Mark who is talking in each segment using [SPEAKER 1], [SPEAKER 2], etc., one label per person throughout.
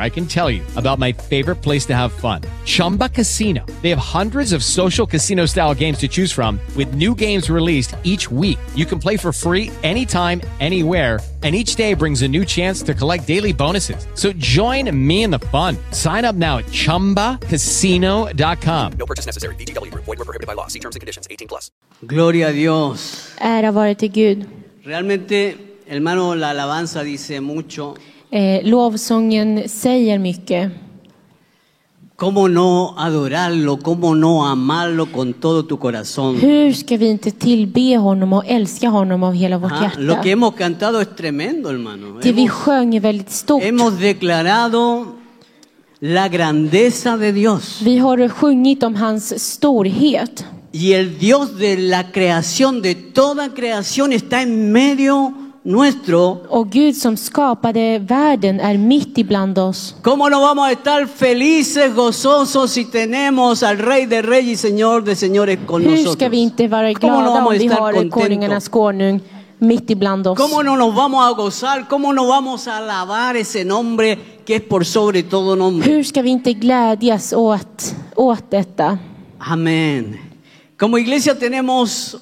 [SPEAKER 1] I can tell you about my favorite place to have fun Chumba Casino. They have hundreds of social casino style games to choose from, with new games released each week. You can play for free anytime, anywhere and each day brings a new chance to collect daily bonuses. So join me in the fun. Sign up now at ChumbaCasino.com.
[SPEAKER 2] No purchase necessary. BGW. Void were prohibited by law. See terms and conditions. 18 plus.
[SPEAKER 3] Gloria a Dios.
[SPEAKER 4] Ära vare till Gud.
[SPEAKER 3] Realmente, hermano, la alabanza dice mucho.
[SPEAKER 4] Eh, lovsången säger mycket.
[SPEAKER 3] ¿Cómo no adorarlo? ¿Cómo no amarlo con todo tu corazón?
[SPEAKER 4] Hur ska vi inte tillbe honom och älska honom av hela vårt
[SPEAKER 3] Ah, Lo
[SPEAKER 4] hjärta?
[SPEAKER 3] que hemos cantado es tremendo, hermano.
[SPEAKER 4] Det vi
[SPEAKER 3] Hemos,
[SPEAKER 4] sjöng är väldigt stort.
[SPEAKER 3] hemos declarado la grandeza de Dios.
[SPEAKER 4] Vi har sjungit om hans storhet.
[SPEAKER 3] Y el Dios de la creación, de toda creación, está en medio nuestro.
[SPEAKER 4] Och Gud som skapade världen är mitt ibland oss.
[SPEAKER 3] ¿Cómo no vamos a estar felices, gozosos si tenemos al Rey de Reyes y Señor de Señores con
[SPEAKER 4] Hur ska
[SPEAKER 3] nosotros?
[SPEAKER 4] vi inte vara
[SPEAKER 3] ¿Cómo no
[SPEAKER 4] glada om
[SPEAKER 3] vamos a
[SPEAKER 4] vi
[SPEAKER 3] estar
[SPEAKER 4] har
[SPEAKER 3] contentos?
[SPEAKER 4] konungarnas konung mitt ibland oss?
[SPEAKER 3] ¿Cómo no nos vamos a gozar? ¿Cómo no vamos a alabar ese nombre que es por sobre todo nombre?
[SPEAKER 4] Hur ska vi inte glädjas åt, åt detta?
[SPEAKER 3] Amén. Como iglesia tenemos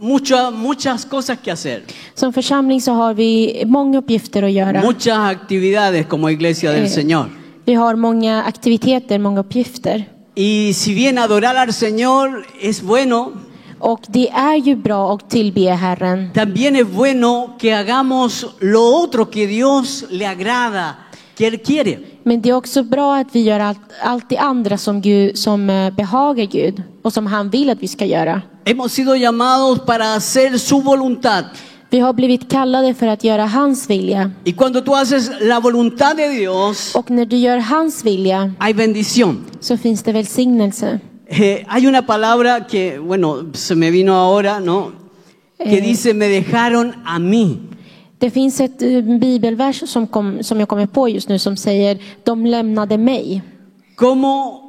[SPEAKER 3] muchas muchas cosas que hacer,
[SPEAKER 4] Som församling så har vi många uppgifter att göra.
[SPEAKER 3] muchas actividades como iglesia del
[SPEAKER 4] Eh.
[SPEAKER 3] Señor.
[SPEAKER 4] Vi har många aktiviteter, många uppgifter.
[SPEAKER 3] Y si bien adorar al Señor es bueno,
[SPEAKER 4] Och det är ju bra att tillbe Herren.
[SPEAKER 3] también es bueno que hagamos lo otro que Dios le agrada, que Él quiere.
[SPEAKER 4] Men det är också bra att vi gör allt, allt det andra som, Gud, som eh, behagar Gud och som han vill att vi ska göra.
[SPEAKER 3] Hemos sido llamados para hacer su voluntad.
[SPEAKER 4] Vi har blivit kallade för att göra hans vilja.
[SPEAKER 3] Y cuando tú haces la voluntad de Dios,
[SPEAKER 4] Och när du gör hans vilja
[SPEAKER 3] Hay bendición.
[SPEAKER 4] så finns det välsignelse.
[SPEAKER 3] Eh, hay una palabra que, bueno, se me vino ahora, ¿no? Que
[SPEAKER 4] Eh.
[SPEAKER 3] dice, me dejaron a mí.
[SPEAKER 4] Det finns ett eh, bibelvers som, kom, som jag kommer på just nu som säger de lämnade mig.
[SPEAKER 3] ¿Cómo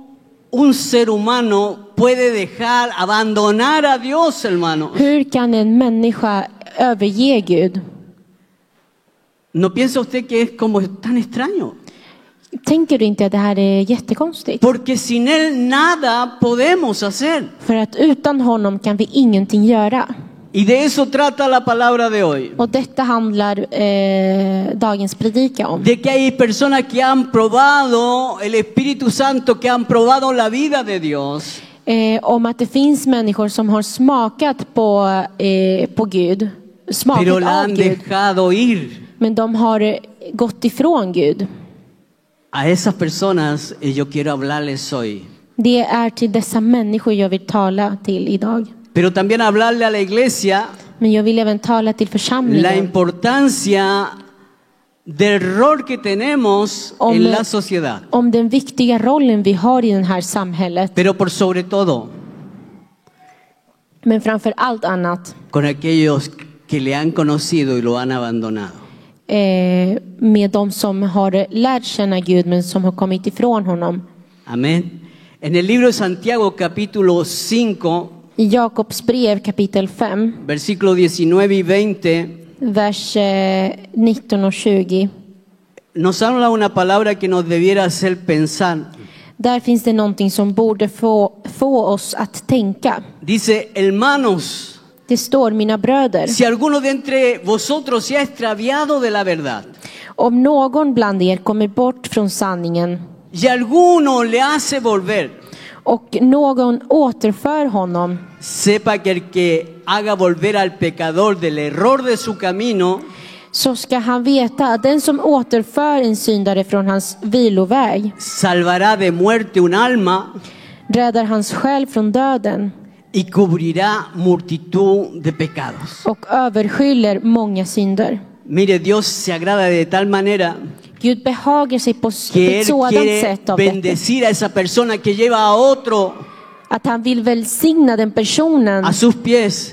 [SPEAKER 3] un ser humano puede dejar, abandonar a Dios, hermano?
[SPEAKER 4] Hur kan en människa överge Gud?
[SPEAKER 3] ¿No piensa usted que es como tan extraño?
[SPEAKER 4] Tänker du inte att det här är jättekonstigt?
[SPEAKER 3] Porque sin Él nada podemos hacer.
[SPEAKER 4] För att utan honom kan vi ingenting göra.
[SPEAKER 3] Y de eso trata la palabra de hoy.
[SPEAKER 4] Och detta handlar eh, dagens predika om.
[SPEAKER 3] De que hay personas que han probado el Espíritu Santo, que han probado la vida de Dios.
[SPEAKER 4] Eh, om att det finns människor som har smakat på, eh, på Gud. Smakat
[SPEAKER 3] pero la
[SPEAKER 4] av
[SPEAKER 3] han
[SPEAKER 4] Gud.
[SPEAKER 3] dejado ir.
[SPEAKER 4] Men de har eh, gått ifrån Gud.
[SPEAKER 3] A esas personas eh, yo quiero hablarles hoy,
[SPEAKER 4] Det är till dessa människor jag vill tala till idag.
[SPEAKER 3] pero también hablarle a la iglesia
[SPEAKER 4] Men jag vill även tala till
[SPEAKER 3] la
[SPEAKER 4] församlingen
[SPEAKER 3] importancia del rol que tenemos
[SPEAKER 4] Hombre.
[SPEAKER 3] en la sociedad,
[SPEAKER 4] om den viktiga rollen vi har i det här samhället.
[SPEAKER 3] pero por sobre todo
[SPEAKER 4] Men framför allt annat
[SPEAKER 3] con aquellos que le han conocido y lo han abandonado.
[SPEAKER 4] eh, med de som har lärt känna Gud men som har kommit ifrån honom.
[SPEAKER 3] Amén. En el libro de Santiago capítulo 5,
[SPEAKER 4] I Jakobs brev kapitel 5,
[SPEAKER 3] versículo 19 y 20,
[SPEAKER 4] vers eh, 19 och 20.
[SPEAKER 3] nos habla una palabra que nos debiera hacer pensar.
[SPEAKER 4] Där finns det någonting som borde få, få oss att tänka.
[SPEAKER 3] Dice, hermanos,
[SPEAKER 4] Det står mina bröder.
[SPEAKER 3] Si alguno de entre vosotros se ha extraviado de la verdad
[SPEAKER 4] Om någon bland er kommer bort från sanningen
[SPEAKER 3] y alguno le hace volver,
[SPEAKER 4] och någon återför honom,
[SPEAKER 3] sepa que el que haga volver al pecador del error de su camino,
[SPEAKER 4] så ska han veta att den som återför en syndare från hans viloväg
[SPEAKER 3] salvará de muerte un alma
[SPEAKER 4] räddar hans själ från döden
[SPEAKER 3] y cubrirá multitud de pecados.
[SPEAKER 4] och överskyller många synder.
[SPEAKER 3] Mire, Dios se agrada de tal manera
[SPEAKER 4] Gud behagar sig på s- på
[SPEAKER 3] que
[SPEAKER 4] ett
[SPEAKER 3] Él
[SPEAKER 4] sådant
[SPEAKER 3] quiere
[SPEAKER 4] sätt av detta
[SPEAKER 3] bendecir a esa persona que lleva a otro
[SPEAKER 4] att han vill välsigna den personen
[SPEAKER 3] a sus pies,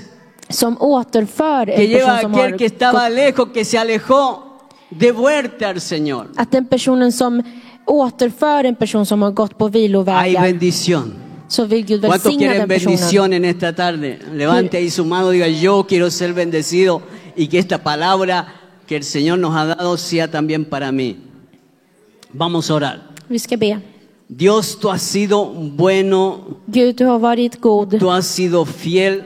[SPEAKER 4] som återför
[SPEAKER 3] Alltså- que
[SPEAKER 4] en
[SPEAKER 3] lleva
[SPEAKER 4] person
[SPEAKER 3] a
[SPEAKER 4] som
[SPEAKER 3] aquel
[SPEAKER 4] har
[SPEAKER 3] que estaba
[SPEAKER 4] gått,
[SPEAKER 3] lejos, que se alejó, de vuelta al Señor.
[SPEAKER 4] att den personen som återför en person som har gått på
[SPEAKER 3] Hay
[SPEAKER 4] vilovägar
[SPEAKER 3] bendición.
[SPEAKER 4] så vill Gud
[SPEAKER 3] ¿Cuántos
[SPEAKER 4] välsigna
[SPEAKER 3] quieren
[SPEAKER 4] den personen.
[SPEAKER 3] bendición en esta tarde? Levante ahí su mano, diga yo quiero ser bendecido y que esta palabra que el Señor nos ha dado sea también para mí. Vamos a orar.
[SPEAKER 4] Vi ska be.
[SPEAKER 3] Dios, tú has sido bueno,
[SPEAKER 4] Gud, du har varit god.
[SPEAKER 3] tú has sido fiel.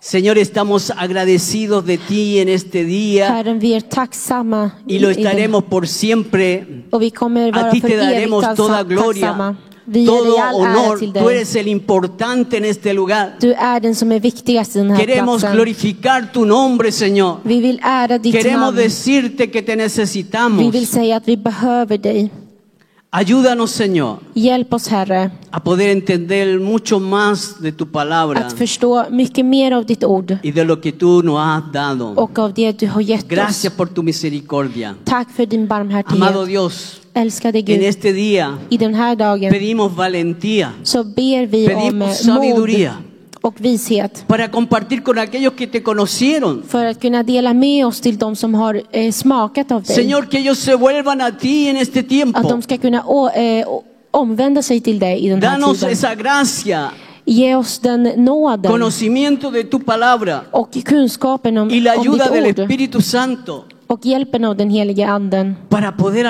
[SPEAKER 3] Señor, estamos agradecidos de ti en este día
[SPEAKER 4] Herren, vi är tacksamma.
[SPEAKER 3] y lo
[SPEAKER 4] i- i det.
[SPEAKER 3] estaremos por siempre.
[SPEAKER 4] Och vi kommer
[SPEAKER 3] A
[SPEAKER 4] vara
[SPEAKER 3] ti
[SPEAKER 4] för
[SPEAKER 3] te
[SPEAKER 4] evigt
[SPEAKER 3] daremos toda
[SPEAKER 4] tacks- tacksamma.
[SPEAKER 3] gloria,
[SPEAKER 4] Vi ger
[SPEAKER 3] todo
[SPEAKER 4] dig all ära
[SPEAKER 3] honor.
[SPEAKER 4] till
[SPEAKER 3] Tú
[SPEAKER 4] dig.
[SPEAKER 3] eres el importante en este lugar.
[SPEAKER 4] Du är den som är viktigast i den här
[SPEAKER 3] Queremos
[SPEAKER 4] platsen.
[SPEAKER 3] glorificar tu nombre, Señor.
[SPEAKER 4] Vi vill ära ditt
[SPEAKER 3] Queremos
[SPEAKER 4] namn.
[SPEAKER 3] decirte que te
[SPEAKER 4] Vi
[SPEAKER 3] necesitamos.
[SPEAKER 4] vill säga att vi behöver dig.
[SPEAKER 3] Ayúdanos, Señor,
[SPEAKER 4] Hjälp oss Herre
[SPEAKER 3] a poder entender mucho más de tu palabra
[SPEAKER 4] att förstå mycket mer av ditt ord
[SPEAKER 3] y de lo que tú nos has dado.
[SPEAKER 4] och av det du har gett oss.
[SPEAKER 3] Gracias por tu misericordia.
[SPEAKER 4] Tack för din
[SPEAKER 3] Amado
[SPEAKER 4] barmhärtighet.
[SPEAKER 3] Dios,
[SPEAKER 4] Älskade
[SPEAKER 3] en
[SPEAKER 4] Gud,
[SPEAKER 3] este día
[SPEAKER 4] i den här dagen
[SPEAKER 3] pedimos valentía
[SPEAKER 4] så ber vi om
[SPEAKER 3] pedimos
[SPEAKER 4] eh, mod
[SPEAKER 3] sabiduría.
[SPEAKER 4] och vishet
[SPEAKER 3] para compartir con aquellos que te conocieron.
[SPEAKER 4] för att kunna dela med oss till de som har eh, smakat av dig.
[SPEAKER 3] Señor, que ellos se vuelvan a ti en este
[SPEAKER 4] Att
[SPEAKER 3] tiempo.
[SPEAKER 4] de ska kunna å, eh, å- omvända sig till dig i den här
[SPEAKER 3] Danos
[SPEAKER 4] tiden.
[SPEAKER 3] esa gracia,
[SPEAKER 4] Ge oss den nåden
[SPEAKER 3] conocimiento de tu palabra.
[SPEAKER 4] och kunskapen om,
[SPEAKER 3] y la
[SPEAKER 4] om
[SPEAKER 3] ayuda del
[SPEAKER 4] ditt ord
[SPEAKER 3] Espíritu Santo
[SPEAKER 4] och hjälpen av den helige anden
[SPEAKER 3] para poder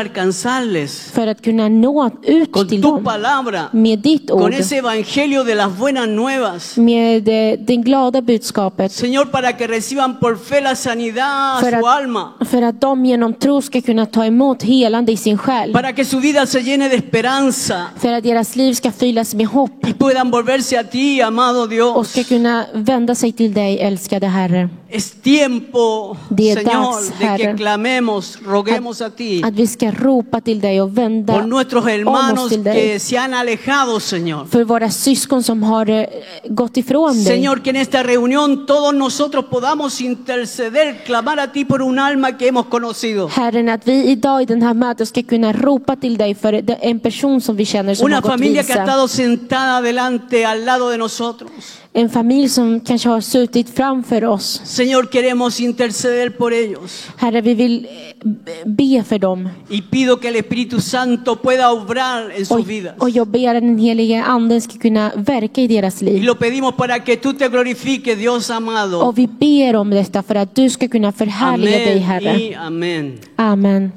[SPEAKER 3] alcanzarles
[SPEAKER 4] för att kunna nå ut
[SPEAKER 3] con
[SPEAKER 4] till
[SPEAKER 3] tu
[SPEAKER 4] dem
[SPEAKER 3] palabra,
[SPEAKER 4] med ditt ord,
[SPEAKER 3] con ese evangelio de las buenas nuevas.
[SPEAKER 4] med eh, det glada budskapet
[SPEAKER 3] Señor, para que reciban por fe la sanidad a
[SPEAKER 4] för
[SPEAKER 3] su alma,
[SPEAKER 4] att, för att de genom tro ska kunna ta emot helande i sin själ,
[SPEAKER 3] para que su vida se llene de esperanza
[SPEAKER 4] för att deras liv ska fyllas med hopp
[SPEAKER 3] y puedan volverse a ti, amado
[SPEAKER 4] och
[SPEAKER 3] Dios.
[SPEAKER 4] ska kunna vända sig till dig älskade Herre.
[SPEAKER 3] Es tiempo,
[SPEAKER 4] De
[SPEAKER 3] Señor,
[SPEAKER 4] dags,
[SPEAKER 3] de que
[SPEAKER 4] Herre,
[SPEAKER 3] clamemos, roguemos a ti
[SPEAKER 4] Att vi ska ropa till dig och vända
[SPEAKER 3] por nuestros
[SPEAKER 4] om oss
[SPEAKER 3] hermanos
[SPEAKER 4] till
[SPEAKER 3] que
[SPEAKER 4] dig.
[SPEAKER 3] se han alejado, Señor.
[SPEAKER 4] För våra syskon som har eh, gått ifrån dig.
[SPEAKER 3] Señor, que en esta reunión todos nosotros podamos interceder, clamar a ti por un alma que hemos conocido.
[SPEAKER 4] Herren, att vi idag i den här mötet ska kunna ropa till dig för de- en person som vi känner som
[SPEAKER 3] Una
[SPEAKER 4] har gått
[SPEAKER 3] familia que ha
[SPEAKER 4] vilse.
[SPEAKER 3] estado sentada adelante, al lado de nosotros.
[SPEAKER 4] En familj som kanske har suttit framför oss.
[SPEAKER 3] Señor, queremos interceder por ellos.
[SPEAKER 4] Herre, vi vill eh, b- be för dem.
[SPEAKER 3] Y pido que el Espíritu Santo pueda obrar en
[SPEAKER 4] Och,
[SPEAKER 3] sus vidas.
[SPEAKER 4] och jag ber att den helige anden ska kunna verka i deras
[SPEAKER 3] Y
[SPEAKER 4] liv.
[SPEAKER 3] lo pedimos para que tú te glorifiques, Dios amado.
[SPEAKER 4] Och vi ber om detta för att du ska kunna förhärliga dig,
[SPEAKER 3] Amén
[SPEAKER 4] Herre.
[SPEAKER 3] y amén.
[SPEAKER 4] Amen.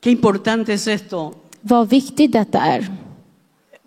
[SPEAKER 3] Qué importante es esto
[SPEAKER 4] Vad viktigt detta är.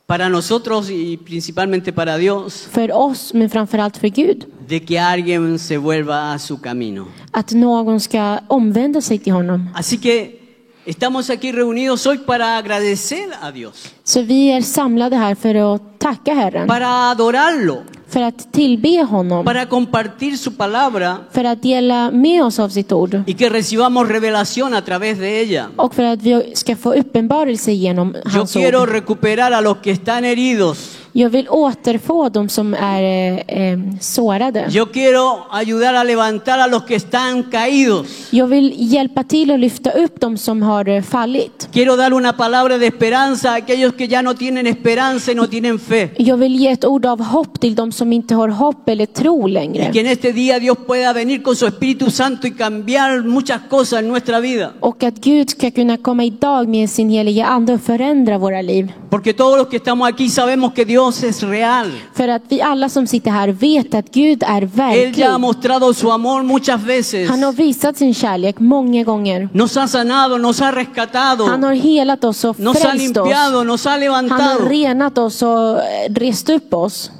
[SPEAKER 3] para nosotros y principalmente para Dios,
[SPEAKER 4] För oss, men framförallt för Gud.
[SPEAKER 3] de que alguien se vuelva a su camino.
[SPEAKER 4] Att någon ska omvända sig till honom.
[SPEAKER 3] Así que estamos aquí reunidos hoy para agradecer a Dios,
[SPEAKER 4] Så vi är samlade här för att tacka Herren.
[SPEAKER 3] para adorarlo,
[SPEAKER 4] För att tillbe honom.
[SPEAKER 3] para compartir su palabra
[SPEAKER 4] För att dela med oss av sitt ord.
[SPEAKER 3] y que recibamos revelación a través de ella.
[SPEAKER 4] Och för att vi ska få uppenbarelse genom
[SPEAKER 3] Yo
[SPEAKER 4] hans
[SPEAKER 3] quiero
[SPEAKER 4] ord.
[SPEAKER 3] recuperar a los que están heridos.
[SPEAKER 4] Jag vill återfå de som är eh, eh, sårade.
[SPEAKER 3] Yo quiero ayudar a levantar a los que están caídos.
[SPEAKER 4] Jag vill hjälpa till att lyfta upp de som har eh, fallit.
[SPEAKER 3] Quiero dar una palabra de esperanza a aquellos que ya no tienen esperanza y no tienen fe.
[SPEAKER 4] Jag vill ge ett ord av hopp till de som inte har hopp eller tro
[SPEAKER 3] Y
[SPEAKER 4] längre.
[SPEAKER 3] que en este día Dios pueda venir con su Espíritu Santo y cambiar muchas cosas en nuestra vida.
[SPEAKER 4] Och att Gud ska kunna komma idag med sin heliga ande och förändra våra liv.
[SPEAKER 3] Porque todos los que estamos aquí sabemos que Dios es real.
[SPEAKER 4] För att vi alla som sitter här vet att Gud är
[SPEAKER 3] Él
[SPEAKER 4] verklig.
[SPEAKER 3] ya ha mostrado su amor muchas veces.
[SPEAKER 4] Han har visat sin kärlek många gånger.
[SPEAKER 3] Nos ha sanado, nos ha rescatado,
[SPEAKER 4] Han har helat oss och
[SPEAKER 3] nos ha
[SPEAKER 4] frälst oss.
[SPEAKER 3] limpiado, nos ha
[SPEAKER 4] Han har
[SPEAKER 3] levantado.
[SPEAKER 4] renat oss och eh, rest upp oss.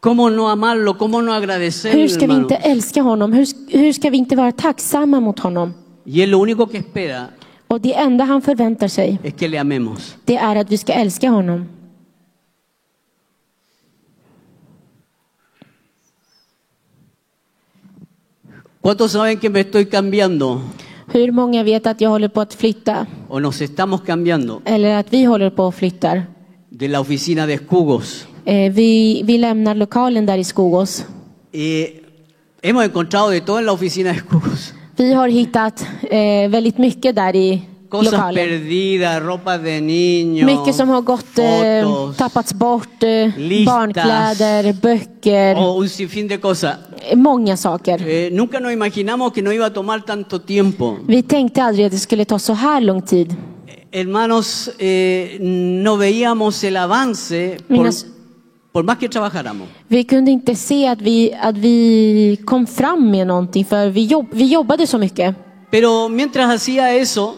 [SPEAKER 3] ¿Cómo no amarlo? ¿Cómo no
[SPEAKER 4] Hur ska vi
[SPEAKER 3] agradecerlo?
[SPEAKER 4] inte älska honom? Hur, hur ska vi inte vara tacksamma mot honom?
[SPEAKER 3] Y Él lo único que espera
[SPEAKER 4] Och det enda han förväntar sig,
[SPEAKER 3] es que le amemos.
[SPEAKER 4] det är att vi ska älska honom.
[SPEAKER 3] ¿Cuántos saben que me estoy cambiando?
[SPEAKER 4] Hur många vet att jag håller på att flytta?
[SPEAKER 3] ¿O nos estamos cambiando?
[SPEAKER 4] Eller att vi håller på att flytta?
[SPEAKER 3] de la oficina de Escugos.
[SPEAKER 4] Eh, vi, vi lämnar lokalen där i Skogås.
[SPEAKER 3] Eh, hemos encontrado de todo en la oficina de Escugos.
[SPEAKER 4] Vi har hittat eh, väldigt mycket där i
[SPEAKER 3] Cosas
[SPEAKER 4] lokalen.
[SPEAKER 3] perdidas, ropa de niños,
[SPEAKER 4] Mycket som har gått, eh,
[SPEAKER 3] fotos,
[SPEAKER 4] tappats bort, eh,
[SPEAKER 3] Listas.
[SPEAKER 4] barnkläder, böcker,
[SPEAKER 3] o un sinfín de cosas.
[SPEAKER 4] eh, många saker.
[SPEAKER 3] Eh, nunca nos imaginamos que no iba a tomar tanto tiempo.
[SPEAKER 4] Vi tänkte aldrig att det skulle ta så här lång tid.
[SPEAKER 3] Eh, Hermanos, eh, no veíamos el avance por,
[SPEAKER 4] Minas-
[SPEAKER 3] por más que trabajáramos.
[SPEAKER 4] Vi kunde inte se att vi, att vi kom fram med någonting för vi, jobb, vi jobbade så mycket.
[SPEAKER 3] Pero mientras hacía eso,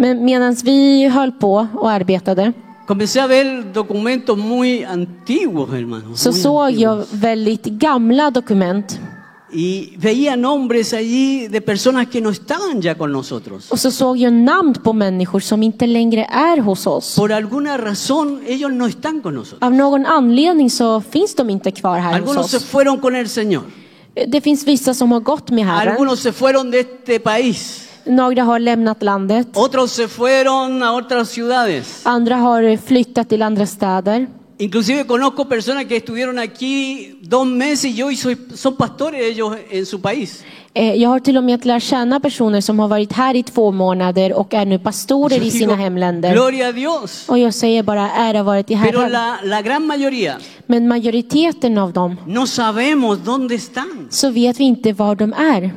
[SPEAKER 4] Men medan vi höll på och arbetade
[SPEAKER 3] comencé a ver documentos muy antiguos, hermanos.
[SPEAKER 4] så
[SPEAKER 3] muy
[SPEAKER 4] såg jag
[SPEAKER 3] antiguos.
[SPEAKER 4] väldigt gamla dokument.
[SPEAKER 3] Y veía nombres allí de personas que no estaban ya con nosotros.
[SPEAKER 4] Och så såg jag namn på människor som inte längre är hos oss.
[SPEAKER 3] Por alguna razón ellos no están con nosotros.
[SPEAKER 4] Av någon anledning så finns de inte kvar här hos
[SPEAKER 3] Algunos se
[SPEAKER 4] oss.
[SPEAKER 3] fueron con el Señor.
[SPEAKER 4] Det finns vissa som har gått med Herren.
[SPEAKER 3] Algunos se fueron de este país.
[SPEAKER 4] Några har lämnat landet.
[SPEAKER 3] Otros se fueron a otras ciudades.
[SPEAKER 4] Andra har flyttat till andra städer.
[SPEAKER 3] Inclusive conozco personas que estuvieron aquí dos meses y hoy soy- son pastores ellos en su país.
[SPEAKER 4] Eh, Jag har till och med lärt känna personer som har varit här i två månader och är nu pastorer i
[SPEAKER 3] Yo
[SPEAKER 4] sina
[SPEAKER 3] digo,
[SPEAKER 4] hemländer.
[SPEAKER 3] Gloria a Dios.
[SPEAKER 4] Och jag säger bara ära vare till
[SPEAKER 3] Pero
[SPEAKER 4] Herren.
[SPEAKER 3] la, la gran mayoría
[SPEAKER 4] Men majoriteten av dem
[SPEAKER 3] no sabemos dónde están.
[SPEAKER 4] så vet vi inte var de är.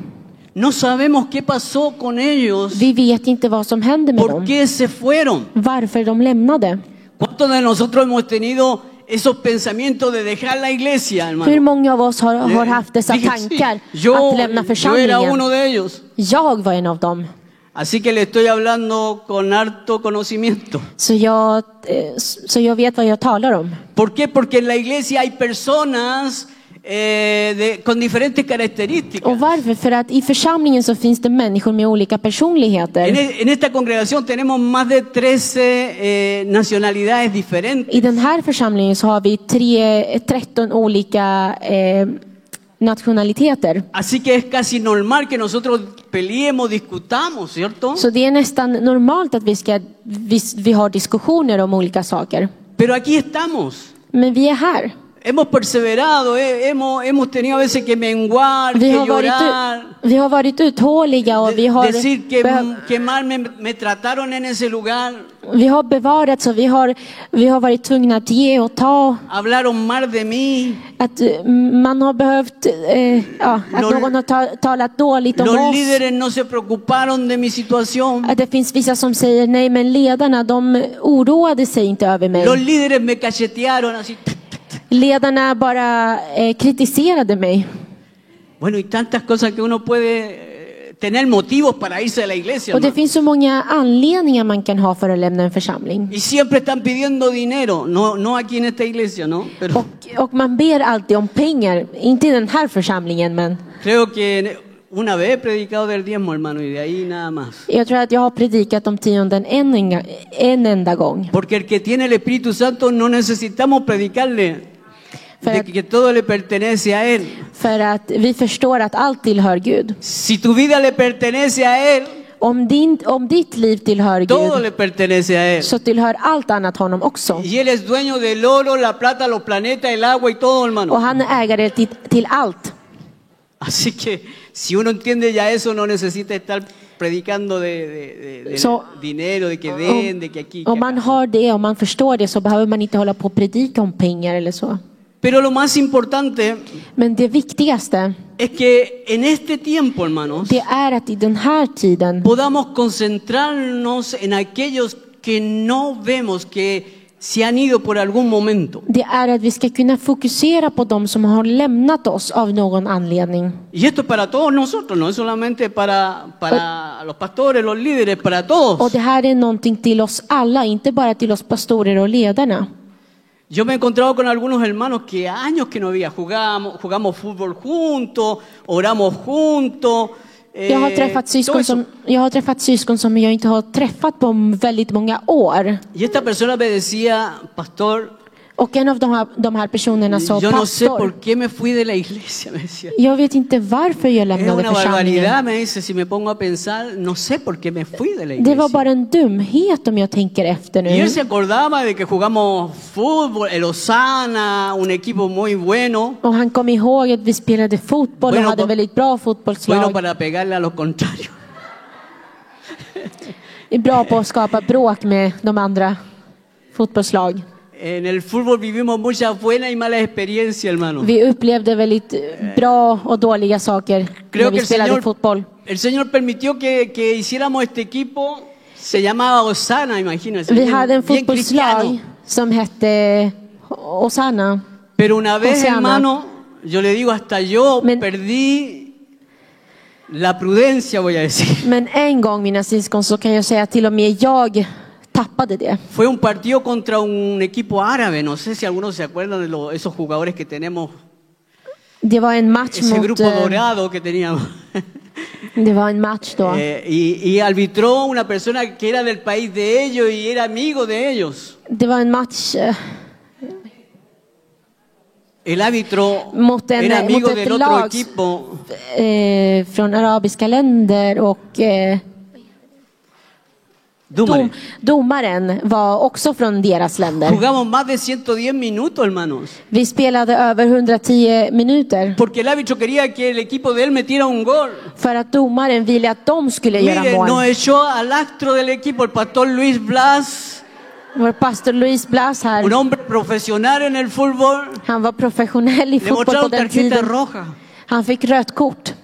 [SPEAKER 3] No sabemos qué pasó con ellos.
[SPEAKER 4] Vi vet inte vad som händer med
[SPEAKER 3] ¿Por
[SPEAKER 4] dem.
[SPEAKER 3] qué se fueron?
[SPEAKER 4] Varför de lämnade.
[SPEAKER 3] ¿Cuántos de nosotros hemos tenido esos pensamientos de dejar la iglesia,
[SPEAKER 4] Hur
[SPEAKER 3] hermano? Eh,
[SPEAKER 4] många av oss har, har haft dessa
[SPEAKER 3] Dije, sí,
[SPEAKER 4] tankar
[SPEAKER 3] yo,
[SPEAKER 4] att lämna
[SPEAKER 3] yo era uno
[SPEAKER 4] församlingen?
[SPEAKER 3] de ellos.
[SPEAKER 4] Jag var en av dem.
[SPEAKER 3] Así que le estoy hablando con harto conocimiento.
[SPEAKER 4] Så jag, eh, så jag vet vad jag talar om.
[SPEAKER 3] ¿Por qué? Porque en la iglesia hay personas eh, de- con diferentes características.
[SPEAKER 4] Och varför? För att i församlingen så finns det människor med olika
[SPEAKER 3] En,
[SPEAKER 4] personligheter.
[SPEAKER 3] e- en esta congregación tenemos más de 13 eh, nacionalidades diferentes.
[SPEAKER 4] I den här församlingen så har vi tre, 13 olika eh, nationaliteter.
[SPEAKER 3] Así que es casi normal que nosotros peleemos, discutamos, ¿cierto?
[SPEAKER 4] Så det är nästan normalt att vi, ska, vi, vi har diskussioner om olika saker.
[SPEAKER 3] Pero aquí estamos.
[SPEAKER 4] Men vi är här.
[SPEAKER 3] Hemos perseverado, eh, hemos, hemos tenido a veces que menguar,
[SPEAKER 4] Vi
[SPEAKER 3] que
[SPEAKER 4] har varit,
[SPEAKER 3] llorar,
[SPEAKER 4] ut- vi har varit uthålliga och vi har,
[SPEAKER 3] de- decir que,
[SPEAKER 4] behöv-
[SPEAKER 3] que mal me, me trataron en ese lugar,
[SPEAKER 4] vi har bevarats och vi har, vi har varit tvungna att ge och ta.
[SPEAKER 3] hablaron mal de mí,
[SPEAKER 4] Att eh, man har behövt, eh, ja, att
[SPEAKER 3] Los-
[SPEAKER 4] någon har ta, talat dåligt om
[SPEAKER 3] los
[SPEAKER 4] oss.
[SPEAKER 3] líderes no se preocuparon de mi situación,
[SPEAKER 4] Att det finns vissa som säger nej men ledarna de oroade sig inte över
[SPEAKER 3] los
[SPEAKER 4] mig.
[SPEAKER 3] líderes me cachetearon así.
[SPEAKER 4] Ledarna bara eh, kritiserade mig.
[SPEAKER 3] Bueno, y tantas cosas que uno puede eh, tener motivos para irse a la iglesia.
[SPEAKER 4] Och det
[SPEAKER 3] hermano.
[SPEAKER 4] finns så många anledningar man kan ha för att lämna en församling.
[SPEAKER 3] Y siempre están pidiendo dinero, no, no aquí en esta iglesia, ¿no? Pero
[SPEAKER 4] Och, och man ber alltid om pengar, inte i den här församlingen men
[SPEAKER 3] creo que una vez he predicado del diezmo, hermano, y de ahí nada más.
[SPEAKER 4] jag tror att jag har predikat om tionden en, enga- en enda gång.
[SPEAKER 3] Porque el que tiene el Espíritu Santo no necesitamos predicarle de
[SPEAKER 4] Fer.
[SPEAKER 3] que todo le pertenece a Él.
[SPEAKER 4] För att vi förstår att allt tillhör Gud.
[SPEAKER 3] Si tu vida le pertenece a Él,
[SPEAKER 4] Om, din, om ditt liv tillhör
[SPEAKER 3] todo
[SPEAKER 4] Gud
[SPEAKER 3] le pertenece a Él.
[SPEAKER 4] så tillhör allt annat honom också.
[SPEAKER 3] Y Él es dueño del oro, la plata, los planetas, el agua y todo,
[SPEAKER 4] Och
[SPEAKER 3] hermano.
[SPEAKER 4] han är ägare till, till allt.
[SPEAKER 3] Así que si uno entiende ya eso, no necesita estar predicando de, de- de- de
[SPEAKER 4] So-
[SPEAKER 3] dinero, de que den, de que aquí.
[SPEAKER 4] Om,
[SPEAKER 3] que
[SPEAKER 4] om
[SPEAKER 3] acá.
[SPEAKER 4] man har det och man förstår det så behöver man inte hålla på och predika om pengar eller så.
[SPEAKER 3] Pero lo más importante
[SPEAKER 4] Men det viktigaste,
[SPEAKER 3] es que en este tiempo, hermanos,
[SPEAKER 4] det är att i den här tiden
[SPEAKER 3] podamos concentrarnos en aquellos que no vemos, que se han ido por algún momento.
[SPEAKER 4] det är att vi ska kunna fokusera på de som har lämnat oss av någon anledning.
[SPEAKER 3] Y esto es para todos nosotros, no es solamente para, para los pastores, los líderes, para todos.
[SPEAKER 4] Och det här är någonting till oss alla, inte bara till oss pastorer och ledarna.
[SPEAKER 3] Yo me he encontrado con algunos hermanos que años que no había, jugamos, jugamos fútbol juntos, oramos juntos. eh,
[SPEAKER 4] Jag har träffat
[SPEAKER 3] todo
[SPEAKER 4] syskon
[SPEAKER 3] eso.
[SPEAKER 4] som, jag har träffat syskon som jag inte har träffat på väldigt många år.
[SPEAKER 3] Y esta persona me decía, pastor,
[SPEAKER 4] Och en av de här, de här personerna sa,
[SPEAKER 3] Yo no sé
[SPEAKER 4] pastor,
[SPEAKER 3] por qué me fui de la iglesia, me decía.
[SPEAKER 4] jag vet inte varför jag
[SPEAKER 3] Es
[SPEAKER 4] lämnade
[SPEAKER 3] una
[SPEAKER 4] församlingen.
[SPEAKER 3] barbaridad, me dice, si me pongo a pensar, no sé por qué me fui de la
[SPEAKER 4] Det var
[SPEAKER 3] iglesia.
[SPEAKER 4] bara en dumhet om jag tänker efter
[SPEAKER 3] Y
[SPEAKER 4] nu.
[SPEAKER 3] él se acordaba de que jugamos fútbol, el Osana, un equipo muy bueno,
[SPEAKER 4] Och han kom ihåg att vi spelade fotboll och
[SPEAKER 3] Bueno,
[SPEAKER 4] hade
[SPEAKER 3] pa-
[SPEAKER 4] väldigt bra
[SPEAKER 3] bueno
[SPEAKER 4] fotbollslag.
[SPEAKER 3] para pegarle a los contrarios.
[SPEAKER 4] Bra på att skapa bråk med de andra fotbollslag.
[SPEAKER 3] En el fútbol vivimos muchas buenas y malas experiencias, hermano.
[SPEAKER 4] Vi upplevde väldigt eh, bra och dåliga saker när
[SPEAKER 3] Creo
[SPEAKER 4] vi
[SPEAKER 3] que el
[SPEAKER 4] spelade
[SPEAKER 3] Señor,
[SPEAKER 4] fotboll.
[SPEAKER 3] el señor permitió que, que hiciéramos este equipo, se llamaba Osana, imagínense.
[SPEAKER 4] Vi
[SPEAKER 3] bien-
[SPEAKER 4] hade en
[SPEAKER 3] bien
[SPEAKER 4] fotbollslag
[SPEAKER 3] cristiano.
[SPEAKER 4] som hette Osana.
[SPEAKER 3] Pero una vez,
[SPEAKER 4] Oceana.
[SPEAKER 3] hermano, yo le digo, hasta yo
[SPEAKER 4] Men-
[SPEAKER 3] perdí la prudencia, voy a decir.
[SPEAKER 4] Men en gång, mina syskon, så kan jag säga att till och med jag tappade det.
[SPEAKER 3] Fue un partido contra un equipo árabe, no sé si algunos se acuerdan de lo- esos jugadores que tenemos,
[SPEAKER 4] Det var en match
[SPEAKER 3] ese
[SPEAKER 4] mot...
[SPEAKER 3] grupo
[SPEAKER 4] eh,
[SPEAKER 3] dorado que teníamos.
[SPEAKER 4] Det var en match då.
[SPEAKER 3] Eh, y, y arbitró una persona que era del país de ellos y era amigo de ellos.
[SPEAKER 4] Det var en match eh,
[SPEAKER 3] El árbitro
[SPEAKER 4] mot, en,
[SPEAKER 3] era
[SPEAKER 4] mot
[SPEAKER 3] amigo
[SPEAKER 4] ett
[SPEAKER 3] del otro
[SPEAKER 4] lag
[SPEAKER 3] equipo.
[SPEAKER 4] eh, från arabiska länder och eh,
[SPEAKER 3] Dúmare.
[SPEAKER 4] dom, domaren var också från deras länder.
[SPEAKER 3] Jugamos más de 110 minutos, hermanos.
[SPEAKER 4] Vi spelade över 110 minuter
[SPEAKER 3] Porque el árbitro quería que el equipo de él metiera un gol.
[SPEAKER 4] för att domaren ville att de skulle
[SPEAKER 3] Mire,
[SPEAKER 4] göra mål.
[SPEAKER 3] nos echó al astro del equipo, el pastor Luis Blas,
[SPEAKER 4] Vår pastor Louise Blas
[SPEAKER 3] un
[SPEAKER 4] här,
[SPEAKER 3] hombre profesional en el fútbol.
[SPEAKER 4] han var professionell i
[SPEAKER 3] Le
[SPEAKER 4] fotboll på
[SPEAKER 3] mostraron
[SPEAKER 4] den
[SPEAKER 3] tarjeta
[SPEAKER 4] tiden.
[SPEAKER 3] roja.
[SPEAKER 4] Han fick rött kort.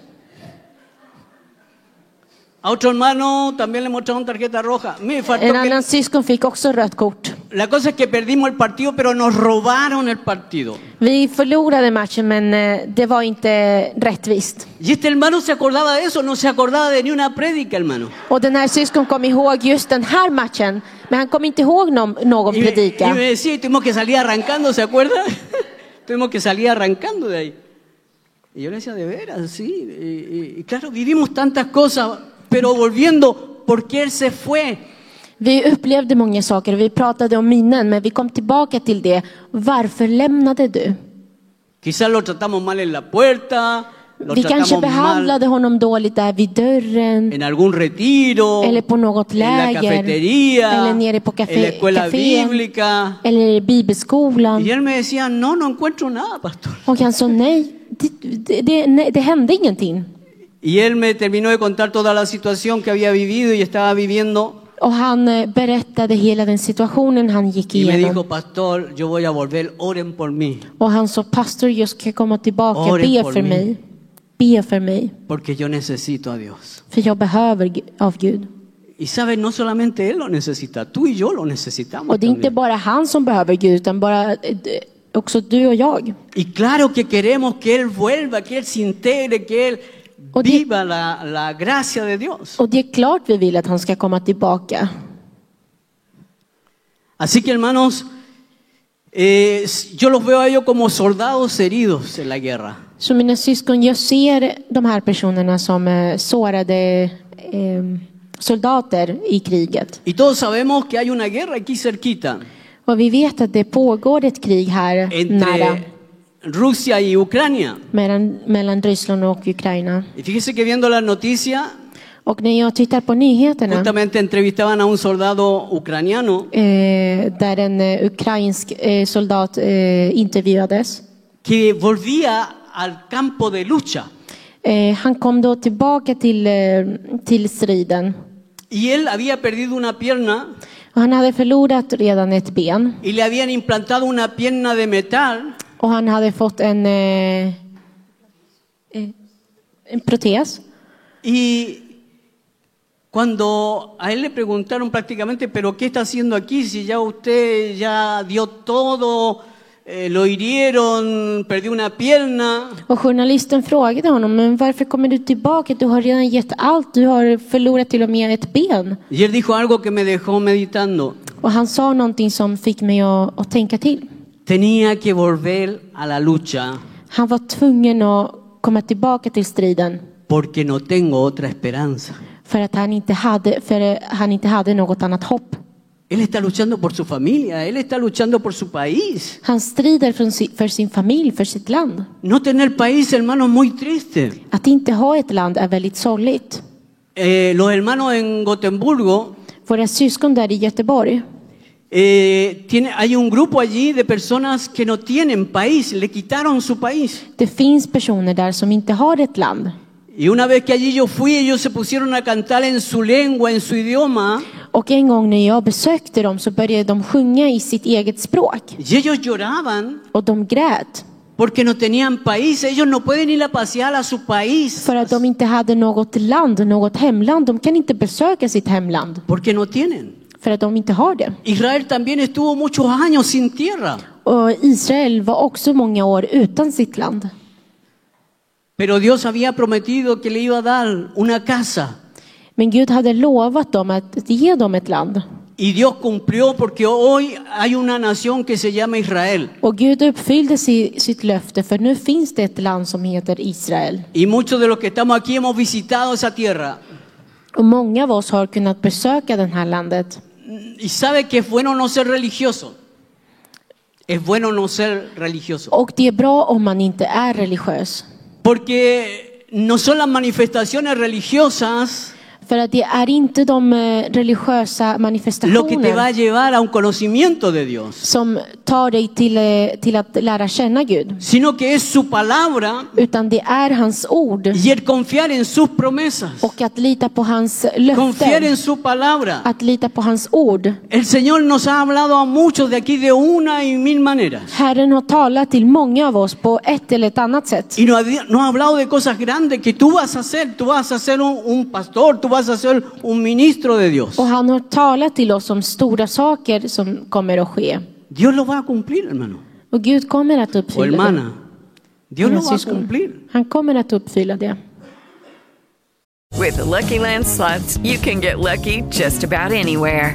[SPEAKER 3] A otro hermano también le mostraron tarjeta roja. Mire, faltó
[SPEAKER 4] En
[SPEAKER 3] que-
[SPEAKER 4] annan syskon fick också rött kort.
[SPEAKER 3] La cosa es que perdimos el partido, pero nos robaron el partido.
[SPEAKER 4] Vi förlorade matchen men eh, det var inte rättvist.
[SPEAKER 3] Y este hermano se acordaba de eso, no se acordaba de ni una prédica, hermano.
[SPEAKER 4] Och den här syskon kom ihåg just den här matchen men han kom inte ihåg någon, någon
[SPEAKER 3] Y me, y
[SPEAKER 4] predikan.
[SPEAKER 3] me decía, y tuvimos que salir arrancando, ¿se acuerda? tuvimos que salir arrancando de ahí. Y yo le decía, de veras, sí. Y, y- y claro, vivimos tantas cosas, pero volviendo, ¿por qué él se fue?
[SPEAKER 4] Vi upplevde många saker och vi pratade om minnen men vi kom tillbaka till det. Varför lämnade du?
[SPEAKER 3] Quizás lo tratamos mal en la puerta, lo
[SPEAKER 4] Vi kanske
[SPEAKER 3] tratamos mal
[SPEAKER 4] behandlade honom dåligt där vid dörren
[SPEAKER 3] en algún retiro,
[SPEAKER 4] eller på något
[SPEAKER 3] en la
[SPEAKER 4] läger
[SPEAKER 3] cafetería,
[SPEAKER 4] eller nere på
[SPEAKER 3] en la
[SPEAKER 4] café,
[SPEAKER 3] escuela
[SPEAKER 4] caféen
[SPEAKER 3] bíblica.
[SPEAKER 4] eller i
[SPEAKER 3] Y
[SPEAKER 4] bibelskolan.
[SPEAKER 3] él me decía, no, no encuentro nada, pastor.
[SPEAKER 4] Och han sa nej, det, det, det, nej, det hände ingenting.
[SPEAKER 3] Y él me terminó de contar toda la situación que había vivido y estaba viviendo.
[SPEAKER 4] Och han eh, berättade hela den situationen han gick
[SPEAKER 3] Y me dijo,
[SPEAKER 4] igenom.
[SPEAKER 3] pastor, yo voy a volver, oren por mí,
[SPEAKER 4] Och han sa, pastor jag ska komma tillbaka,
[SPEAKER 3] Oren
[SPEAKER 4] be
[SPEAKER 3] por
[SPEAKER 4] för
[SPEAKER 3] mí.
[SPEAKER 4] mig. Be för mig,
[SPEAKER 3] porque yo necesito a Dios.
[SPEAKER 4] för jag behöver G- av Gud.
[SPEAKER 3] Y sabes, no solamente él lo necesita, tú y yo lo necesitamos.
[SPEAKER 4] Och det är inte
[SPEAKER 3] también.
[SPEAKER 4] bara han som behöver Gud, utan bara eh, d- också du och jag.
[SPEAKER 3] Y claro que queremos que Él vuelva, que Él se integre, que Él
[SPEAKER 4] O di-
[SPEAKER 3] viva la, la gracia de Dios.
[SPEAKER 4] Och det är klart vi vill att han ska komma tillbaka.
[SPEAKER 3] Así que hermanos, eh, yo los veo a ellos como soldados heridos en la guerra.
[SPEAKER 4] Så mina syskon, jag ser de här personerna som eh, sårade eh, soldater i kriget.
[SPEAKER 3] Y todos sabemos que hay una guerra aquí cerquita
[SPEAKER 4] Och vi vet att det pågår ett krig här nära.
[SPEAKER 3] entre Rusia y Ucrania.
[SPEAKER 4] mellan, mellan Ryssland och Ukraina.
[SPEAKER 3] Y fíjese que viendo la noticia,
[SPEAKER 4] Och när jag tittar på nyheterna
[SPEAKER 3] justamente entrevistaban a un soldado ucraniano
[SPEAKER 4] eh, där en eh, ukrainsk eh, soldat eh, intervjuades.
[SPEAKER 3] que volvía al campo de lucha.
[SPEAKER 4] Eh, han kom då tillbaka till, eh, till striden.
[SPEAKER 3] Y él había perdido una pierna
[SPEAKER 4] Och han hade förlorat redan ett ben
[SPEAKER 3] y le habían implantado una pierna de metal
[SPEAKER 4] och han hade fått en, eh, eh, en protes.
[SPEAKER 3] y cuando a él le preguntaron prácticamente, pero ¿qué está haciendo aquí si ya usted ya dio todo, eh, lo hirieron, perdió una pierna?
[SPEAKER 4] Och journalisten frågade honom, men varför kommer du tillbaka? Du har redan gett allt, du har förlorat till och med ett ben.
[SPEAKER 3] Y él dijo algo que me dejó meditando.
[SPEAKER 4] Och han sa någonting som fick mig att, att tänka till.
[SPEAKER 3] Tenía que volver a la lucha
[SPEAKER 4] Han var tvungen att komma tillbaka till striden
[SPEAKER 3] porque no tengo otra esperanza.
[SPEAKER 4] för att han inte hade, för eh, han inte hade något annat hopp.
[SPEAKER 3] Él está luchando por su familia, él está luchando por su país.
[SPEAKER 4] Han strider för sin, för sin familj, för sitt land.
[SPEAKER 3] No tener país, hermano, es muy triste.
[SPEAKER 4] Att inte ha ett land är väldigt sorgligt.
[SPEAKER 3] Eh, los hermanos en Gotemburgo,
[SPEAKER 4] Våra syskon där i Göteborg,
[SPEAKER 3] eh, tiene- hay un grupo allí de personas que no tienen país, le quitaron su país.
[SPEAKER 4] det finns personer där som inte har ett land.
[SPEAKER 3] Y una vez que allí yo fui, ellos se pusieron a cantar en su lengua, en su idioma,
[SPEAKER 4] Och en gång när jag besökte dem så började de sjunga i sitt eget språk.
[SPEAKER 3] y ellos lloraban
[SPEAKER 4] Och de grät.
[SPEAKER 3] porque no tenían país, ellos no pueden ir a pasear a su país
[SPEAKER 4] För att de inte hade något land, något hemland. De kan inte besöka sitt hemland.
[SPEAKER 3] porque no tienen.
[SPEAKER 4] För att de inte har det.
[SPEAKER 3] Israel también estuvo muchos años sin tierra,
[SPEAKER 4] Och Israel var också många år utan sitt land.
[SPEAKER 3] pero Dios había prometido que le iba a dar una casa.
[SPEAKER 4] Men Gud hade lovat dem att ge dem ett land.
[SPEAKER 3] Y Dios cumplió porque hoy hay una nación que se llama Israel.
[SPEAKER 4] Och Gud uppfyllde si- sitt löfte för nu finns det ett land som heter Israel.
[SPEAKER 3] Y muchos de los que estamos aquí hemos visitado esa tierra.
[SPEAKER 4] Och många av oss har kunnat besöka det här landet.
[SPEAKER 3] Y sabe que es bueno no ser religioso. Es bueno no ser religioso.
[SPEAKER 4] Och det är bra om man inte är religiös.
[SPEAKER 3] Porque no son las manifestaciones religiosas
[SPEAKER 4] För att det är inte de eh, religiösa
[SPEAKER 3] lo que te va a
[SPEAKER 4] manifestationer
[SPEAKER 3] llevar a un conocimiento de Dios,
[SPEAKER 4] som tar dig till, eh, till att lära känna Gud.
[SPEAKER 3] sino que es su palabra
[SPEAKER 4] Utan det är hans ord
[SPEAKER 3] y el confiar en sus promesas.
[SPEAKER 4] och att lita på hans
[SPEAKER 3] Confiar en
[SPEAKER 4] löften.
[SPEAKER 3] su palabra.
[SPEAKER 4] Att lita på hans ord.
[SPEAKER 3] El Señor nos ha hablado a muchos de aquí de una y mil maneras.
[SPEAKER 4] Herren har talat till många av oss på ett eller ett annat sätt.
[SPEAKER 3] Y nos ha, di- nos ha hablado de cosas grandes que tú vas a hacer. Tú vas a ser un, un pastor, tú vas a ser un ministro de Dios.
[SPEAKER 4] Och han har talat till oss om stora saker som kommer att ske.
[SPEAKER 3] Dios lo va a cumplir, hermano.
[SPEAKER 4] Och Gud kommer att
[SPEAKER 3] O
[SPEAKER 4] uppfylla det.
[SPEAKER 3] hermana. Dios
[SPEAKER 4] Mina
[SPEAKER 3] lo va a
[SPEAKER 4] syskon.
[SPEAKER 3] cumplir.
[SPEAKER 4] Han kommer att uppfylla det.
[SPEAKER 5] With the Lucky Land slots, you can get lucky just about anywhere.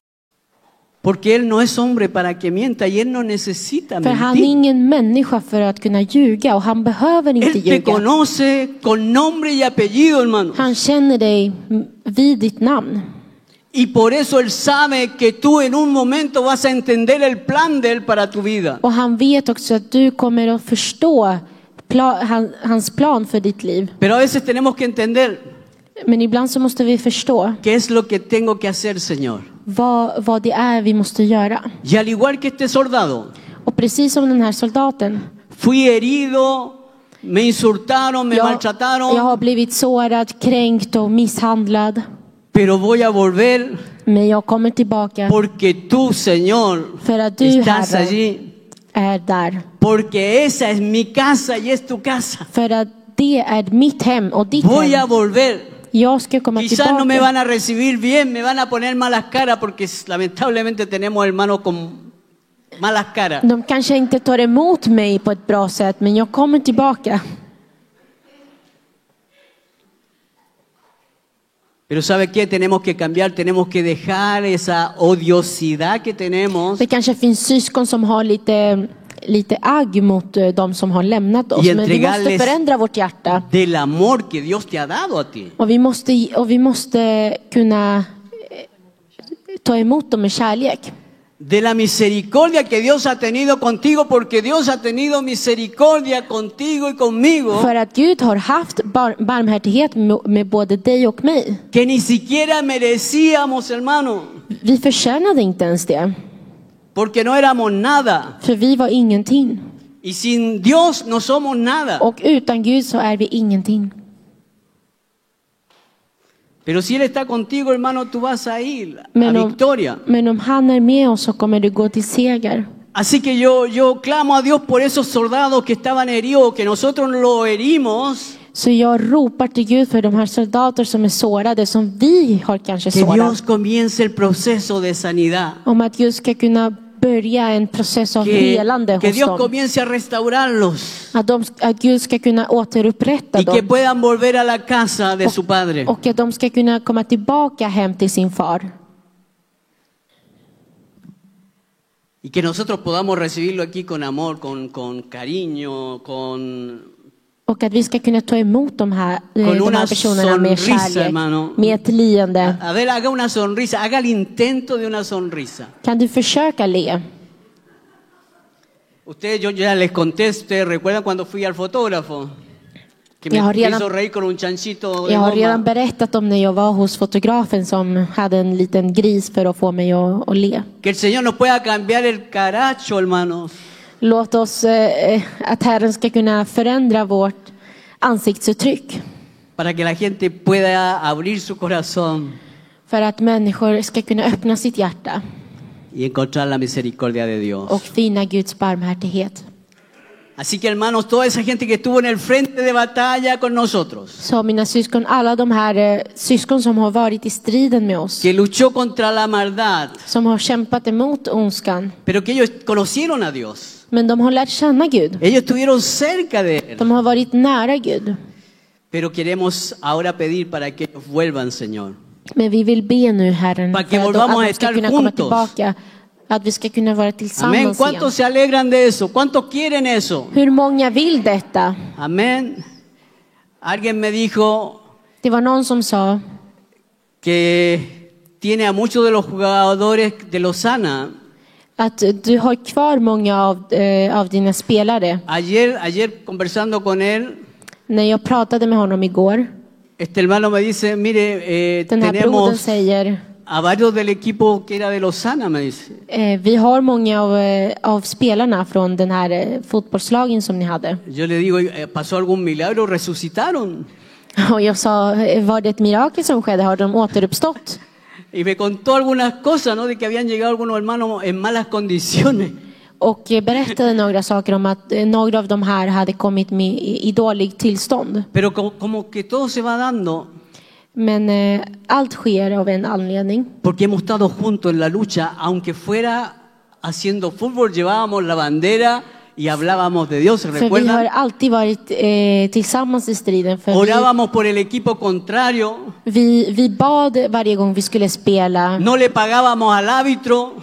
[SPEAKER 3] Porque Él no es hombre para que mienta y Él no necesita
[SPEAKER 4] För han är
[SPEAKER 3] mentir.
[SPEAKER 4] ingen människa för att kunna ljuga och han behöver inte
[SPEAKER 3] Él te
[SPEAKER 4] ljuga.
[SPEAKER 3] conoce con nombre y apellido, hermano.
[SPEAKER 4] Han känner dig vid ditt namn.
[SPEAKER 3] Y por eso Él sabe que tú en un momento vas a entender el plan de Él para tu vida.
[SPEAKER 4] Och han vet också att du kommer att förstå pla- han, hans plan för ditt liv.
[SPEAKER 3] Pero a veces tenemos que entender
[SPEAKER 4] Men ibland så måste vi förstå
[SPEAKER 3] qué es lo que tengo que hacer, Señor.
[SPEAKER 4] vad, vad det är vi måste göra.
[SPEAKER 3] Y al igual que este soldado,
[SPEAKER 4] Och precis som den här soldaten.
[SPEAKER 3] fui herido, me insultaron, me
[SPEAKER 4] Jag,
[SPEAKER 3] maltrataron,
[SPEAKER 4] jag har blivit sårad, kränkt och misshandlad.
[SPEAKER 3] pero voy a volver
[SPEAKER 4] Men jag kommer tillbaka
[SPEAKER 3] porque tú, Señor,
[SPEAKER 4] för att du,
[SPEAKER 3] estás
[SPEAKER 4] Herre,
[SPEAKER 3] allí,
[SPEAKER 4] är där.
[SPEAKER 3] porque esa es mi casa y es tu casa.
[SPEAKER 4] För att det är mitt hem och ditt
[SPEAKER 3] Voy a
[SPEAKER 4] hem.
[SPEAKER 3] volver.
[SPEAKER 4] Jag ska komma
[SPEAKER 3] Quizás no me
[SPEAKER 4] tillbaka.
[SPEAKER 3] van a recibir bien, me van a poner malas caras porque lamentablemente tenemos hermanos con malas caras.
[SPEAKER 4] De kanske inte tar emot mig på ett bra sätt, men jag kommer tillbaka.
[SPEAKER 3] Pero ¿sabe qué? Tenemos que cambiar, tenemos que dejar esa odiosidad que tenemos
[SPEAKER 4] Det kanske finns syskon som har lite, lite agg mot eh, de som har lämnat oss.
[SPEAKER 3] Y
[SPEAKER 4] Men vi måste
[SPEAKER 3] entregarles-
[SPEAKER 4] förändra vårt hjärta.
[SPEAKER 3] del amor que Dios te ha dado a ti.
[SPEAKER 4] Och vi måste, och vi måste kunna eh, ta emot dem med kärlek.
[SPEAKER 3] De la misericordia que Dios ha tenido contigo, porque Dios ha tenido misericordia contigo y conmigo,
[SPEAKER 4] För att Gud har haft bar- barmhärtighet mo- med både dig och mig.
[SPEAKER 3] que ni siquiera merecíamos, hermano,
[SPEAKER 4] Vi förtjänade inte ens det.
[SPEAKER 3] porque no éramos nada.
[SPEAKER 4] För vi var ingenting.
[SPEAKER 3] Y sin Dios no somos nada.
[SPEAKER 4] Och utan Gud så är vi ingenting.
[SPEAKER 3] Pero si Él está contigo, hermano, tú vas a ir a
[SPEAKER 4] Men om,
[SPEAKER 3] victoria.
[SPEAKER 4] men om han är med oss så kommer du gå till seger.
[SPEAKER 3] Así que yo, yo clamo a Dios por esos soldados que estaban heridos, que nosotros lo herimos,
[SPEAKER 4] Så jag ropar till Gud för de här soldater som är sårade, som vi har kanske
[SPEAKER 3] que
[SPEAKER 4] sårat.
[SPEAKER 3] Dios comience el proceso de sanidad.
[SPEAKER 4] Om att Gud ska kunna börja en process av helande
[SPEAKER 3] que, que
[SPEAKER 4] hos
[SPEAKER 3] Dios
[SPEAKER 4] dem.
[SPEAKER 3] comience a restaurarlos
[SPEAKER 4] Att, de, att Gud ska kunna återupprätta
[SPEAKER 3] y que
[SPEAKER 4] dem
[SPEAKER 3] puedan volver a la casa de su padre.
[SPEAKER 4] och att de ska kunna komma tillbaka hem till sin far.
[SPEAKER 3] Y que nosotros podamos recibirlo aquí con amor, con, con cariño, con...
[SPEAKER 4] Och att vi ska kunna ta emot de här, eh,
[SPEAKER 3] Con
[SPEAKER 4] de
[SPEAKER 3] una
[SPEAKER 4] här personerna med
[SPEAKER 3] sonrisa,
[SPEAKER 4] kärlek,
[SPEAKER 3] hermano.
[SPEAKER 4] med ett leende.
[SPEAKER 3] A ver, haga una sonrisa, haga el intento de una sonrisa.
[SPEAKER 4] Kan du försöka le?
[SPEAKER 3] Ustedes, yo ya les conté, ustedes recuerdan cuando fui al fotógrafo, que me
[SPEAKER 4] Jag har redan-
[SPEAKER 3] hizo reír con un chanchito de
[SPEAKER 4] Jag har
[SPEAKER 3] goma.
[SPEAKER 4] redan berättat om när jag var hos fotografen som hade en liten gris för att få mig att, att le.
[SPEAKER 3] Que el Señor nos pueda cambiar el caracho, hermanos.
[SPEAKER 4] Låt oss eh, eh, att Herren ska kunna förändra vårt ansiktsuttryck
[SPEAKER 3] para que la gente pueda abrir su corazón
[SPEAKER 4] för att människor ska kunna öppna sitt hjärta
[SPEAKER 3] y encontrar la misericordia de
[SPEAKER 4] och
[SPEAKER 3] Dios.
[SPEAKER 4] finna Guds barmhärtighet.
[SPEAKER 3] Así que hermanos, toda esa gente que estuvo en el frente de batalla con nosotros,
[SPEAKER 4] Så mina syskon, alla de här eh, syskon som har varit i striden med oss,
[SPEAKER 3] que luchó contra la maldad,
[SPEAKER 4] som har kämpat emot ondskan,
[SPEAKER 3] pero que ellos conocieron a Dios,
[SPEAKER 4] men de har lärt känna Gud.
[SPEAKER 3] ellos estuvieron cerca de Él,
[SPEAKER 4] De har varit nära Gud.
[SPEAKER 3] pero queremos ahora pedir para que ellos vuelvan, Señor.
[SPEAKER 4] Men vi vill be nu Herren
[SPEAKER 3] Para que
[SPEAKER 4] för att,
[SPEAKER 3] volvamos
[SPEAKER 4] att
[SPEAKER 3] a
[SPEAKER 4] de ska
[SPEAKER 3] estar
[SPEAKER 4] kunna komma
[SPEAKER 3] juntos.
[SPEAKER 4] tillbaka, att vi ska kunna vara
[SPEAKER 3] Amén.
[SPEAKER 4] tillsammans igen.
[SPEAKER 3] ¿Cuántos se alegran de eso? ¿Cuántos quieren eso?
[SPEAKER 4] Hur många vill detta?
[SPEAKER 3] Amén. Alguien me dijo
[SPEAKER 4] Det var någon som sa
[SPEAKER 3] que tiene a muchos de los jugadores de Lozana
[SPEAKER 4] att du har kvar många av, eh, av dina spelare.
[SPEAKER 3] Ayer, ayer conversando con él,
[SPEAKER 4] När jag pratade med honom igår,
[SPEAKER 3] este hermano me dice, mire, eh,
[SPEAKER 4] den här brodern
[SPEAKER 3] tenemos
[SPEAKER 4] säger
[SPEAKER 3] a varios del equipo que era de Lozana, me dice.
[SPEAKER 4] eh, vi har många av, eh, av spelarna från den här eh, fotbollslagen som ni hade.
[SPEAKER 3] Yo le digo, "Eh, ¿pasó algún milagro? ¿Resucitaron?
[SPEAKER 4] Och jag sa, eh, var det ett mirakel som skedde? Har de återuppstått?
[SPEAKER 3] Y me contó algunas cosas, ¿no? De que habían llegado algunos hermanos en malas condiciones.
[SPEAKER 4] Och eh, berättade några saker om att eh, några av de här hade kommit med i, i dåligt tillstånd.
[SPEAKER 3] Pero como, como que todo se va dando,
[SPEAKER 4] Men eh, allt sker av en anledning.
[SPEAKER 3] porque hemos estado juntos en la lucha, aunque fuera haciendo fútbol, llevábamos la bandera y hablábamos de Dios, ¿se
[SPEAKER 4] För vi har
[SPEAKER 3] recuerdan?
[SPEAKER 4] alltid varit eh, tillsammans i striden. För vi,
[SPEAKER 3] Orábamos por el equipo contrario.
[SPEAKER 4] vi, vi bad varje gång vi skulle spela.
[SPEAKER 3] No le pagábamos al árbitro,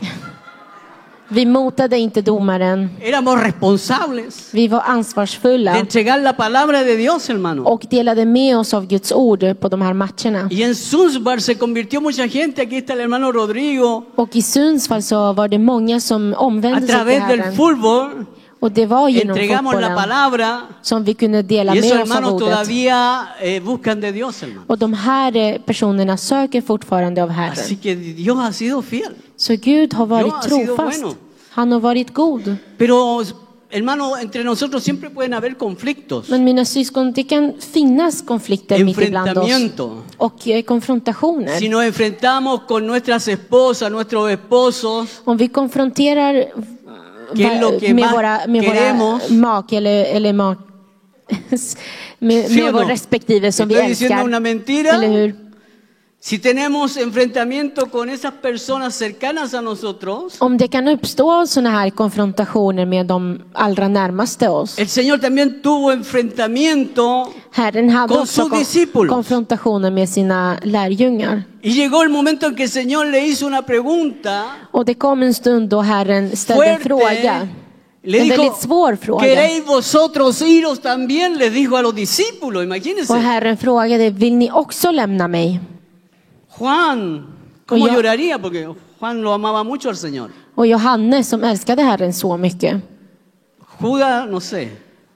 [SPEAKER 4] Vi motade inte domaren.
[SPEAKER 3] éramos responsables
[SPEAKER 4] Vi var
[SPEAKER 3] de
[SPEAKER 4] ansvarsfulla
[SPEAKER 3] entregar la palabra de Dios, hermano.
[SPEAKER 4] och delade med oss av Guds ord på de här matcherna.
[SPEAKER 3] Y en Sundsvall se convirtió mucha gente, aquí está el hermano Rodrigo,
[SPEAKER 4] Och i Sundsvall så var det många som
[SPEAKER 3] a
[SPEAKER 4] omvände sig till
[SPEAKER 3] través del
[SPEAKER 4] Herren.
[SPEAKER 3] fútbol,
[SPEAKER 4] Och det var genom
[SPEAKER 3] entregamos la
[SPEAKER 4] fotbollen
[SPEAKER 3] palabra
[SPEAKER 4] som vi kunde dela
[SPEAKER 3] y esos
[SPEAKER 4] med oss av
[SPEAKER 3] hermanos
[SPEAKER 4] ordet.
[SPEAKER 3] todavía eh, buscan de Dios, hermano.
[SPEAKER 4] Och de här eh, personerna söker fortfarande av
[SPEAKER 3] Así
[SPEAKER 4] Herren.
[SPEAKER 3] que Dios ha sido fiel.
[SPEAKER 4] Så Gud har
[SPEAKER 3] ha
[SPEAKER 4] varit
[SPEAKER 3] sido
[SPEAKER 4] trofast.
[SPEAKER 3] bueno.
[SPEAKER 4] Han har varit god.
[SPEAKER 3] Pero, hermano, entre nosotros siempre pueden haber conflictos.
[SPEAKER 4] Men mina syskon, det kan finnas konflikter mitt ibland oss.
[SPEAKER 3] Enfrentamiento.
[SPEAKER 4] Och eh, konfrontationer.
[SPEAKER 3] Si nos enfrentamos con nuestras esposas, nuestros esposos,
[SPEAKER 4] Om vi konfronterar eh,
[SPEAKER 3] Que es lo que
[SPEAKER 4] med
[SPEAKER 3] más
[SPEAKER 4] våra, med våra
[SPEAKER 3] queremos.
[SPEAKER 4] make eller, eller mak... med
[SPEAKER 3] Sí o
[SPEAKER 4] med vår
[SPEAKER 3] no?
[SPEAKER 4] respektive som vi
[SPEAKER 3] Estoy diciendo
[SPEAKER 4] älskar.
[SPEAKER 3] una mentira.
[SPEAKER 4] Eller hur?
[SPEAKER 3] Si tenemos enfrentamiento con esas personas cercanas a nosotros,
[SPEAKER 4] Om det kan uppstå sådana här konfrontationer med de allra närmaste oss.
[SPEAKER 3] el Señor también tuvo enfrentamiento
[SPEAKER 4] Herren hade
[SPEAKER 3] Con
[SPEAKER 4] också
[SPEAKER 3] sus
[SPEAKER 4] kon-
[SPEAKER 3] discípulos.
[SPEAKER 4] konfrontationer med sina lärjungar.
[SPEAKER 3] y llegó el momento en que el Señor le hizo una pregunta
[SPEAKER 4] Och det kom en stund då Herren ställde en fråga.
[SPEAKER 3] fuerte. Le
[SPEAKER 4] en
[SPEAKER 3] dijo,
[SPEAKER 4] väldigt svår fråga.
[SPEAKER 3] ¿queréis vosotros iros también? Les dijo a los discípulos, imagínense.
[SPEAKER 4] Och Herren frågade, vill ni också lämna mig?
[SPEAKER 3] Juan, ¿cómo
[SPEAKER 4] Oye.
[SPEAKER 3] lloraría? Porque Juan lo amaba mucho al Señor.
[SPEAKER 4] Och Johannes som älskade Herren så mycket.
[SPEAKER 3] Judas, no sé.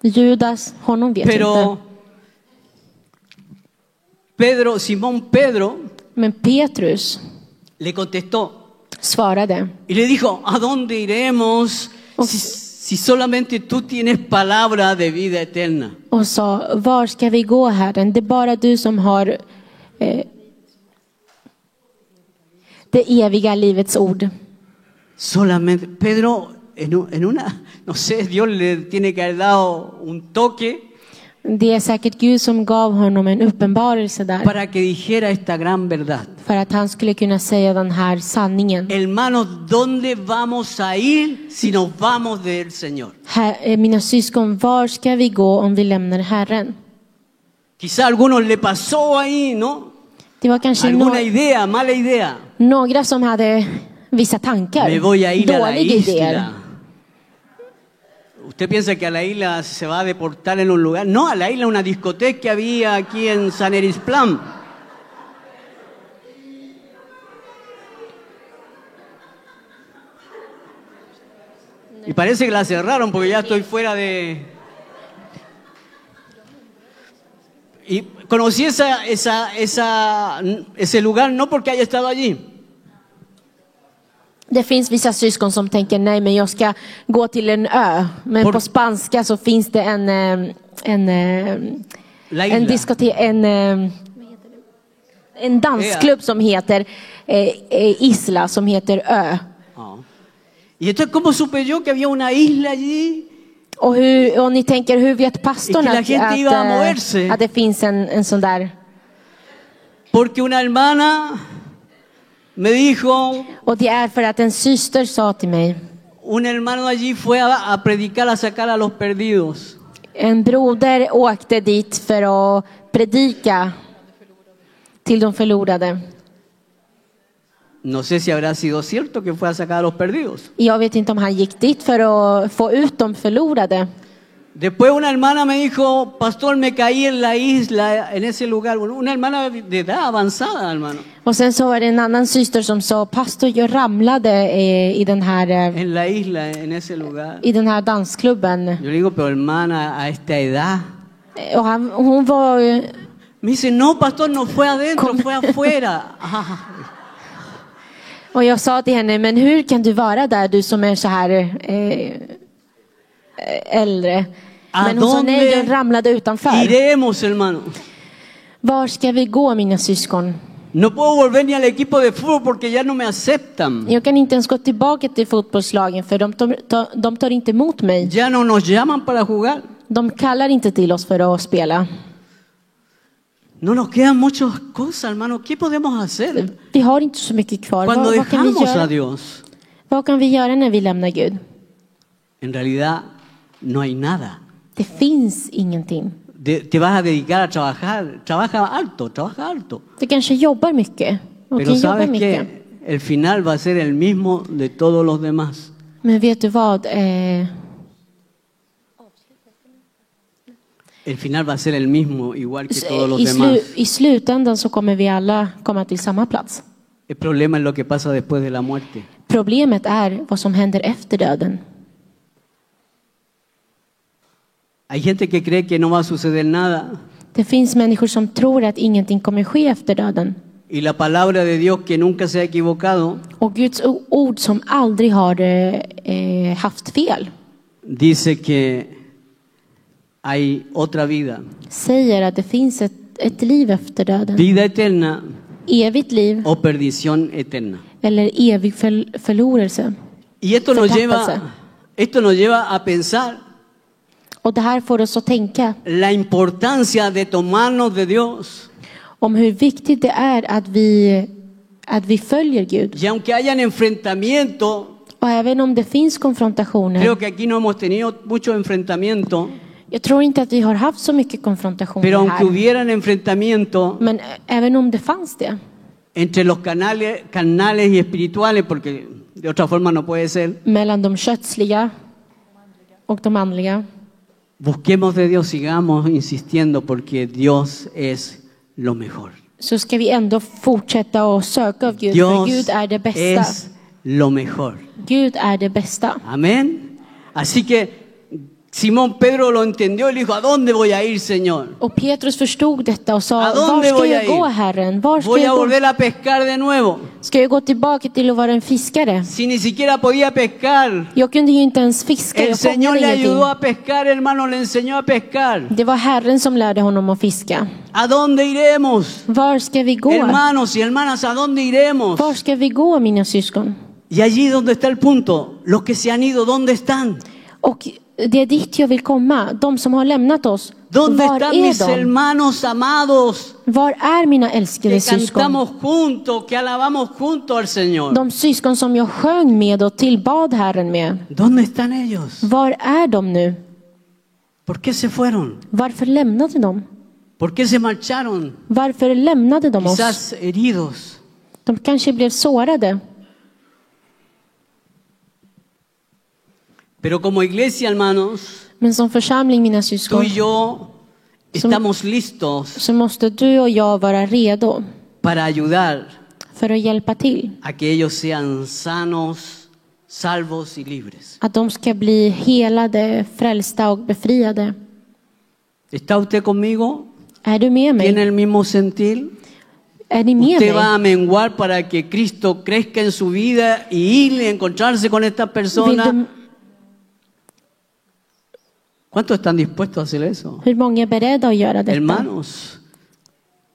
[SPEAKER 4] Judas, honom vet
[SPEAKER 3] Pero
[SPEAKER 4] inte.
[SPEAKER 3] Pedro, Simón Pedro
[SPEAKER 4] Men Petrus
[SPEAKER 3] le contestó,
[SPEAKER 4] svarade.
[SPEAKER 3] Y le dijo, ¿a dónde iremos
[SPEAKER 4] Ok.
[SPEAKER 3] si, si solamente tú tienes palabra de vida eterna?
[SPEAKER 4] och sa, var ska vi gå Herren? Det är bara du som har eh, det eviga livets ord.
[SPEAKER 3] Solamente, Pedro, en, u- en una, no sé, Dios le tiene que haber dado un toque
[SPEAKER 4] Det är säkert Gud som gav honom en uppenbarelse där
[SPEAKER 3] para que dijera esta gran verdad.
[SPEAKER 4] för att han skulle kunna säga den här sanningen.
[SPEAKER 3] Hermanos, ¿dónde vamos a ir si nos vamos del Señor?
[SPEAKER 4] Här, eh, mina syskon, var ska vi gå om vi lämnar Herren?
[SPEAKER 3] Quizá a algunos le pasó ahí, ¿no?
[SPEAKER 4] Det var kanske
[SPEAKER 3] Alguna
[SPEAKER 4] no
[SPEAKER 3] idea, mala idea.
[SPEAKER 4] några som hade vissa tankar,
[SPEAKER 3] Me voy a ir a la
[SPEAKER 4] dåliga idéer.
[SPEAKER 3] isla. ¿Usted piensa que a la isla se va a deportar en un lugar? No, a la isla una discoteca que había aquí en San Erisplam. Y parece que la cerraron porque ya estoy fuera de... Y conocí esa, esa, esa, ese lugar no porque haya estado allí.
[SPEAKER 4] Det finns vissa syskon som tänker nej men jag ska gå till en ö. Men
[SPEAKER 3] Por-
[SPEAKER 4] på spanska så finns det en, eh, en, eh,
[SPEAKER 3] La
[SPEAKER 4] en,
[SPEAKER 3] isla.
[SPEAKER 4] diskote- en, eh, en dansklubb som heter eh, eh, Isla som heter Ö.
[SPEAKER 3] Ah. Y entonces, ¿cómo supe yo que había una isla allí?
[SPEAKER 4] Och, hur, och ni tänker hur vet pastorn
[SPEAKER 3] Y que la
[SPEAKER 4] att,
[SPEAKER 3] gente
[SPEAKER 4] att,
[SPEAKER 3] iba a
[SPEAKER 4] eh,
[SPEAKER 3] moverse.
[SPEAKER 4] att det finns en, en sån där?
[SPEAKER 3] Porque una hermana me dijo,
[SPEAKER 4] Och det är för att en syster sa till mig,
[SPEAKER 3] un hermano allí fue a, a predicar, a sacar a los perdidos.
[SPEAKER 4] en broder åkte dit för att predika till de förlorade.
[SPEAKER 3] No sé si habrá sido cierto que fue a sacar a los perdidos.
[SPEAKER 4] Jag vet inte om han gick dit för att få ut de förlorade.
[SPEAKER 3] Después una hermana me dijo, pastor, me caí en la isla, en ese lugar. Bueno, una hermana de edad avanzada, hermano.
[SPEAKER 4] Och sen så var det en annan syster som sa, pastor jag ramlade eh, i den här, eh,
[SPEAKER 3] En la isla, en ese lugar.
[SPEAKER 4] i den här dansklubben.
[SPEAKER 3] Yo le digo, pero hermana, a esta edad.
[SPEAKER 4] Eh, Och han, hon var, eh,
[SPEAKER 3] Me dice, no, pastor, no fue adentro, fue afuera. Ah.
[SPEAKER 4] och jag sa till henne, men hur kan du vara där du som är så här eh, eh, äldre?
[SPEAKER 3] ¿A
[SPEAKER 4] Men hon sa, nej jag ramlade
[SPEAKER 3] dónde
[SPEAKER 4] utanför.
[SPEAKER 3] iremos, hermano?
[SPEAKER 4] Var ska vi gå mina syskon?
[SPEAKER 3] No puedo volver ni al equipo de fútbol porque ya no me aceptan.
[SPEAKER 4] Jag kan inte ens gå tillbaka till fotbollslagen för de tar, ta- de tar inte emot mig.
[SPEAKER 3] Ya no nos llaman para jugar.
[SPEAKER 4] De kallar inte till oss för att spela.
[SPEAKER 3] No nos quedan muchas cosas, hermano. ¿Qué podemos hacer?
[SPEAKER 4] Vi har inte så mycket kvar.
[SPEAKER 3] Cuando
[SPEAKER 4] Vad, vad, kan vi
[SPEAKER 3] dejamos a
[SPEAKER 4] göra?
[SPEAKER 3] Dios,
[SPEAKER 4] vad kan vi göra när vi lämnar Gud?
[SPEAKER 3] en realidad no hay nada.
[SPEAKER 4] Det finns ingenting.
[SPEAKER 3] De- te vas a dedicar a trabajar. Trabaja alto, trabaja alto.
[SPEAKER 4] Du kanske jobbar mycket. Och
[SPEAKER 3] Pero
[SPEAKER 4] kan jobba
[SPEAKER 3] sabes
[SPEAKER 4] mycket.
[SPEAKER 3] que el final va a ser el mismo de todos los demás.
[SPEAKER 4] Men vet du vad? Eh,
[SPEAKER 3] El final va a ser el mismo, igual que
[SPEAKER 4] s-
[SPEAKER 3] todos los
[SPEAKER 4] i,
[SPEAKER 3] demás.
[SPEAKER 4] slu, I slutändan så kommer vi alla komma till samma plats.
[SPEAKER 3] El problema es lo que pasa después de la muerte.
[SPEAKER 4] Problemet är vad som händer efter döden.
[SPEAKER 3] Hay gente que cree que no va a suceder nada
[SPEAKER 4] Det finns människor som tror att ingenting kommer ske efter döden.
[SPEAKER 3] y la palabra de Dios que nunca se ha equivocado
[SPEAKER 4] Och Guds o- ord som aldrig har eh, eh, haft fel
[SPEAKER 3] dice que hay otra vida,
[SPEAKER 4] säger att det finns ett, ett liv efter döden.
[SPEAKER 3] vida eterna
[SPEAKER 4] Evigt liv
[SPEAKER 3] o perdición eterna.
[SPEAKER 4] eller evig förl- förlorelse.
[SPEAKER 3] Y esto nos
[SPEAKER 4] Pertápase.
[SPEAKER 3] lleva esto nos lleva a pensar
[SPEAKER 4] Och det här får oss att tänka
[SPEAKER 3] la importancia de tomarnos de Dios.
[SPEAKER 4] om hur viktigt det är att vi, att vi följer Gud.
[SPEAKER 3] Y aunque hayan enfrentamiento,
[SPEAKER 4] Och även om det finns
[SPEAKER 3] creo
[SPEAKER 4] konfrontationer.
[SPEAKER 3] que aquí no hemos tenido mucho enfrentamiento,
[SPEAKER 4] Jag tror inte att vi har haft så mycket konfrontationer
[SPEAKER 3] pero aunque
[SPEAKER 4] här.
[SPEAKER 3] hubieran enfrentamiento,
[SPEAKER 4] Men ä- även om det fanns det.
[SPEAKER 3] entre los canales, canales y espirituales, porque de otra forma no puede ser,
[SPEAKER 4] Mellan de kötsliga och de manliga.
[SPEAKER 3] busquemos de Dios, sigamos insistiendo, porque Dios es lo mejor.
[SPEAKER 4] Så ska vi ändå fortsätta att söka av Gud. För
[SPEAKER 3] Dios
[SPEAKER 4] Gud är det bästa.
[SPEAKER 3] es lo mejor.
[SPEAKER 4] Gud är det bästa.
[SPEAKER 3] Amén. Así que Simón Pedro lo entendió y le dijo, ¿a dónde voy a ir, Señor?
[SPEAKER 4] Och Petrus förstod detta och sa,
[SPEAKER 3] ¿A
[SPEAKER 4] var
[SPEAKER 3] dónde
[SPEAKER 4] ska
[SPEAKER 3] voy a
[SPEAKER 4] jag gå
[SPEAKER 3] ir?
[SPEAKER 4] Herren? Var ska
[SPEAKER 3] Voy a
[SPEAKER 4] jag gå?
[SPEAKER 3] volver a pescar de nuevo.
[SPEAKER 4] Ska jag gå tillbaka till att vara en fiskare?
[SPEAKER 3] Si ni siquiera podía pescar,
[SPEAKER 4] Jag kunde ju inte ens fiska,
[SPEAKER 3] el
[SPEAKER 4] jag
[SPEAKER 3] Señor
[SPEAKER 4] fångade
[SPEAKER 3] le
[SPEAKER 4] ingenting.
[SPEAKER 3] ayudó a pescar, hermano, le enseñó a pescar.
[SPEAKER 4] Det var Herren som lärde honom att fiska.
[SPEAKER 3] ¿A dónde iremos?
[SPEAKER 4] Var ska vi gå?
[SPEAKER 3] Hermanos y hermanas, ¿a dónde iremos?
[SPEAKER 4] Var ska vi gå mina syskon?
[SPEAKER 3] Y allí donde está el punto, los que se han ido, ¿dónde están?
[SPEAKER 4] Och det är dit jag vill komma. De som har lämnat oss,
[SPEAKER 3] ¿Dónde
[SPEAKER 4] Var
[SPEAKER 3] están
[SPEAKER 4] är
[SPEAKER 3] mis
[SPEAKER 4] de?
[SPEAKER 3] hermanos amados
[SPEAKER 4] Var är mina
[SPEAKER 3] que
[SPEAKER 4] älskade syskon?
[SPEAKER 3] cantamos juntos, que alabamos juntos al Señor?
[SPEAKER 4] De syskon som jag sjöng med och tillbad Herren med.
[SPEAKER 3] ¿Dónde están ellos?
[SPEAKER 4] Var är de nu?
[SPEAKER 3] ¿Por qué se fueron?
[SPEAKER 4] Varför lämnade de?
[SPEAKER 3] ¿Por qué se marcharon?
[SPEAKER 4] Varför lämnade de oss?
[SPEAKER 3] Quizás heridos.
[SPEAKER 4] De kanske blev sårade.
[SPEAKER 3] Pero como iglesia, hermanos,
[SPEAKER 4] Men som församling, mina
[SPEAKER 3] tú
[SPEAKER 4] syskon,
[SPEAKER 3] y yo estamos listos
[SPEAKER 4] så måste du och jag vara redo
[SPEAKER 3] para ayudar
[SPEAKER 4] för att hjälpa till.
[SPEAKER 3] a que ellos sean sanos, salvos y libres.
[SPEAKER 4] Att de ska bli helade, frälsta och befriade.
[SPEAKER 3] ¿Está usted conmigo?
[SPEAKER 4] Är du med mig?
[SPEAKER 3] ¿Tiene el mismo sentir?
[SPEAKER 4] Är ni med
[SPEAKER 3] Usted va a
[SPEAKER 4] mig?
[SPEAKER 3] menguar para que Cristo crezca en su vida y ir y encontrarse con estas
[SPEAKER 4] Vill du,
[SPEAKER 3] personas. ¿Cuántos están dispuestos a hacer eso?
[SPEAKER 4] hur många är beredda att göra detta?
[SPEAKER 3] Hermanos,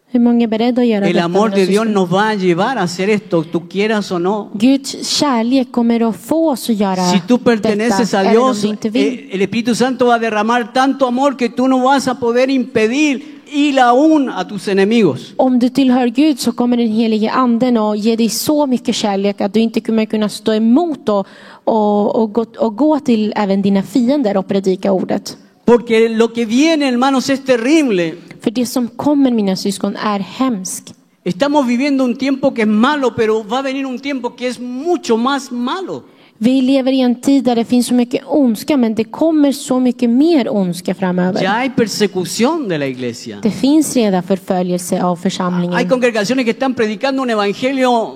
[SPEAKER 4] Hur många är beredda att göra
[SPEAKER 3] el
[SPEAKER 4] detta?
[SPEAKER 3] amor
[SPEAKER 4] mina
[SPEAKER 3] de Dios
[SPEAKER 4] syskon?
[SPEAKER 3] nos va a llevar a hacer esto, tú quieras o no.
[SPEAKER 4] Guds kärlek kommer att få oss att göra
[SPEAKER 3] Si tú perteneces
[SPEAKER 4] detta,
[SPEAKER 3] a
[SPEAKER 4] även om
[SPEAKER 3] Dios,
[SPEAKER 4] du inte vill.
[SPEAKER 3] eh, el Espíritu Santo va a derramar tanto amor que tú no vas a poder impedir ir aún a tus enemigos.
[SPEAKER 4] Om du tillhör Gud så kommer den helige anden att ge dig så mycket kärlek att du inte kommer kunna stå emot och, och, och, gå, och gå till även dina fiender och predika ordet.
[SPEAKER 3] Porque lo que viene, hermanos, es terrible.
[SPEAKER 4] För det som kommer mina syskon är hemskt.
[SPEAKER 3] Estamos viviendo un tiempo que es malo, pero va a venir un tiempo que es mucho más malo.
[SPEAKER 4] Vi lever i en tid där det finns så mycket ondska men det kommer så mycket mer ondska framöver.
[SPEAKER 3] Ya hay persecución de la iglesia.
[SPEAKER 4] Det finns redan förföljelse av
[SPEAKER 3] Hay
[SPEAKER 4] församlingen.
[SPEAKER 3] congregaciones que están predicando un evangelio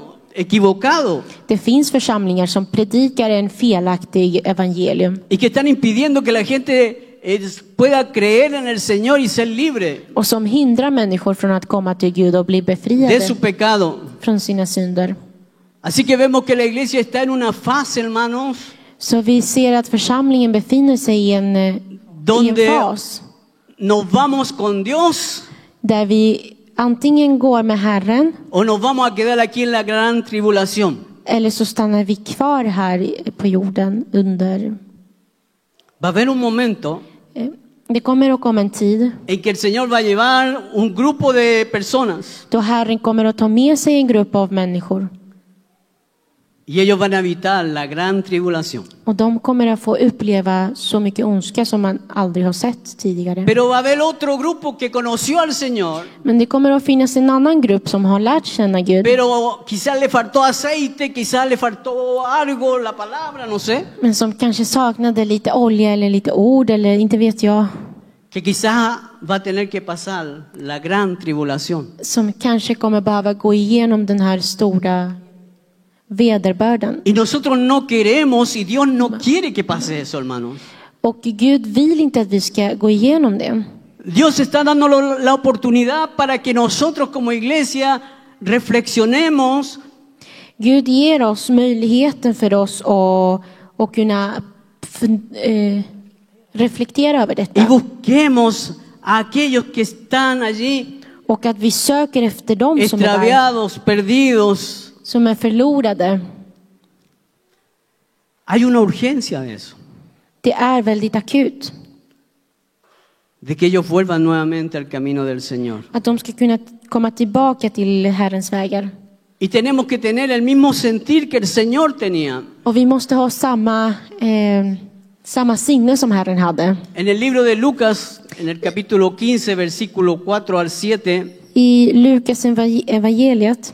[SPEAKER 3] equivocado
[SPEAKER 4] Det finns församlingar som predikar en felaktig evangelium
[SPEAKER 3] y que están impidiendo que la gente eh, pueda creer en el Señor y ser libre
[SPEAKER 4] och som hindrar människor från att komma till Gud och bli
[SPEAKER 3] de
[SPEAKER 4] befriade
[SPEAKER 3] su pecado.
[SPEAKER 4] från sina synder.
[SPEAKER 3] Así que vemos que la iglesia está en una fase, hermanos,
[SPEAKER 4] Så vi ser att församlingen befinner sig i en, eh, i en
[SPEAKER 3] Donde-
[SPEAKER 4] fas
[SPEAKER 3] nos vamos con Dios
[SPEAKER 4] där vi antingen går med Herren
[SPEAKER 3] o nos vamos a quedar aquí en la gran tribulación.
[SPEAKER 4] eller så stannar vi kvar här i- på jorden under...
[SPEAKER 3] Va a haber un momento
[SPEAKER 4] eh, Det kommer att komma en tid
[SPEAKER 3] en que el Señor va a llevar un grupo de personas
[SPEAKER 4] då Herren kommer att ta med sig en grupp av människor
[SPEAKER 3] y ellos van a evitar la gran tribulación.
[SPEAKER 4] och de kommer att få uppleva så mycket ondska som man aldrig har sett tidigare.
[SPEAKER 3] Pero va a haber otro grupo que conoció al Señor,
[SPEAKER 4] Men det kommer att finnas en annan grupp som har lärt känna Gud.
[SPEAKER 3] pero quizás le faltó aceite, quizás le faltó algo, la palabra, no sé,
[SPEAKER 4] Men som kanske saknade lite olja eller lite ord eller inte vet jag.
[SPEAKER 3] que quizás va a tener que pasar la gran tribulación.
[SPEAKER 4] Som kanske kommer behöva gå igenom den här stora vederbörden.
[SPEAKER 3] Y nosotros no queremos y Dios no quiere que pase eso, hermanos.
[SPEAKER 4] Och Gud vill inte att vi ska gå igenom det.
[SPEAKER 3] Dios está dando la oportunidad para que nosotros como iglesia reflexionemos
[SPEAKER 4] Gud ger oss möjligheten för oss att, att kunna fun- eh, reflektera över
[SPEAKER 3] y
[SPEAKER 4] detta.
[SPEAKER 3] busquemos a aquellos que están allí
[SPEAKER 4] Och att vi söker efter dem som är, där,
[SPEAKER 3] extraviados, perdidos.
[SPEAKER 4] som är förlorade.
[SPEAKER 3] Hay una urgencia de eso,
[SPEAKER 4] Det är väldigt akut.
[SPEAKER 3] de que ellos vuelvan nuevamente al camino del Señor.
[SPEAKER 4] Att de ska kunna komma tillbaka till Herrens vägar.
[SPEAKER 3] Y tenemos que tener el mismo sentir que el Señor tenía.
[SPEAKER 4] Och vi måste ha samma, eh, samma sinne som Herren hade.
[SPEAKER 3] En el libro de Lucas, en el capítulo 15, versículo 4 al 7,
[SPEAKER 4] I Lukas evang- evangeliet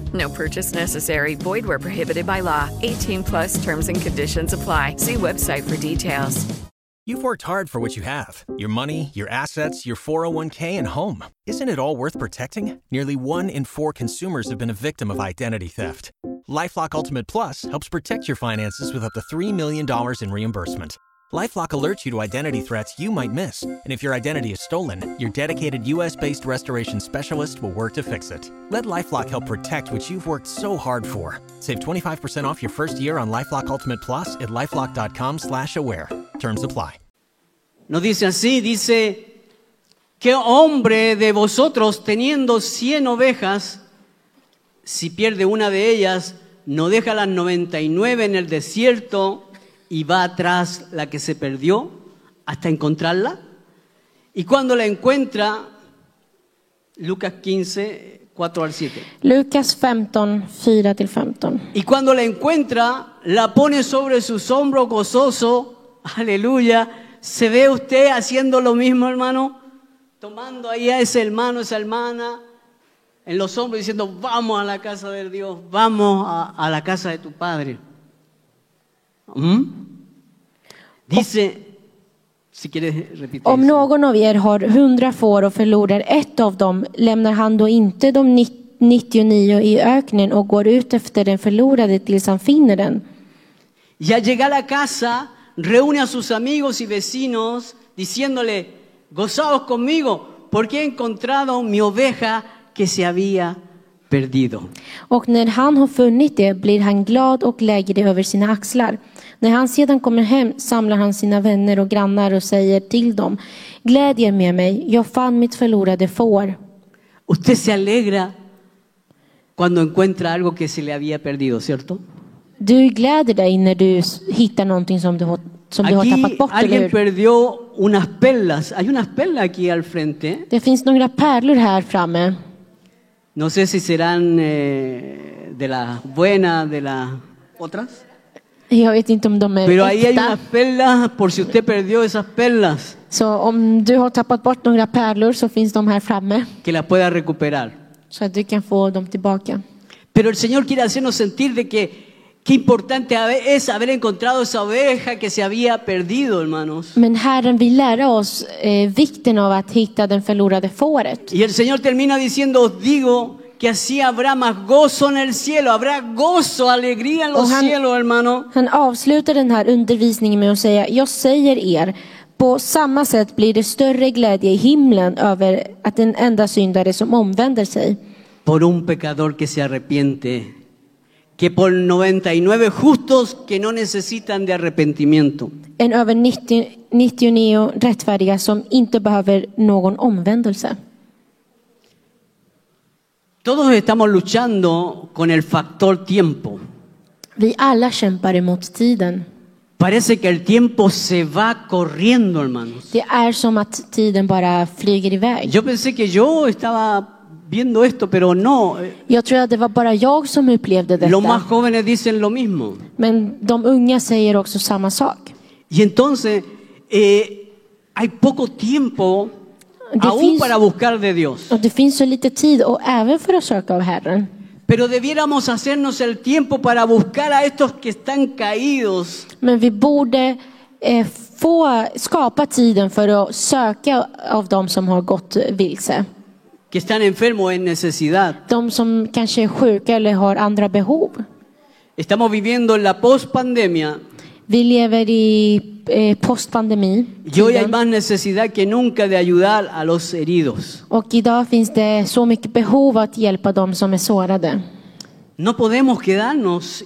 [SPEAKER 5] No purchase necessary. Void where prohibited by law. 18 plus terms and conditions apply. See website for details.
[SPEAKER 6] You've worked hard for what you have your money, your assets, your 401k, and home. Isn't it all worth protecting? Nearly one in four consumers have been a victim of identity theft. Lifelock Ultimate Plus helps protect your finances with up to $3 million in reimbursement. Lifelock alerts you to identity threats you might miss. And if your identity is stolen, your dedicated US based restoration specialist will work to fix it. Let Lifelock help protect what you've worked so hard for. Save 25% off your first year on Lifelock Ultimate Plus at lifelock.com slash aware. Terms apply.
[SPEAKER 3] No dice así, dice, ¿qué hombre de vosotros teniendo cien ovejas, si pierde una de ellas, no deja las 99 en el desierto y va atrás la que se perdió hasta encontrarla? Y cuando la encuentra, Lucas 15, 4 al 7.
[SPEAKER 4] Lukas 15, 4-15.
[SPEAKER 3] Y cuando la encuentra, la pone sobre sus hombros gozoso. Aleluya. ¿Se ve usted haciendo lo mismo, hermano? Tomando ahí a ese hermano, esa hermana, en los hombros diciendo, vamos a la casa de Dios, vamos a, a la casa de tu padre. ¿Mm? Dice, si quieres repetir.
[SPEAKER 4] Om någon av er har hundra får och förlorar ett av dem, lämnar han då inte de ni- 99 i öknen och går ut efter den förlorade tills han finner den?
[SPEAKER 3] Y al llegar a casa, reúne a sus amigos y vecinos diciéndole, gozaos conmigo, porque he encontrado mi oveja que se había perdido.
[SPEAKER 4] Och när han har funnit det blir han glad och lägger det över sina axlar. När han sedan kommer hem samlar han sina vänner och grannar och säger till dem, gläd er med mig, jag fann mitt förlorade får.
[SPEAKER 3] Usted se alegra cuando encuentra algo que se le había perdido, ¿cierto?
[SPEAKER 4] Du gläder dig när du s- hittar någonting som du har, som du har
[SPEAKER 3] Aquí
[SPEAKER 4] tappat bort, eller
[SPEAKER 3] alguien
[SPEAKER 4] hur?
[SPEAKER 3] perdió unas perlas. Hay unas perlas aquí al frente.
[SPEAKER 4] Det finns några pärlor här framme.
[SPEAKER 3] No sé si serán eh, de las buenas, de las otras.
[SPEAKER 4] Jag vet inte om de är
[SPEAKER 3] Pero ahí hay
[SPEAKER 4] äkta.
[SPEAKER 3] unas perlas por si usted perdió esas perlas.
[SPEAKER 4] Så om du har tappat bort några pärlor så finns de här framme.
[SPEAKER 3] que las pueda recuperar.
[SPEAKER 4] Så att du kan få dem tillbaka.
[SPEAKER 3] Pero el Señor quiere hacernos sentir de que qué importante habe- es haber encontrado esa oveja que se había perdido, hermanos.
[SPEAKER 4] Men Herren vill lära oss eh, vikten av att hitta den förlorade fåret.
[SPEAKER 3] Y el Señor termina diciendo, os digo que así habrá más gozo en el cielo, habrá gozo, alegría en los
[SPEAKER 4] Ojalá.
[SPEAKER 3] cielos, hermano.
[SPEAKER 4] Han avslutar den här undervisningen med att säga, jag säger er, på samma sätt blir det större glädje i himlen över att en enda syndare som omvänder sig.
[SPEAKER 3] Por un pecador que se arrepiente, que por 99 justos que no necesitan de arrepentimiento.
[SPEAKER 4] än över 90, 99 rättfärdiga som inte behöver någon omvändelse.
[SPEAKER 3] Todos estamos luchando con el factor tiempo.
[SPEAKER 4] Vi alla kämpar emot tiden.
[SPEAKER 3] Parece que el tiempo se va corriendo, hermanos.
[SPEAKER 4] Det är som att tiden bara flyger iväg.
[SPEAKER 3] Yo pensé que yo estaba viendo esto, pero no. eh,
[SPEAKER 4] Jag tror att det var bara jag som upplevde
[SPEAKER 3] Los más
[SPEAKER 4] detta.
[SPEAKER 3] jóvenes dicen lo mismo.
[SPEAKER 4] Men de unga säger också samma sak.
[SPEAKER 3] Y entonces eh, hay poco tiempo
[SPEAKER 4] De
[SPEAKER 3] aún
[SPEAKER 4] fins-
[SPEAKER 3] para buscar de Dios.
[SPEAKER 4] Och det finns så lite tid och även för att söka av Herren.
[SPEAKER 3] Pero debiéramos hacernos el tiempo para buscar a estos que están caídos,
[SPEAKER 4] Men vi borde eh, få skapa tiden för att söka av de som har gått vilse.
[SPEAKER 3] que están enfermos en necesidad.
[SPEAKER 4] De som kanske är sjuka eller har andra behov.
[SPEAKER 3] Estamos viviendo en la pospandemia
[SPEAKER 4] Vi lever i eh, postpandemi.
[SPEAKER 3] y hoy hay más necesidad que nunca de ayudar a los heridos.
[SPEAKER 4] Och idag finns det så mycket behov att hjälpa de som är sårade.
[SPEAKER 3] No podemos quedarnos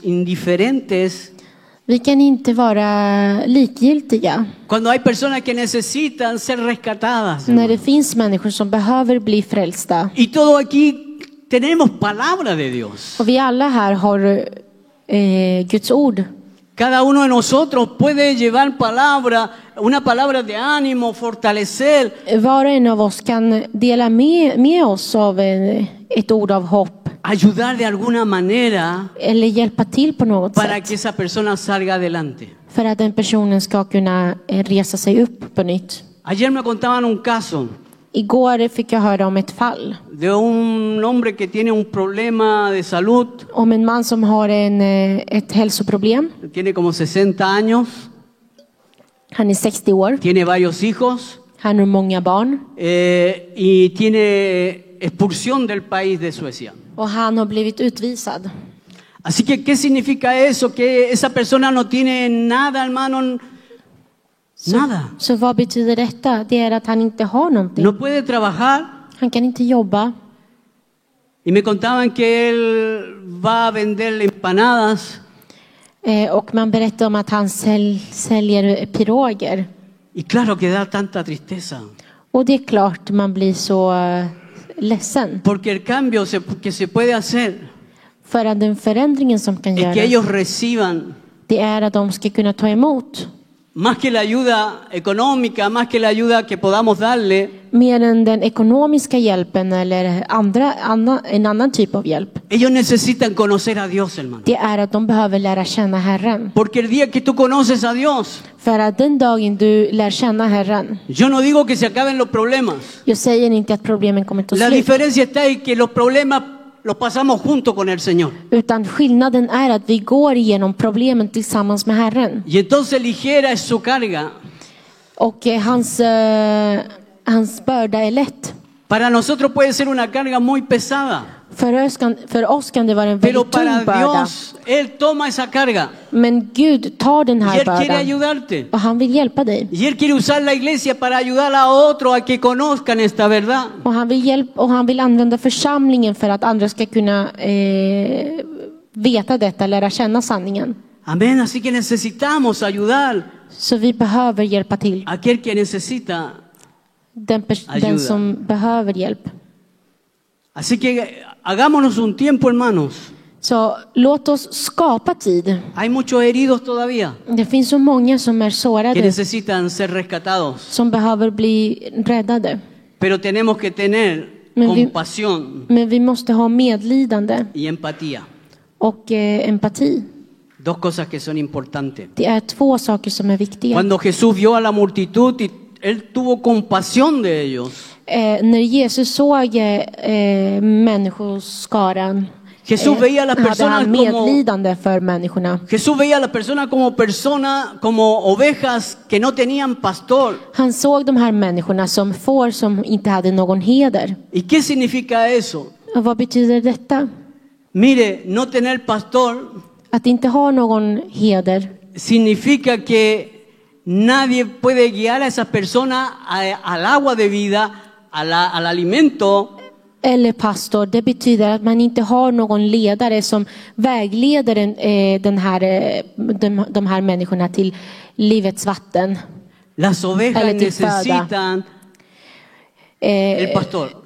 [SPEAKER 3] indiferentes
[SPEAKER 4] Vi kan inte vara likgiltiga
[SPEAKER 3] Cuando hay personas que necesitan ser rescatadas.
[SPEAKER 4] när det finns människor som behöver bli frälsta.
[SPEAKER 3] Y todo aquí tenemos palabra de Dios.
[SPEAKER 4] Och vi alla här har eh, Guds ord.
[SPEAKER 3] Cada uno de nosotros puede llevar palabra, una palabra de ánimo, fortalecer.
[SPEAKER 4] Var och en av oss kan dela med, med oss av eh, ett ord av hopp
[SPEAKER 3] Ayudar de alguna manera
[SPEAKER 4] eller hjälpa till på något
[SPEAKER 3] para
[SPEAKER 4] sätt
[SPEAKER 3] que esa persona salga adelante.
[SPEAKER 4] för att den personen ska kunna eh, resa sig upp på nytt.
[SPEAKER 3] Ayer me contaban un caso
[SPEAKER 4] Igår fick jag höra om ett fall
[SPEAKER 3] de un hombre que tiene un problema de salud,
[SPEAKER 4] om en man som har en, eh, ett hälsoproblem.
[SPEAKER 3] tiene como 60 años,
[SPEAKER 4] Han är 60 år,
[SPEAKER 3] tiene varios hijos
[SPEAKER 4] han har många barn
[SPEAKER 3] eh, y tiene expulsión del país de Suecia.
[SPEAKER 4] och han har blivit utvisad.
[SPEAKER 3] Así que, ¿qué significa eso? Que esa persona no tiene nada, hermano, Nada.
[SPEAKER 4] Så vad betyder detta? Det är att han inte har någonting.
[SPEAKER 3] No puede trabajar.
[SPEAKER 4] Han kan inte jobba.
[SPEAKER 3] Y me contaban que él va a vender empanadas
[SPEAKER 4] Eh, och man berättar om att han säl- säljer piroger.
[SPEAKER 3] y claro que da tanta tristeza.
[SPEAKER 4] Och det är klart man blir så eh, ledsen.
[SPEAKER 3] Porque el cambio se- que se puede hacer
[SPEAKER 4] För att den förändringen som kan
[SPEAKER 3] es que
[SPEAKER 4] göras,
[SPEAKER 3] ellos reciban
[SPEAKER 4] det är att de ska kunna ta emot.
[SPEAKER 3] más que la ayuda económica, más que la ayuda que podamos darle,
[SPEAKER 4] Mer än den ekonomiska hjälpen eller andra, anna, en annan typ av hjälp.
[SPEAKER 3] ellos necesitan conocer a Dios, hermano.
[SPEAKER 4] Det är att de behöver lära känna Herren.
[SPEAKER 3] Porque el día que tú conoces a Dios,
[SPEAKER 4] För att den dagen du lär känna Herren,
[SPEAKER 3] yo no digo que se acaben los problemas.
[SPEAKER 4] jag säger inte att problemen kommer ta
[SPEAKER 3] La
[SPEAKER 4] slut.
[SPEAKER 3] diferencia está en que los problemas los pasamos junto con el Señor.
[SPEAKER 4] Utan skillnaden är att vi går igenom problemen tillsammans med Herren.
[SPEAKER 3] Y entonces ligera es su carga.
[SPEAKER 4] Och eh, hans, eh, hans börda är lätt.
[SPEAKER 3] Para nosotros puede ser una carga muy pesada,
[SPEAKER 4] För oss kan, för oss kan det vara en
[SPEAKER 3] pero
[SPEAKER 4] väldigt tung
[SPEAKER 3] para
[SPEAKER 4] börda.
[SPEAKER 3] Dios Él toma esa carga
[SPEAKER 4] Men Gud tar den
[SPEAKER 3] y
[SPEAKER 4] här
[SPEAKER 3] Él quiere
[SPEAKER 4] bördan
[SPEAKER 3] ayudarte.
[SPEAKER 4] och han vill hjälpa dig.
[SPEAKER 3] Y Él quiere usar la iglesia para ayudar a otro a que conozcan esta verdad.
[SPEAKER 4] Och han vill, hjälp, och han vill använda församlingen för att andra ska kunna eh, veta detta, lära känna sanningen.
[SPEAKER 3] Amén, así que necesitamos ayudar
[SPEAKER 4] Så vi behöver hjälpa till
[SPEAKER 3] a aquel que necesita.
[SPEAKER 4] den, pers-
[SPEAKER 3] Ayuda.
[SPEAKER 4] den som behöver hjälp.
[SPEAKER 3] Así que eh, hagámonos un tiempo, hermanos.
[SPEAKER 4] Så låt oss skapa tid.
[SPEAKER 3] Hay muchos heridos todavía
[SPEAKER 4] Det finns så många som är
[SPEAKER 3] que
[SPEAKER 4] sårade,
[SPEAKER 3] necesitan ser rescatados,
[SPEAKER 4] som behöver bli räddade.
[SPEAKER 3] pero tenemos que tener
[SPEAKER 4] Me vi-
[SPEAKER 3] compasión
[SPEAKER 4] Men vi måste ha medlidande
[SPEAKER 3] y empatía.
[SPEAKER 4] och eh, empati.
[SPEAKER 3] Dos cosas que son importantes.
[SPEAKER 4] Det är två saker som är viktiga.
[SPEAKER 3] Cuando Jesús vio a la multitud y él tuvo compasión de ellos.
[SPEAKER 4] Eh, när Jesus såg eh, eh, människoskaran eh,
[SPEAKER 3] Jesús veía a las
[SPEAKER 4] hade
[SPEAKER 3] personas
[SPEAKER 4] han
[SPEAKER 3] como-
[SPEAKER 4] medlidande för människorna.
[SPEAKER 3] Jesús veía a las personas como personas, como ovejas que no tenían pastor.
[SPEAKER 4] Han såg de här människorna som får som inte hade någon heder.
[SPEAKER 3] ¿Y qué significa eso?
[SPEAKER 4] Och vad betyder detta?
[SPEAKER 3] Mire, no tener pastor
[SPEAKER 4] Att inte ha någon heder
[SPEAKER 3] significa que nadie puede guiar a esas personas a- al agua de vida, a la- al alimento,
[SPEAKER 4] eller pastor, det betyder att man inte har någon ledare som vägleder den, eh, den här, eh, de, de här människorna till livets vatten.
[SPEAKER 3] Las ovejas
[SPEAKER 4] Dale, tispada.
[SPEAKER 3] necesitan
[SPEAKER 4] Eh,
[SPEAKER 3] el pastor.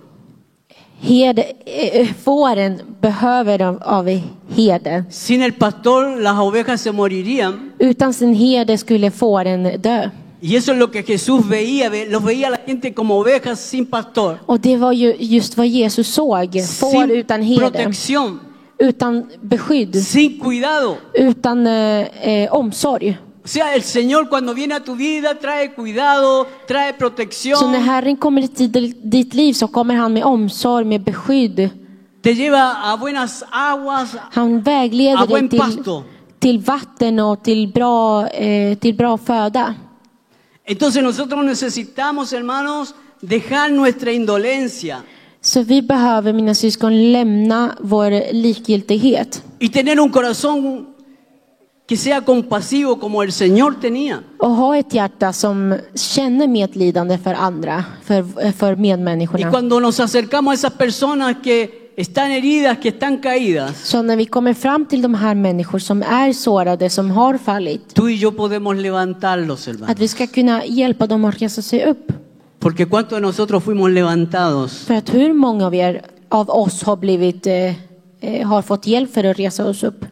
[SPEAKER 4] Heder, eh, fåren behöver av, av heder.
[SPEAKER 3] Sin el pastor las ovejas se morirían.
[SPEAKER 4] Utan sin herde skulle fåren dö.
[SPEAKER 3] Y eso es lo que Jesús veía, ve- los veía a la gente como ovejas sin pastor,
[SPEAKER 4] Och det var ju just vad Jesus såg. Får
[SPEAKER 3] sin
[SPEAKER 4] utan herde,
[SPEAKER 3] protección,
[SPEAKER 4] utan beskydd,
[SPEAKER 3] sin cuidado.
[SPEAKER 4] utan eh, eh, omsorg.
[SPEAKER 3] O sea, el Señor cuando viene a tu vida trae cuidado, trae
[SPEAKER 4] Så när
[SPEAKER 3] protección,
[SPEAKER 4] Herren kommer till ditt liv så kommer han med omsorg, med beskydd.
[SPEAKER 3] te lleva a buenas aguas,
[SPEAKER 4] Han vägleder
[SPEAKER 3] a buen
[SPEAKER 4] dig till,
[SPEAKER 3] pasto.
[SPEAKER 4] till vatten och till bra, eh, till bra föda.
[SPEAKER 3] Entonces nosotros necesitamos, hermanos, dejar nuestra indolencia
[SPEAKER 4] Så vi behöver, mina syskon, lämna vår likgiltighet.
[SPEAKER 3] y tener un corazón que sea compasivo como el Señor tenía.
[SPEAKER 4] Och ha ett hjärta som känner medlidande för andra, för, för
[SPEAKER 3] Y
[SPEAKER 4] medmänniskorna.
[SPEAKER 3] cuando nos acercamos a esas personas que están heridas, que están caídas,
[SPEAKER 4] Så när vi kommer fram till de här människor som är sårade, som har fallit,
[SPEAKER 3] tú y yo podemos levantarlos, hermano.
[SPEAKER 4] att vi ska kunna hjälpa dem att resa sig upp.
[SPEAKER 3] Porque cuántos de nosotros fuimos levantados
[SPEAKER 4] För att hur många av, er, av oss har, blivit, eh, eh, har fått hjälp för att resa oss upp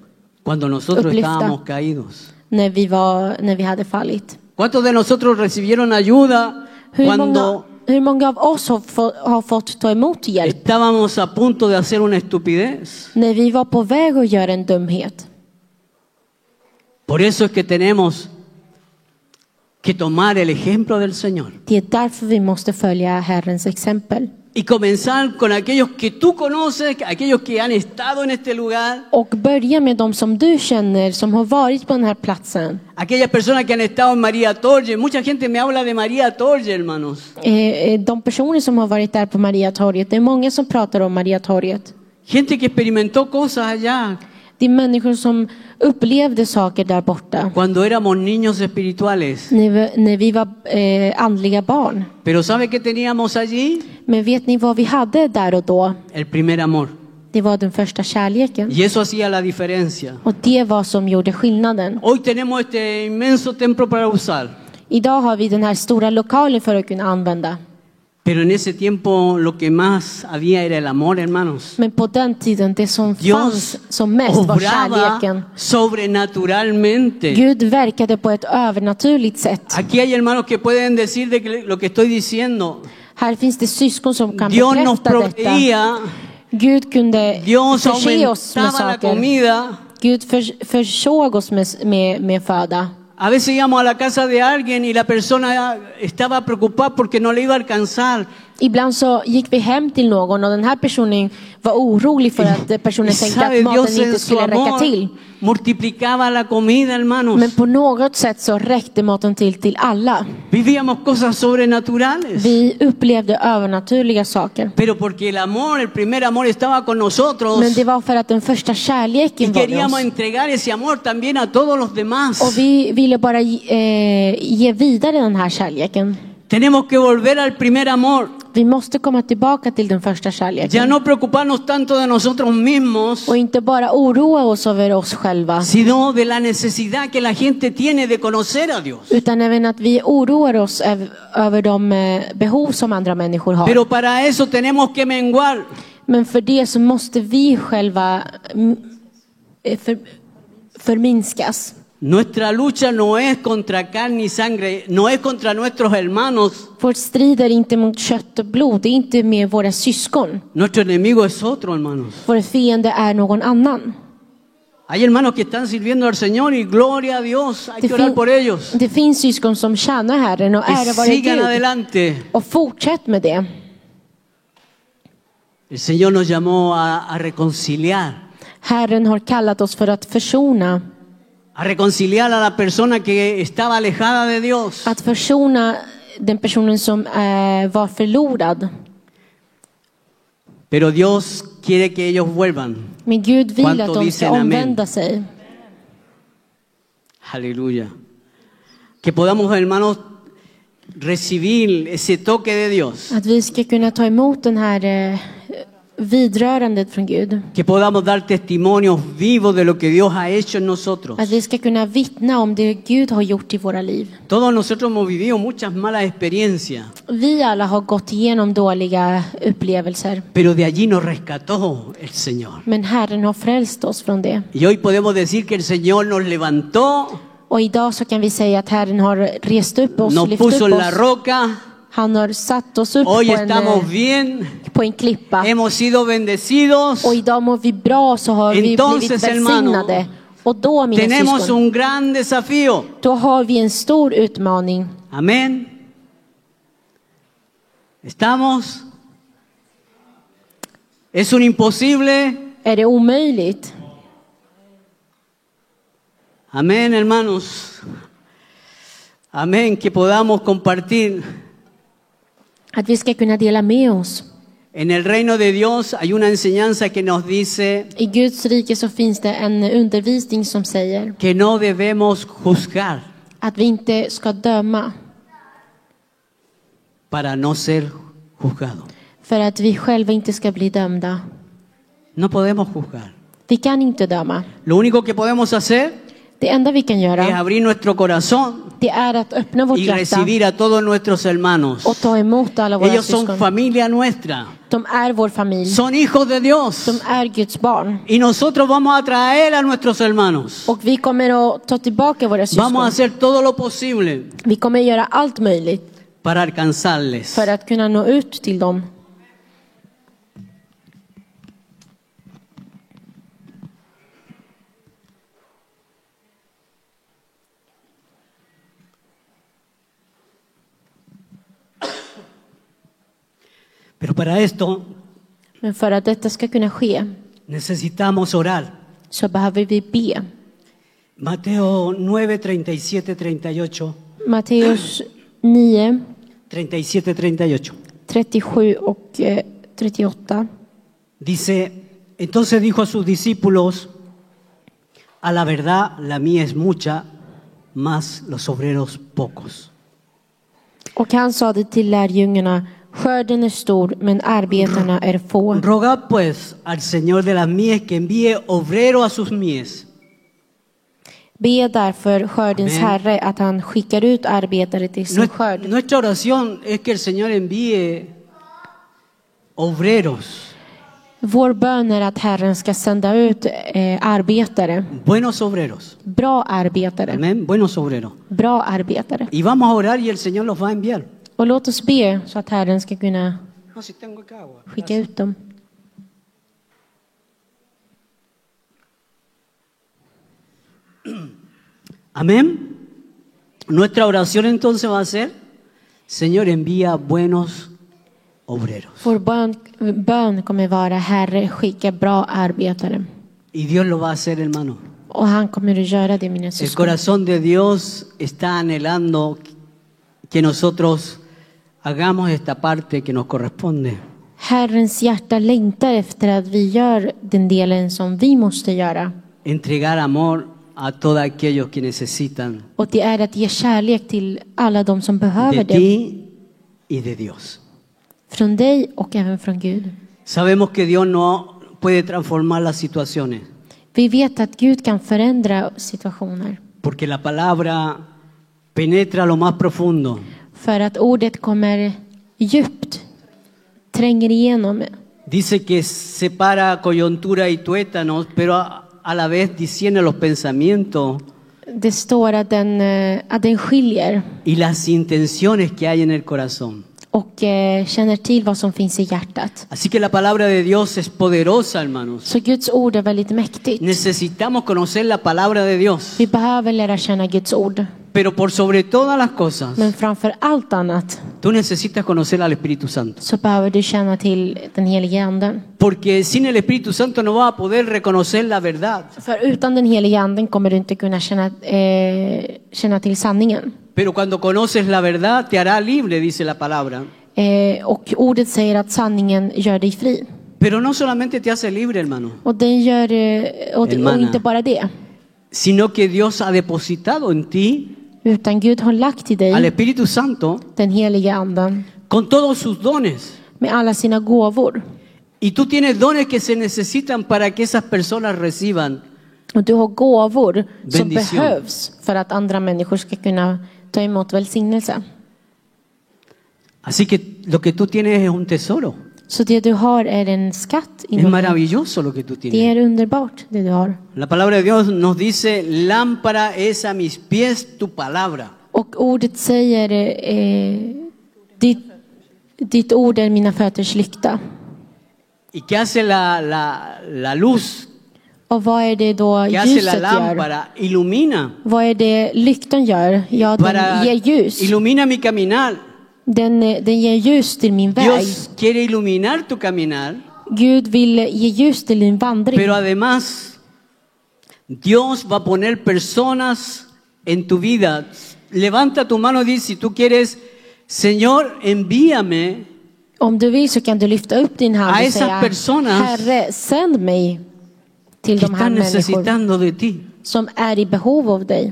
[SPEAKER 3] cuando nosotros
[SPEAKER 4] Uplifta.
[SPEAKER 3] estábamos caídos.
[SPEAKER 4] när vi, var, när vi hade fallit?
[SPEAKER 3] ¿Cuántos de nosotros recibieron ayuda
[SPEAKER 4] Hur många,
[SPEAKER 3] cuando
[SPEAKER 4] hur många av oss har, få, har fått ta emot hjälp
[SPEAKER 3] estábamos a punto de hacer una estupidez?
[SPEAKER 4] när vi var på väg att göra en dumhet?
[SPEAKER 3] Por eso es que tenemos que tomar el ejemplo del Señor
[SPEAKER 4] Det är därför vi måste följa Herrens exempel.
[SPEAKER 3] y comenzar con aquellos que tú conoces, aquellos que han estado en este lugar,
[SPEAKER 4] Och börja med de som du känner som har varit på den här platsen.
[SPEAKER 3] aquellas personas que han estado en María Torre. Mucha gente me habla de María Torre, hermanos.
[SPEAKER 4] Eh, eh, De personer som har varit där på Mariatorget, det är många som pratar om Mariatorget.
[SPEAKER 3] Gente que experimentó cosas allá,
[SPEAKER 4] Det är människor som upplevde saker där borta.
[SPEAKER 3] Cuando éramos niños espirituales.
[SPEAKER 4] När vi, när vi var eh, andliga barn.
[SPEAKER 3] Pero ¿sabe qué teníamos allí?
[SPEAKER 4] Men vet ni vad vi hade där och då?
[SPEAKER 3] El primer amor.
[SPEAKER 4] Det var den första kärleken.
[SPEAKER 3] Y eso hacía la diferencia.
[SPEAKER 4] Och det var som gjorde skillnaden.
[SPEAKER 3] Hoy tenemos este inmenso templo para usar.
[SPEAKER 4] Idag har vi den här stora lokalen för att kunna använda.
[SPEAKER 3] Pero en ese tiempo lo que más había era el amor, hermanos.
[SPEAKER 4] Men på den tiden, det som
[SPEAKER 3] Dios
[SPEAKER 4] fanns som
[SPEAKER 3] Oh,
[SPEAKER 4] mest var
[SPEAKER 3] obraba
[SPEAKER 4] kärleken.
[SPEAKER 3] sobrenaturalmente.
[SPEAKER 4] Gud verkade på ett övernaturligt sätt.
[SPEAKER 3] Aquí hay hermanos que pueden decir de que lo que estoy diciendo.
[SPEAKER 4] Här finns det syskon som kan
[SPEAKER 3] Dios nos
[SPEAKER 4] bekräfta detta.
[SPEAKER 3] proveía,
[SPEAKER 4] Gud kunde
[SPEAKER 3] Dios
[SPEAKER 4] förse oss med
[SPEAKER 3] aumentaba la
[SPEAKER 4] saker.
[SPEAKER 3] comida.
[SPEAKER 4] Gud för, försåg oss med, med, med föda.
[SPEAKER 3] A veces íbamos a la casa de alguien y la persona estaba preocupada porque no le iba a alcanzar.
[SPEAKER 4] Ibland så gick vi hem till någon och den här personen var orolig för att personen
[SPEAKER 3] Y
[SPEAKER 4] tänkte
[SPEAKER 3] sabe,
[SPEAKER 4] att
[SPEAKER 3] Dios
[SPEAKER 4] maten
[SPEAKER 3] en
[SPEAKER 4] inte
[SPEAKER 3] su
[SPEAKER 4] skulle räcka
[SPEAKER 3] amor
[SPEAKER 4] till.
[SPEAKER 3] multiplicaba la comida, hermanos.
[SPEAKER 4] Men på något sätt så räckte maten till till alla.
[SPEAKER 3] Vivíamos cosas sobrenaturales.
[SPEAKER 4] Vi upplevde övernaturliga saker.
[SPEAKER 3] Pero porque el amor, el primer amor estaba con nosotros
[SPEAKER 4] Men det var för att den första
[SPEAKER 3] y
[SPEAKER 4] kärleken var med
[SPEAKER 3] queríamos
[SPEAKER 4] oss.
[SPEAKER 3] entregar ese amor también a todos los demás.
[SPEAKER 4] Och vi ville bara ge- eh, ge vidare den här kärleken.
[SPEAKER 3] Tenemos que volver al primer amor,
[SPEAKER 4] Vi måste komma tillbaka till den första
[SPEAKER 3] ya
[SPEAKER 4] kärleken.
[SPEAKER 3] no preocuparnos tanto de nosotros mismos,
[SPEAKER 4] Och inte bara oroa oss över oss själva.
[SPEAKER 3] sino de la necesidad que la gente tiene de conocer a Dios.
[SPEAKER 4] Utan även att vi oroar oss öv- över de eh, behov som andra människor har.
[SPEAKER 3] Pero para eso tenemos que menguar.
[SPEAKER 4] Men för det så måste vi själva mm, eh, för, förminskas.
[SPEAKER 3] Nuestra lucha no es contra carne y sangre, no es contra nuestros hermanos.
[SPEAKER 4] Vår strid är inte mot kött och blod, det är inte med våra syskon.
[SPEAKER 3] Nuestro enemigo es otro, hermanos.
[SPEAKER 4] Vår fiende är någon annan.
[SPEAKER 3] Hay hermanos que están sirviendo al Señor y gloria a Dios. Hay
[SPEAKER 4] Det,
[SPEAKER 3] que orar
[SPEAKER 4] fin-
[SPEAKER 3] por ellos.
[SPEAKER 4] det finns syskon som tjänar Herren och
[SPEAKER 3] Que
[SPEAKER 4] ära vare
[SPEAKER 3] sigan
[SPEAKER 4] Gud.
[SPEAKER 3] adelante.
[SPEAKER 4] Och fortsätt med det.
[SPEAKER 3] El Señor nos llamó a, a reconciliar,
[SPEAKER 4] Herren har kallat oss för att försona.
[SPEAKER 3] a reconciliar a la persona que estaba alejada de Dios.
[SPEAKER 4] Att försona den personen som eh, var förlorad.
[SPEAKER 3] Pero Dios quiere que ellos vuelvan.
[SPEAKER 4] Men Gud vill
[SPEAKER 3] Cuanto
[SPEAKER 4] att de
[SPEAKER 3] dicen
[SPEAKER 4] ska
[SPEAKER 3] amen.
[SPEAKER 4] omvända sig.
[SPEAKER 3] Aleluya. Que podamos, hermanos, recibir ese toque de Dios.
[SPEAKER 4] Att vi ska kunna ta emot den här eh, vidrörandet från Gud.
[SPEAKER 3] Que podamos dar testimonios vivos de lo que Dios ha hecho en nosotros.
[SPEAKER 4] Att vi ska kunna vittna om det Gud har gjort i våra liv.
[SPEAKER 3] Todos nosotros hemos vivido muchas malas experiencias,
[SPEAKER 4] Vi alla har gått igenom dåliga upplevelser.
[SPEAKER 3] pero de allí nos rescató el Señor.
[SPEAKER 4] Men Herren har frälst oss från det.
[SPEAKER 3] Y hoy podemos decir que el Señor nos levantó,
[SPEAKER 4] Och idag så kan vi säga att Herren har rest upp oss,
[SPEAKER 3] nos
[SPEAKER 4] lyft
[SPEAKER 3] puso
[SPEAKER 4] upp
[SPEAKER 3] en la
[SPEAKER 4] oss.
[SPEAKER 3] roca,
[SPEAKER 4] Han har satt oss upp på
[SPEAKER 3] hoy
[SPEAKER 4] en,
[SPEAKER 3] estamos
[SPEAKER 4] eh,
[SPEAKER 3] bien,
[SPEAKER 4] på en klippa.
[SPEAKER 3] hemos sido bendecidos,
[SPEAKER 4] Och idag mår vi bra så har vi blivit
[SPEAKER 3] Entonces, hermano,
[SPEAKER 4] välsignade. Och då mina
[SPEAKER 3] tenemos
[SPEAKER 4] syskon,
[SPEAKER 3] un gran desafío.
[SPEAKER 4] då har vi en stor utmaning.
[SPEAKER 3] Amén. ¿Estamos? ¿Es un imposible?
[SPEAKER 4] Är det omöjligt?
[SPEAKER 3] Amén, hermanos. Amén, que podamos compartir.
[SPEAKER 4] Att vi ska kunna dela med oss.
[SPEAKER 3] En el reino de Dios hay una enseñanza que nos dice
[SPEAKER 4] I Guds rike så finns det en undervisning som säger
[SPEAKER 3] que no debemos juzgar.
[SPEAKER 4] att vi inte ska döma
[SPEAKER 3] para no ser juzgado.
[SPEAKER 4] för att vi själva inte ska bli dömda.
[SPEAKER 3] No podemos juzgar.
[SPEAKER 4] Vi kan inte döma.
[SPEAKER 3] Lo único que podemos hacer
[SPEAKER 4] Det enda vi kan
[SPEAKER 3] es
[SPEAKER 4] göra,
[SPEAKER 3] abrir nuestro corazón
[SPEAKER 4] det är att öppna vårt
[SPEAKER 3] y
[SPEAKER 4] hjärta
[SPEAKER 3] recibir a todos nuestros hermanos.
[SPEAKER 4] och ta emot alla våra
[SPEAKER 3] Ellos son
[SPEAKER 4] syskon.
[SPEAKER 3] familia nuestra,
[SPEAKER 4] De är vår familj.
[SPEAKER 3] son hijos de
[SPEAKER 4] De
[SPEAKER 3] Dios
[SPEAKER 4] är Guds barn.
[SPEAKER 3] y nosotros vamos a traer a nuestros hermanos.
[SPEAKER 4] Och vi kommer att ta tillbaka våra
[SPEAKER 3] Vamos a
[SPEAKER 4] syskon.
[SPEAKER 3] hacer todo lo posible
[SPEAKER 4] Vi kommer göra allt möjligt
[SPEAKER 3] para alcanzarles.
[SPEAKER 4] för att kunna nå ut till dem.
[SPEAKER 3] Pero para esto
[SPEAKER 4] Men för att detta ska kunna ske
[SPEAKER 3] necesitamos orar.
[SPEAKER 4] så behöver vi be.
[SPEAKER 3] Mateo 9, 37, 38.
[SPEAKER 4] Matteus 9,
[SPEAKER 3] 37, 38.
[SPEAKER 4] 37 och eh, 38.
[SPEAKER 3] Dice, entonces dijo a sus discípulos, A la verdad, la mía es mucha, más los obreros pocos.
[SPEAKER 4] Och han sade till lärjungarna, skörden är stor men arbetarna är få.
[SPEAKER 3] Rogad pues al Señor de las mies que envíe obrero a sus mies.
[SPEAKER 4] Be därför skördens
[SPEAKER 3] Amen.
[SPEAKER 4] herre att han skickar ut arbetare till sin
[SPEAKER 3] Nuestra,
[SPEAKER 4] skörd.
[SPEAKER 3] nuestra oración es que el Señor envíe obreros,
[SPEAKER 4] Vår bön är att Herren ska sända ut eh, arbetare,
[SPEAKER 3] buenos obreros.
[SPEAKER 4] bra arbetare,
[SPEAKER 3] Amén, buenos obreros.
[SPEAKER 4] bra arbetare.
[SPEAKER 3] Y vamos a orar y el Señor los va a enviar.
[SPEAKER 4] Och låt oss be så att Herren ska kunna
[SPEAKER 3] No, si tengo acá agua.
[SPEAKER 4] skicka ut dem.
[SPEAKER 3] Amén. Nuestra oración entonces va a ser, Señor, envía buenos obreros.
[SPEAKER 4] Vår bön, bön kommer vara Herre, skicka bra arbetare.
[SPEAKER 3] Y Dios lo va a hacer, hermano.
[SPEAKER 4] Och han kommer att göra det mina
[SPEAKER 3] El
[SPEAKER 4] syskon.
[SPEAKER 3] corazón de Dios está anhelando que nosotros hagamos esta parte que nos corresponde.
[SPEAKER 4] Herrens hjärta längtar efter att vi gör den delen som vi måste göra.
[SPEAKER 3] Entregar amor a todos aquellos que necesitan
[SPEAKER 4] Och det är att ge kärlek till alla de som behöver
[SPEAKER 3] de
[SPEAKER 4] det.
[SPEAKER 3] ti y de Dios.
[SPEAKER 4] Från dig och även från Gud.
[SPEAKER 3] Sabemos que Dios no puede transformar las situaciones,
[SPEAKER 4] Vi vet att Gud kan förändra situationer.
[SPEAKER 3] porque la palabra penetra lo más profundo.
[SPEAKER 4] För att ordet kommer djupt, tränger igenom.
[SPEAKER 3] Dice que separa coyuntura y tuétanos, pero a, a la vez discierne los pensamientos
[SPEAKER 4] Det står att den, eh, att den skiljer
[SPEAKER 3] y las intenciones que hay en el corazón.
[SPEAKER 4] och eh, känner till vad som finns i hjärtat.
[SPEAKER 3] Así que la palabra de Dios es poderosa, hermanos.
[SPEAKER 4] Så Guds ord är väldigt mäktigt.
[SPEAKER 3] Necesitamos conocer la palabra de Dios,
[SPEAKER 4] Vi behöver lära känna Guds ord.
[SPEAKER 3] pero por sobre todas las cosas,
[SPEAKER 4] Men framför allt annat
[SPEAKER 3] tú necesitas conocer al Espíritu Santo.
[SPEAKER 4] så behöver du känna till den helige anden.
[SPEAKER 3] Porque sin el Espíritu Santo no vas a poder reconocer la verdad.
[SPEAKER 4] För utan den helige anden kommer du inte kunna känna, eh, känna till sanningen.
[SPEAKER 3] Pero cuando conoces la verdad, te hará libre, dice la palabra.
[SPEAKER 4] Eh, och ordet säger att sanningen gör dig fri.
[SPEAKER 3] Pero no solamente te hace libre, hermano,
[SPEAKER 4] Och, den gör, eh, och, det, och
[SPEAKER 3] Hermana.
[SPEAKER 4] inte bara det.
[SPEAKER 3] sino que Dios ha depositado en ti
[SPEAKER 4] Utan Gud har lagt i
[SPEAKER 3] al
[SPEAKER 4] dig
[SPEAKER 3] Espíritu Santo
[SPEAKER 4] den helige anden
[SPEAKER 3] con todos sus dones.
[SPEAKER 4] med alla sina gåvor.
[SPEAKER 3] Y tú tienes dones que se necesitan para que esas personas reciban
[SPEAKER 4] Och du har gåvor som
[SPEAKER 3] Bendition.
[SPEAKER 4] behövs för att andra människor ska kunna ta emot välsignelse.
[SPEAKER 3] Así que lo que tú tienes es un tesoro.
[SPEAKER 4] Så det du har är en skatt
[SPEAKER 3] Es
[SPEAKER 4] inom dig.
[SPEAKER 3] maravilloso lo que tú
[SPEAKER 4] Det
[SPEAKER 3] tienes.
[SPEAKER 4] är underbart det du har.
[SPEAKER 3] La palabra de Dios nos dice, lámpara es a mis pies tu palabra.
[SPEAKER 4] Och ordet säger eh, ditt, ditt ord är mina fötters lykta.
[SPEAKER 3] ¿Y qué hace la, la- la luz?
[SPEAKER 4] Och vad är det då
[SPEAKER 3] ¿Qué hace la
[SPEAKER 4] ljuset gör?
[SPEAKER 3] lámpara? Ilumina.
[SPEAKER 4] Vad är det lyktan gör? Ja,
[SPEAKER 3] Para,
[SPEAKER 4] den ger ljus.
[SPEAKER 3] ilumina mi caminar.
[SPEAKER 4] Den, eh, den ger ljus till min väg.
[SPEAKER 3] Dios quiere iluminar tu caminar,
[SPEAKER 4] Gud vill ge ljus till din vandring.
[SPEAKER 3] pero además Dios va a poner personas en tu vida. Levanta tu mano y dice, si tú quieres, Señor, envíame
[SPEAKER 4] Om du vill så kan du lyfta upp din
[SPEAKER 3] A
[SPEAKER 4] hand och
[SPEAKER 3] esas
[SPEAKER 4] säga
[SPEAKER 3] personas
[SPEAKER 4] Herre, sänd mig till
[SPEAKER 3] que
[SPEAKER 4] de här
[SPEAKER 3] están
[SPEAKER 4] människor
[SPEAKER 3] necesitando de ti.
[SPEAKER 4] som är i behov av dig.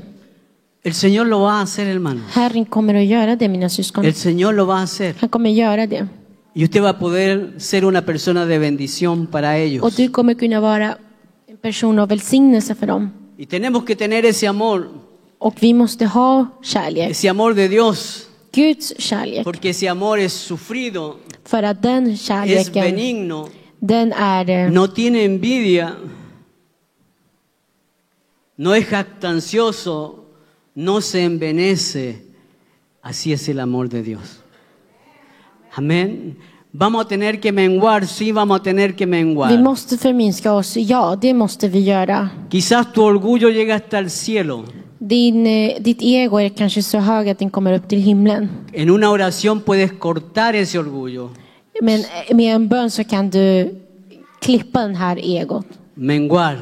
[SPEAKER 3] El Señor lo va a hacer, hermano.
[SPEAKER 4] Herren kommer att göra det, mina syskon.
[SPEAKER 3] El Señor lo va a hacer.
[SPEAKER 4] Han kommer göra det.
[SPEAKER 3] Y usted va a poder ser una persona de bendición para
[SPEAKER 4] Och
[SPEAKER 3] ellos.
[SPEAKER 4] du kommer kunna vara en person av välsignelse för dem.
[SPEAKER 3] Y tenemos que tener ese amor,
[SPEAKER 4] Och vi måste ha kärlek,
[SPEAKER 3] ese amor de Dios,
[SPEAKER 4] Guds kärlek.
[SPEAKER 3] porque ese amor es sufrido,
[SPEAKER 4] För att den
[SPEAKER 3] es
[SPEAKER 4] kärleken,
[SPEAKER 3] benigno,
[SPEAKER 4] den är, eh,
[SPEAKER 3] no tiene envidia, no es jactancioso, no se envenece. Así es el amor de Dios. Amén. Vamos a tener que menguar, sí, vamos a tener que
[SPEAKER 4] vi
[SPEAKER 3] menguar.
[SPEAKER 4] måste förminska oss. Ja, det måste vi göra.
[SPEAKER 3] Quizás tu orgullo llega hasta el cielo.
[SPEAKER 4] Din, eh, ditt ego är kanske så hög att den kommer upp till himlen.
[SPEAKER 3] En una oración puedes cortar ese orgullo,
[SPEAKER 4] Men eh, med en bön så kan du klippa den här egot
[SPEAKER 3] menguar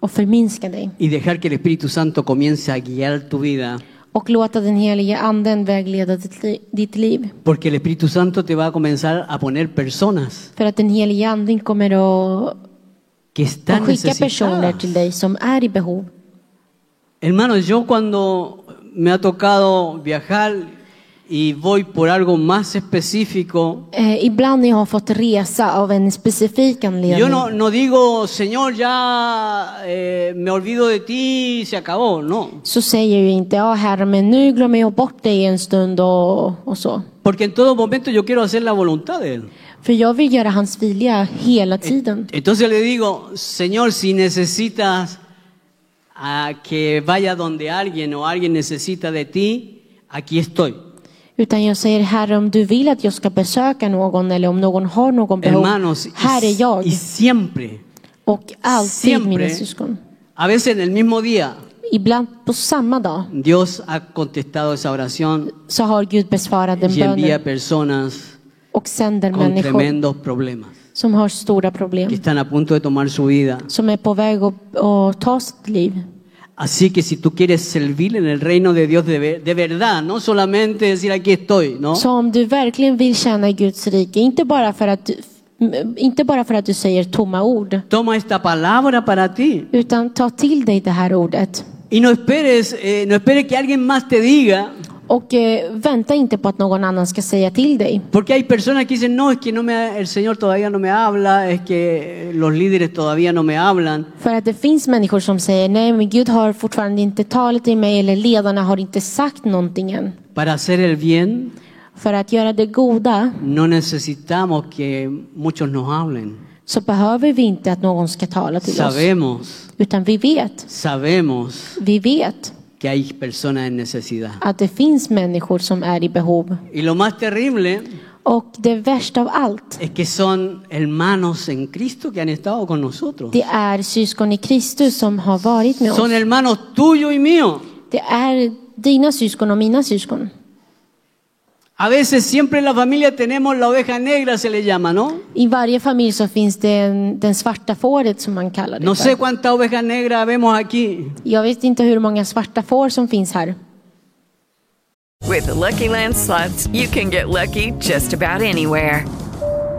[SPEAKER 4] och förminska dig.
[SPEAKER 3] y dejar que el Espíritu Santo comience a guiar tu vida,
[SPEAKER 4] Och låta den helige anden vägleda ditt, li- ditt liv.
[SPEAKER 3] porque el Espíritu Santo te va a comenzar a poner personas
[SPEAKER 4] För att den helige anden kommer att,
[SPEAKER 3] que están
[SPEAKER 4] att skicka
[SPEAKER 3] necesitadas.
[SPEAKER 4] personer till dig som är i behov.
[SPEAKER 3] Hermano, yo cuando me ha tocado viajar y voy por algo más específico,
[SPEAKER 4] Eh, ibland när jag har fått resa av en specifik anledning.
[SPEAKER 3] yo no, no digo, Señor, ya eh, me olvido de ti y se acabó, no.
[SPEAKER 4] Så säger ju inte, ja herre men nu glömmer jag bort dig en stund och, och så.
[SPEAKER 3] Porque en todo momento yo quiero hacer la voluntad de Él.
[SPEAKER 4] För jag vill göra hans vilja hela tiden.
[SPEAKER 3] Entonces le digo, Señor, si necesitas a que vaya donde alguien o alguien necesita de ti, aquí estoy.
[SPEAKER 4] Utan jag säger, herre om du vill att jag ska besöka någon eller om någon har någon behov,
[SPEAKER 3] Hermanos, y-
[SPEAKER 4] här är jag.
[SPEAKER 3] y siempre,
[SPEAKER 4] Och alltid
[SPEAKER 3] siempre,
[SPEAKER 4] mina syskon.
[SPEAKER 3] a veces en el mismo día,
[SPEAKER 4] Ibland på samma dag
[SPEAKER 3] Dios ha contestado esa oración
[SPEAKER 4] så har Gud besvarat den
[SPEAKER 3] y envía
[SPEAKER 4] bönen
[SPEAKER 3] personas
[SPEAKER 4] och sänder
[SPEAKER 3] con
[SPEAKER 4] människor
[SPEAKER 3] tremendos problemas
[SPEAKER 4] som har stora
[SPEAKER 3] que
[SPEAKER 4] problem.
[SPEAKER 3] están a punto de tomar su vida.
[SPEAKER 4] Som är på väg att, att ta sitt liv.
[SPEAKER 3] Así que si tú quieres servir en el reino de Dios de, ver- de verdad, no solamente decir aquí estoy, ¿no?
[SPEAKER 4] Så om du verkligen vill tjäna Guds rike, inte bara för att du, m- inte bara för att du säger tomma ord,
[SPEAKER 3] Toma esta palabra para ti.
[SPEAKER 4] utan ta till dig det här ordet.
[SPEAKER 3] Y no esperes, eh, no esperes que alguien más te diga,
[SPEAKER 4] Och eh, vänta inte på att någon annan ska säga till dig.
[SPEAKER 3] porque hay personas que dicen, no, es que no me, ha- el Señor todavía no me habla, es que eh, los líderes todavía no me hablan.
[SPEAKER 4] För att det finns människor som säger nej men Gud har fortfarande inte talat till mig eller ledarna har inte sagt någonting än.
[SPEAKER 3] Para hacer el bien
[SPEAKER 4] För att göra det goda
[SPEAKER 3] no necesitamos que muchos nos hablen.
[SPEAKER 4] så behöver vi inte att någon ska tala till oss.
[SPEAKER 3] Sabemos,
[SPEAKER 4] Utan vi vet,
[SPEAKER 3] sabemos
[SPEAKER 4] vi vet
[SPEAKER 3] que hay personas en necesidad.
[SPEAKER 4] att det finns människor som är i behov.
[SPEAKER 3] Y lo más terrible
[SPEAKER 4] Och det värsta av allt,
[SPEAKER 3] es que son hermanos en Cristo que han estado con nosotros.
[SPEAKER 4] det är syskon i Kristus som har varit med
[SPEAKER 3] Son
[SPEAKER 4] oss.
[SPEAKER 3] hermanos tuyo y mío.
[SPEAKER 4] Det är dina syskon och mina syskon.
[SPEAKER 3] A veces siempre en la familia tenemos la oveja negra, se le llama, ¿no?
[SPEAKER 4] I varje familj så finns det en, den svarta fåret som man kallar
[SPEAKER 3] No
[SPEAKER 4] det
[SPEAKER 3] sé
[SPEAKER 4] för.
[SPEAKER 3] cuántas ovejas negras vemos aquí.
[SPEAKER 4] Jag vet inte hur många svarta får som finns här.
[SPEAKER 5] With the Lucky Land slots, you can get lucky just about anywhere.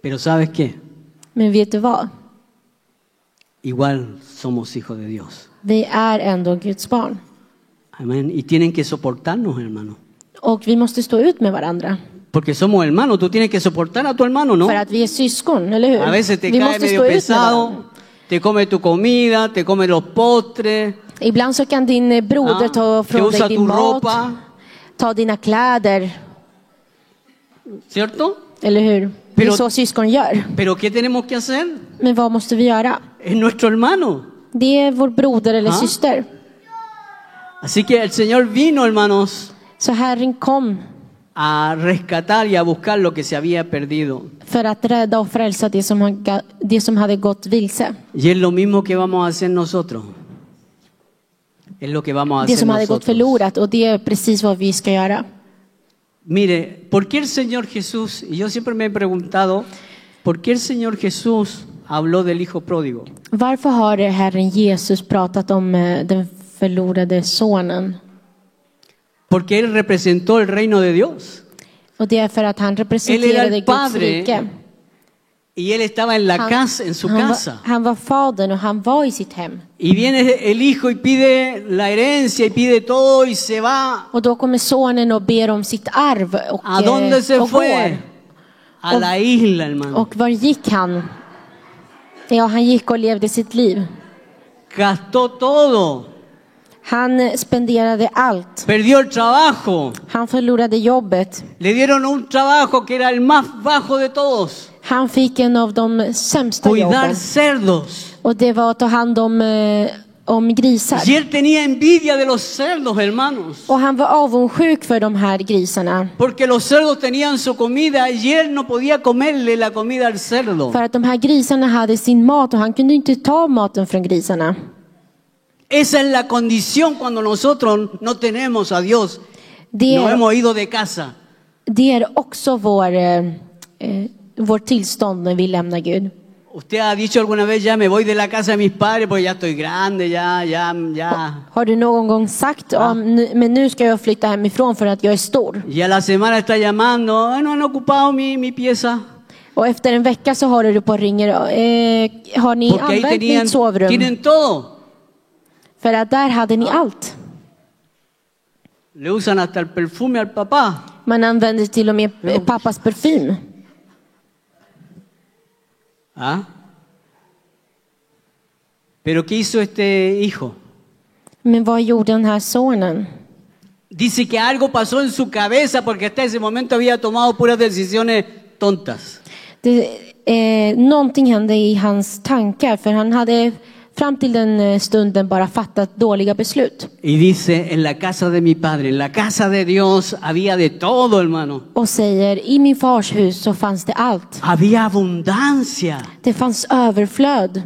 [SPEAKER 3] Pero ¿sabes qué?
[SPEAKER 4] Men vet du vad?
[SPEAKER 3] Igual somos hijos de Dios.
[SPEAKER 4] Vi är ändå Guds barn.
[SPEAKER 3] Amén. Y tienen que soportarnos, hermano.
[SPEAKER 4] Och vi måste stå ut med varandra.
[SPEAKER 3] Porque somos hermanos. Tú tienes que soportar a tu hermano, ¿no?
[SPEAKER 4] För att vi är syskon, eller hur?
[SPEAKER 3] A veces te
[SPEAKER 4] vi
[SPEAKER 3] cae medio
[SPEAKER 4] varandra.
[SPEAKER 3] pesado, te come tu comida, te come los postres,
[SPEAKER 4] Ibland så kan din eh, broder
[SPEAKER 3] Ja,
[SPEAKER 4] ta
[SPEAKER 3] jag
[SPEAKER 4] från dig
[SPEAKER 3] sa
[SPEAKER 4] din
[SPEAKER 3] att hon
[SPEAKER 4] mat,
[SPEAKER 3] ropar.
[SPEAKER 4] ta dina kläder,
[SPEAKER 3] ¿cierto?
[SPEAKER 4] eller hur? Det är
[SPEAKER 3] Pero-
[SPEAKER 4] så syskon gör.
[SPEAKER 3] Pero ¿qué tenemos que hacer?
[SPEAKER 4] Men vad måste vi göra?
[SPEAKER 3] Es nuestro hermano.
[SPEAKER 4] Det är vår broder eller
[SPEAKER 3] Ja.
[SPEAKER 4] syster.
[SPEAKER 3] Así que el Señor vino, hermanos,
[SPEAKER 4] Så Herren kom
[SPEAKER 3] a rescatar y a buscar lo que se había perdido.
[SPEAKER 4] för att rädda och frälsa det som, har ga- det som hade gått vilse.
[SPEAKER 3] Y es lo mismo que vamos a hacer nosotros. Es lo que vamos a
[SPEAKER 4] Det
[SPEAKER 3] hacer
[SPEAKER 4] som hade
[SPEAKER 3] nosotros.
[SPEAKER 4] gått förlorat och det är precis vad vi ska göra.
[SPEAKER 3] Mire, ¿por qué el Señor Jesús, y yo siempre me he preguntado, ¿por qué el Señor Jesús habló del Hijo Pródigo?
[SPEAKER 4] Varför har Herren Jesus pratat om eh, den förlorade sonen?
[SPEAKER 3] Porque Él representó el reino de Dios.
[SPEAKER 4] Och det är för att han
[SPEAKER 3] Eller
[SPEAKER 4] representerade
[SPEAKER 3] är
[SPEAKER 4] Guds
[SPEAKER 3] padre.
[SPEAKER 4] rike.
[SPEAKER 3] Y Él estaba en
[SPEAKER 4] Ah,
[SPEAKER 3] la casa, en su
[SPEAKER 4] han,
[SPEAKER 3] casa.
[SPEAKER 4] var, han var fadern och han var i sitt hem.
[SPEAKER 3] Y viene el Hijo y pide la herencia y pide todo y se va.
[SPEAKER 4] Och då kommer sonen och ber om sitt arv och,
[SPEAKER 3] ¿A
[SPEAKER 4] eh,
[SPEAKER 3] dónde se
[SPEAKER 4] och
[SPEAKER 3] fue?
[SPEAKER 4] går.
[SPEAKER 3] A la isla, hermano.
[SPEAKER 4] Och var gick han? Ja, han gick och levde sitt liv.
[SPEAKER 3] Gastó todo.
[SPEAKER 4] Han spenderade allt.
[SPEAKER 3] Perdió el trabajo.
[SPEAKER 4] Han förlorade jobbet.
[SPEAKER 3] Le dieron un trabajo que era el más bajo de todos.
[SPEAKER 4] Han fick en av de sämsta
[SPEAKER 3] Cuidar
[SPEAKER 4] jobben.
[SPEAKER 3] cerdos.
[SPEAKER 4] Och det var att ta hand om, eh, om grisar.
[SPEAKER 3] Y él tenía envidia de los cerdos, hermanos.
[SPEAKER 4] Och han var avundsjuk för de här grisarna.
[SPEAKER 3] Porque los cerdos tenían su comida y él no podía comerle la comida al cerdo.
[SPEAKER 4] För att de här grisarna hade sin mat och han kunde inte ta maten från grisarna.
[SPEAKER 3] Esa es la condición cuando nosotros no tenemos a Dios.
[SPEAKER 4] Det
[SPEAKER 3] Nos
[SPEAKER 4] är,
[SPEAKER 3] hemos ido de casa.
[SPEAKER 4] det är också vår, eh, eh, vårt tillstånd när vi lämnar Gud.
[SPEAKER 3] Usted ha dicho alguna vez, ya me voy de la casa de mis padres porque ya estoy grande, ya, ya, ya.
[SPEAKER 4] Har du någon gång sagt om, nu- men nu ska jag flytta hemifrån för att jag är stor?
[SPEAKER 3] Y a la semana está llamando, "Ay, no han ocupado mi, mi pieza.
[SPEAKER 4] Och efter en vecka så håller du på och ringer. Eh, har ni
[SPEAKER 3] Porque ahí
[SPEAKER 4] använt
[SPEAKER 3] tenían,
[SPEAKER 4] mitt sovrum?
[SPEAKER 3] tienen todo.
[SPEAKER 4] För att där hade ni allt.
[SPEAKER 3] Le usan hasta el perfume al papá.
[SPEAKER 4] Man använde till och med eh, pappas parfym.
[SPEAKER 3] ¿Ah? Pero ¿qué hizo este hijo?
[SPEAKER 4] Men vad gjorde den här sonen?
[SPEAKER 3] Dice que algo pasó en su cabeza porque hasta ese momento había tomado puras decisiones tontas.
[SPEAKER 4] Det, eh, någonting hände i hans tankar för han hade fram till den eh, stunden bara fattat dåliga beslut.
[SPEAKER 3] Y dice, en la casa de mi padre, en la casa de Dios había de todo, hermano.
[SPEAKER 4] Och säger, i min fars hus så fanns det allt.
[SPEAKER 3] Había abundancia.
[SPEAKER 4] Det fanns överflöd.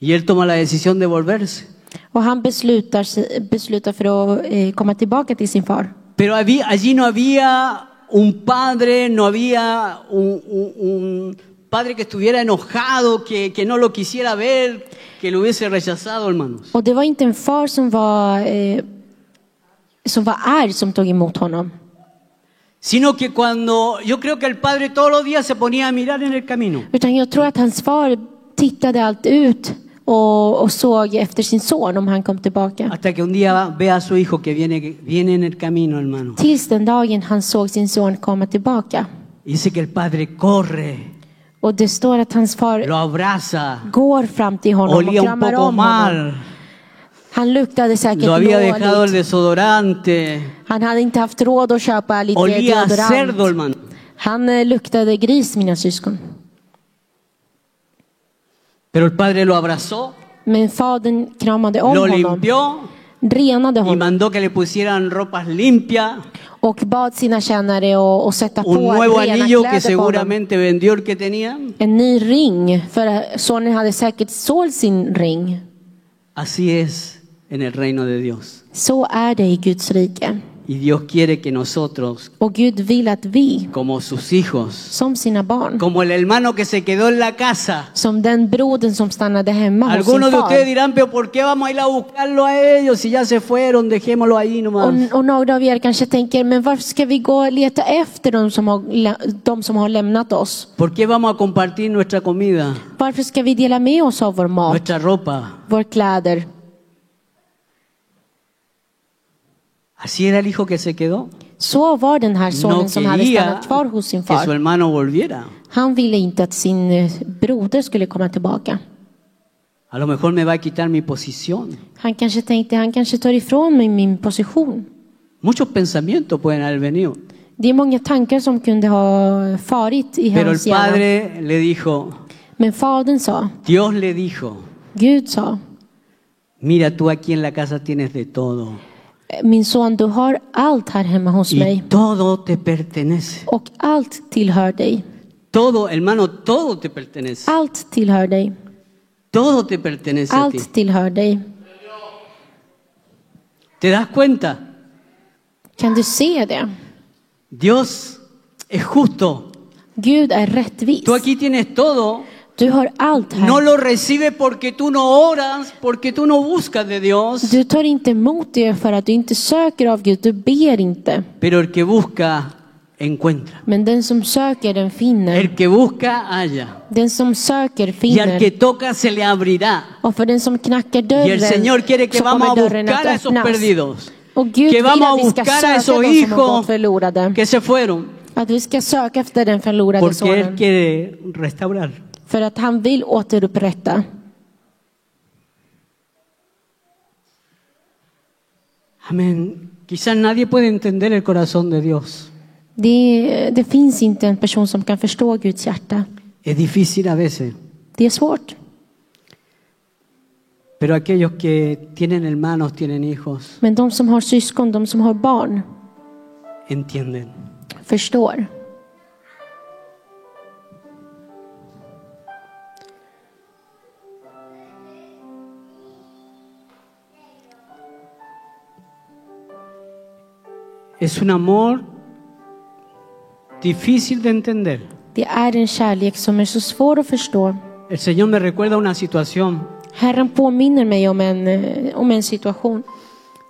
[SPEAKER 3] Y él toma la decisión de volverse.
[SPEAKER 4] Och han beslutar, sig- beslutar för att eh, komma tillbaka till sin far.
[SPEAKER 3] Pero había- allí no había un padre, no había un, un- un padre que estuviera enojado, que, que no lo quisiera ver, que lo hubiese rechazado, hermanos.
[SPEAKER 4] Och det var inte en far som var, eh, som var arg som tog emot honom.
[SPEAKER 3] Sino que cuando yo creo que el padre todos los días se ponía a mirar en el camino.
[SPEAKER 4] Utan jag tror att hans far tittade allt ut och, och såg efter sin son om han kom tillbaka.
[SPEAKER 3] Hasta que un día ve a su hijo que viene, que viene en el camino, hermano.
[SPEAKER 4] Tills den dagen han såg sin son komma tillbaka.
[SPEAKER 3] Y dice que el padre corre,
[SPEAKER 4] Och det står att hans far
[SPEAKER 3] lo abraza,
[SPEAKER 4] går fram till honom och
[SPEAKER 3] olía un
[SPEAKER 4] kramar
[SPEAKER 3] poco
[SPEAKER 4] om honom.
[SPEAKER 3] mal,
[SPEAKER 4] Han luktade säkert
[SPEAKER 3] lo había dejado el
[SPEAKER 4] dåligt.
[SPEAKER 3] desodorante,
[SPEAKER 4] Han hade inte haft råd att köpa lite
[SPEAKER 3] olía a cerdo,
[SPEAKER 4] deodorant.
[SPEAKER 3] hermano.
[SPEAKER 4] Han eh, luktade gris, mina syskon.
[SPEAKER 3] Pero el padre lo abrazó,
[SPEAKER 4] Men fadern kramade om
[SPEAKER 3] lo
[SPEAKER 4] honom,
[SPEAKER 3] limpió y
[SPEAKER 4] renade honom
[SPEAKER 3] mandó que le pusieran ropas limpias,
[SPEAKER 4] och bad sina tjänare att, att sätta
[SPEAKER 3] un
[SPEAKER 4] på
[SPEAKER 3] nuevo
[SPEAKER 4] rena
[SPEAKER 3] anillo que
[SPEAKER 4] kläder på honom.
[SPEAKER 3] seguramente vendió el que tenía.
[SPEAKER 4] En ny ring, för sonen hade säkert sålt sin ring.
[SPEAKER 3] Así es en el reino de Dios.
[SPEAKER 4] Så är det i Guds rike.
[SPEAKER 3] Y Dios quiere que nosotros,
[SPEAKER 4] Och Gud vill att vi,
[SPEAKER 3] como sus hijos,
[SPEAKER 4] som sina barn,
[SPEAKER 3] como el hermano que se quedó en la casa,
[SPEAKER 4] som den brodern som stannade hemma hos sin
[SPEAKER 3] Algunos de ustedes
[SPEAKER 4] far.
[SPEAKER 3] dirán, pero ¿por qué vamos a ir a buscarlo a ellos si ya se fueron? Dejémoslo ahí nomás.
[SPEAKER 4] Och, och några av er kanske tänker, men varför ska vi gå och leta efter de som har, lä- de som har lämnat oss?
[SPEAKER 3] ¿Por qué vamos a compartir nuestra comida,
[SPEAKER 4] Varför ska vi dela med oss av vår mat,
[SPEAKER 3] nuestra ropa?
[SPEAKER 4] våra kläder?
[SPEAKER 3] Así era el hijo que se quedó.
[SPEAKER 4] Så var den här sonen
[SPEAKER 3] No
[SPEAKER 4] som hade
[SPEAKER 3] quería
[SPEAKER 4] stannat kvar hos sin
[SPEAKER 3] que su
[SPEAKER 4] far.
[SPEAKER 3] hermano volviera.
[SPEAKER 4] Han ville inte att sin eh, broder skulle komma tillbaka.
[SPEAKER 3] A lo mejor me va a quitar mi posición.
[SPEAKER 4] Han kanske tänkte, han kanske tar ifrån mig min position.
[SPEAKER 3] Muchos pensamientos pueden haber venido.
[SPEAKER 4] Det är många tankar som kunde ha farit i
[SPEAKER 3] Pero el
[SPEAKER 4] hans hjärna.
[SPEAKER 3] padre le dijo,
[SPEAKER 4] Men fadern sa,
[SPEAKER 3] Dios le dijo,
[SPEAKER 4] Gud sa,
[SPEAKER 3] mira tú aquí en la casa tienes de todo.
[SPEAKER 4] min son du har allt här hemma hos
[SPEAKER 3] Y
[SPEAKER 4] mig.
[SPEAKER 3] todo te pertenece.
[SPEAKER 4] Och allt tillhör dig.
[SPEAKER 3] Todo, hermano, todo te pertenece.
[SPEAKER 4] Allt tillhör dig.
[SPEAKER 3] Todo te pertenece a ti.
[SPEAKER 4] Allt tillhör dig.
[SPEAKER 3] ¿Te das cuenta?
[SPEAKER 4] Kan du se det?
[SPEAKER 3] Dios es justo.
[SPEAKER 4] Gud är rättvis.
[SPEAKER 3] Tú aquí tienes todo.
[SPEAKER 4] Du har allt
[SPEAKER 3] No
[SPEAKER 4] här.
[SPEAKER 3] lo recibes porque tú no oras, porque tú no buscas de Dios.
[SPEAKER 4] Du tar inte emot det för att du inte söker av Gud. Du ber inte.
[SPEAKER 3] Pero el que busca, encuentra.
[SPEAKER 4] Men den som söker den finner.
[SPEAKER 3] El que busca, halla.
[SPEAKER 4] Den som söker
[SPEAKER 3] Y al que
[SPEAKER 4] finner.
[SPEAKER 3] toca, se le abrirá.
[SPEAKER 4] Och för den som knackar
[SPEAKER 3] Y el Señor quiere
[SPEAKER 4] dörren
[SPEAKER 3] que
[SPEAKER 4] så
[SPEAKER 3] vamos a
[SPEAKER 4] kommer dörren
[SPEAKER 3] buscar
[SPEAKER 4] att
[SPEAKER 3] a esos
[SPEAKER 4] öppnas.
[SPEAKER 3] perdidos.
[SPEAKER 4] Och Gud
[SPEAKER 3] Que
[SPEAKER 4] vill
[SPEAKER 3] vamos a
[SPEAKER 4] att vi ska
[SPEAKER 3] buscar a
[SPEAKER 4] söka
[SPEAKER 3] esos
[SPEAKER 4] de som har gått
[SPEAKER 3] hijos
[SPEAKER 4] förlorade.
[SPEAKER 3] que se fueron.
[SPEAKER 4] Att vi ska söka efter den förlorade
[SPEAKER 3] Porque Él
[SPEAKER 4] sonen.
[SPEAKER 3] quiere restaurar.
[SPEAKER 4] För att han vill återupprätta.
[SPEAKER 3] Amén. Quizás nadie puede entender el corazón de Dios.
[SPEAKER 4] Det, det finns inte en person som kan förstå Guds hjärta.
[SPEAKER 3] Es difícil a veces,
[SPEAKER 4] Det är svårt.
[SPEAKER 3] pero aquellos que tienen hermanos, tienen hijos,
[SPEAKER 4] Men de som har syskon, de som har barn,
[SPEAKER 3] entienden.
[SPEAKER 4] förstår.
[SPEAKER 3] Es un amor difícil de entender.
[SPEAKER 4] Det är en kärlek som är så svår att förstå.
[SPEAKER 3] El Señor me recuerda una situación
[SPEAKER 4] Herren påminner mig om en, eh, om en situation.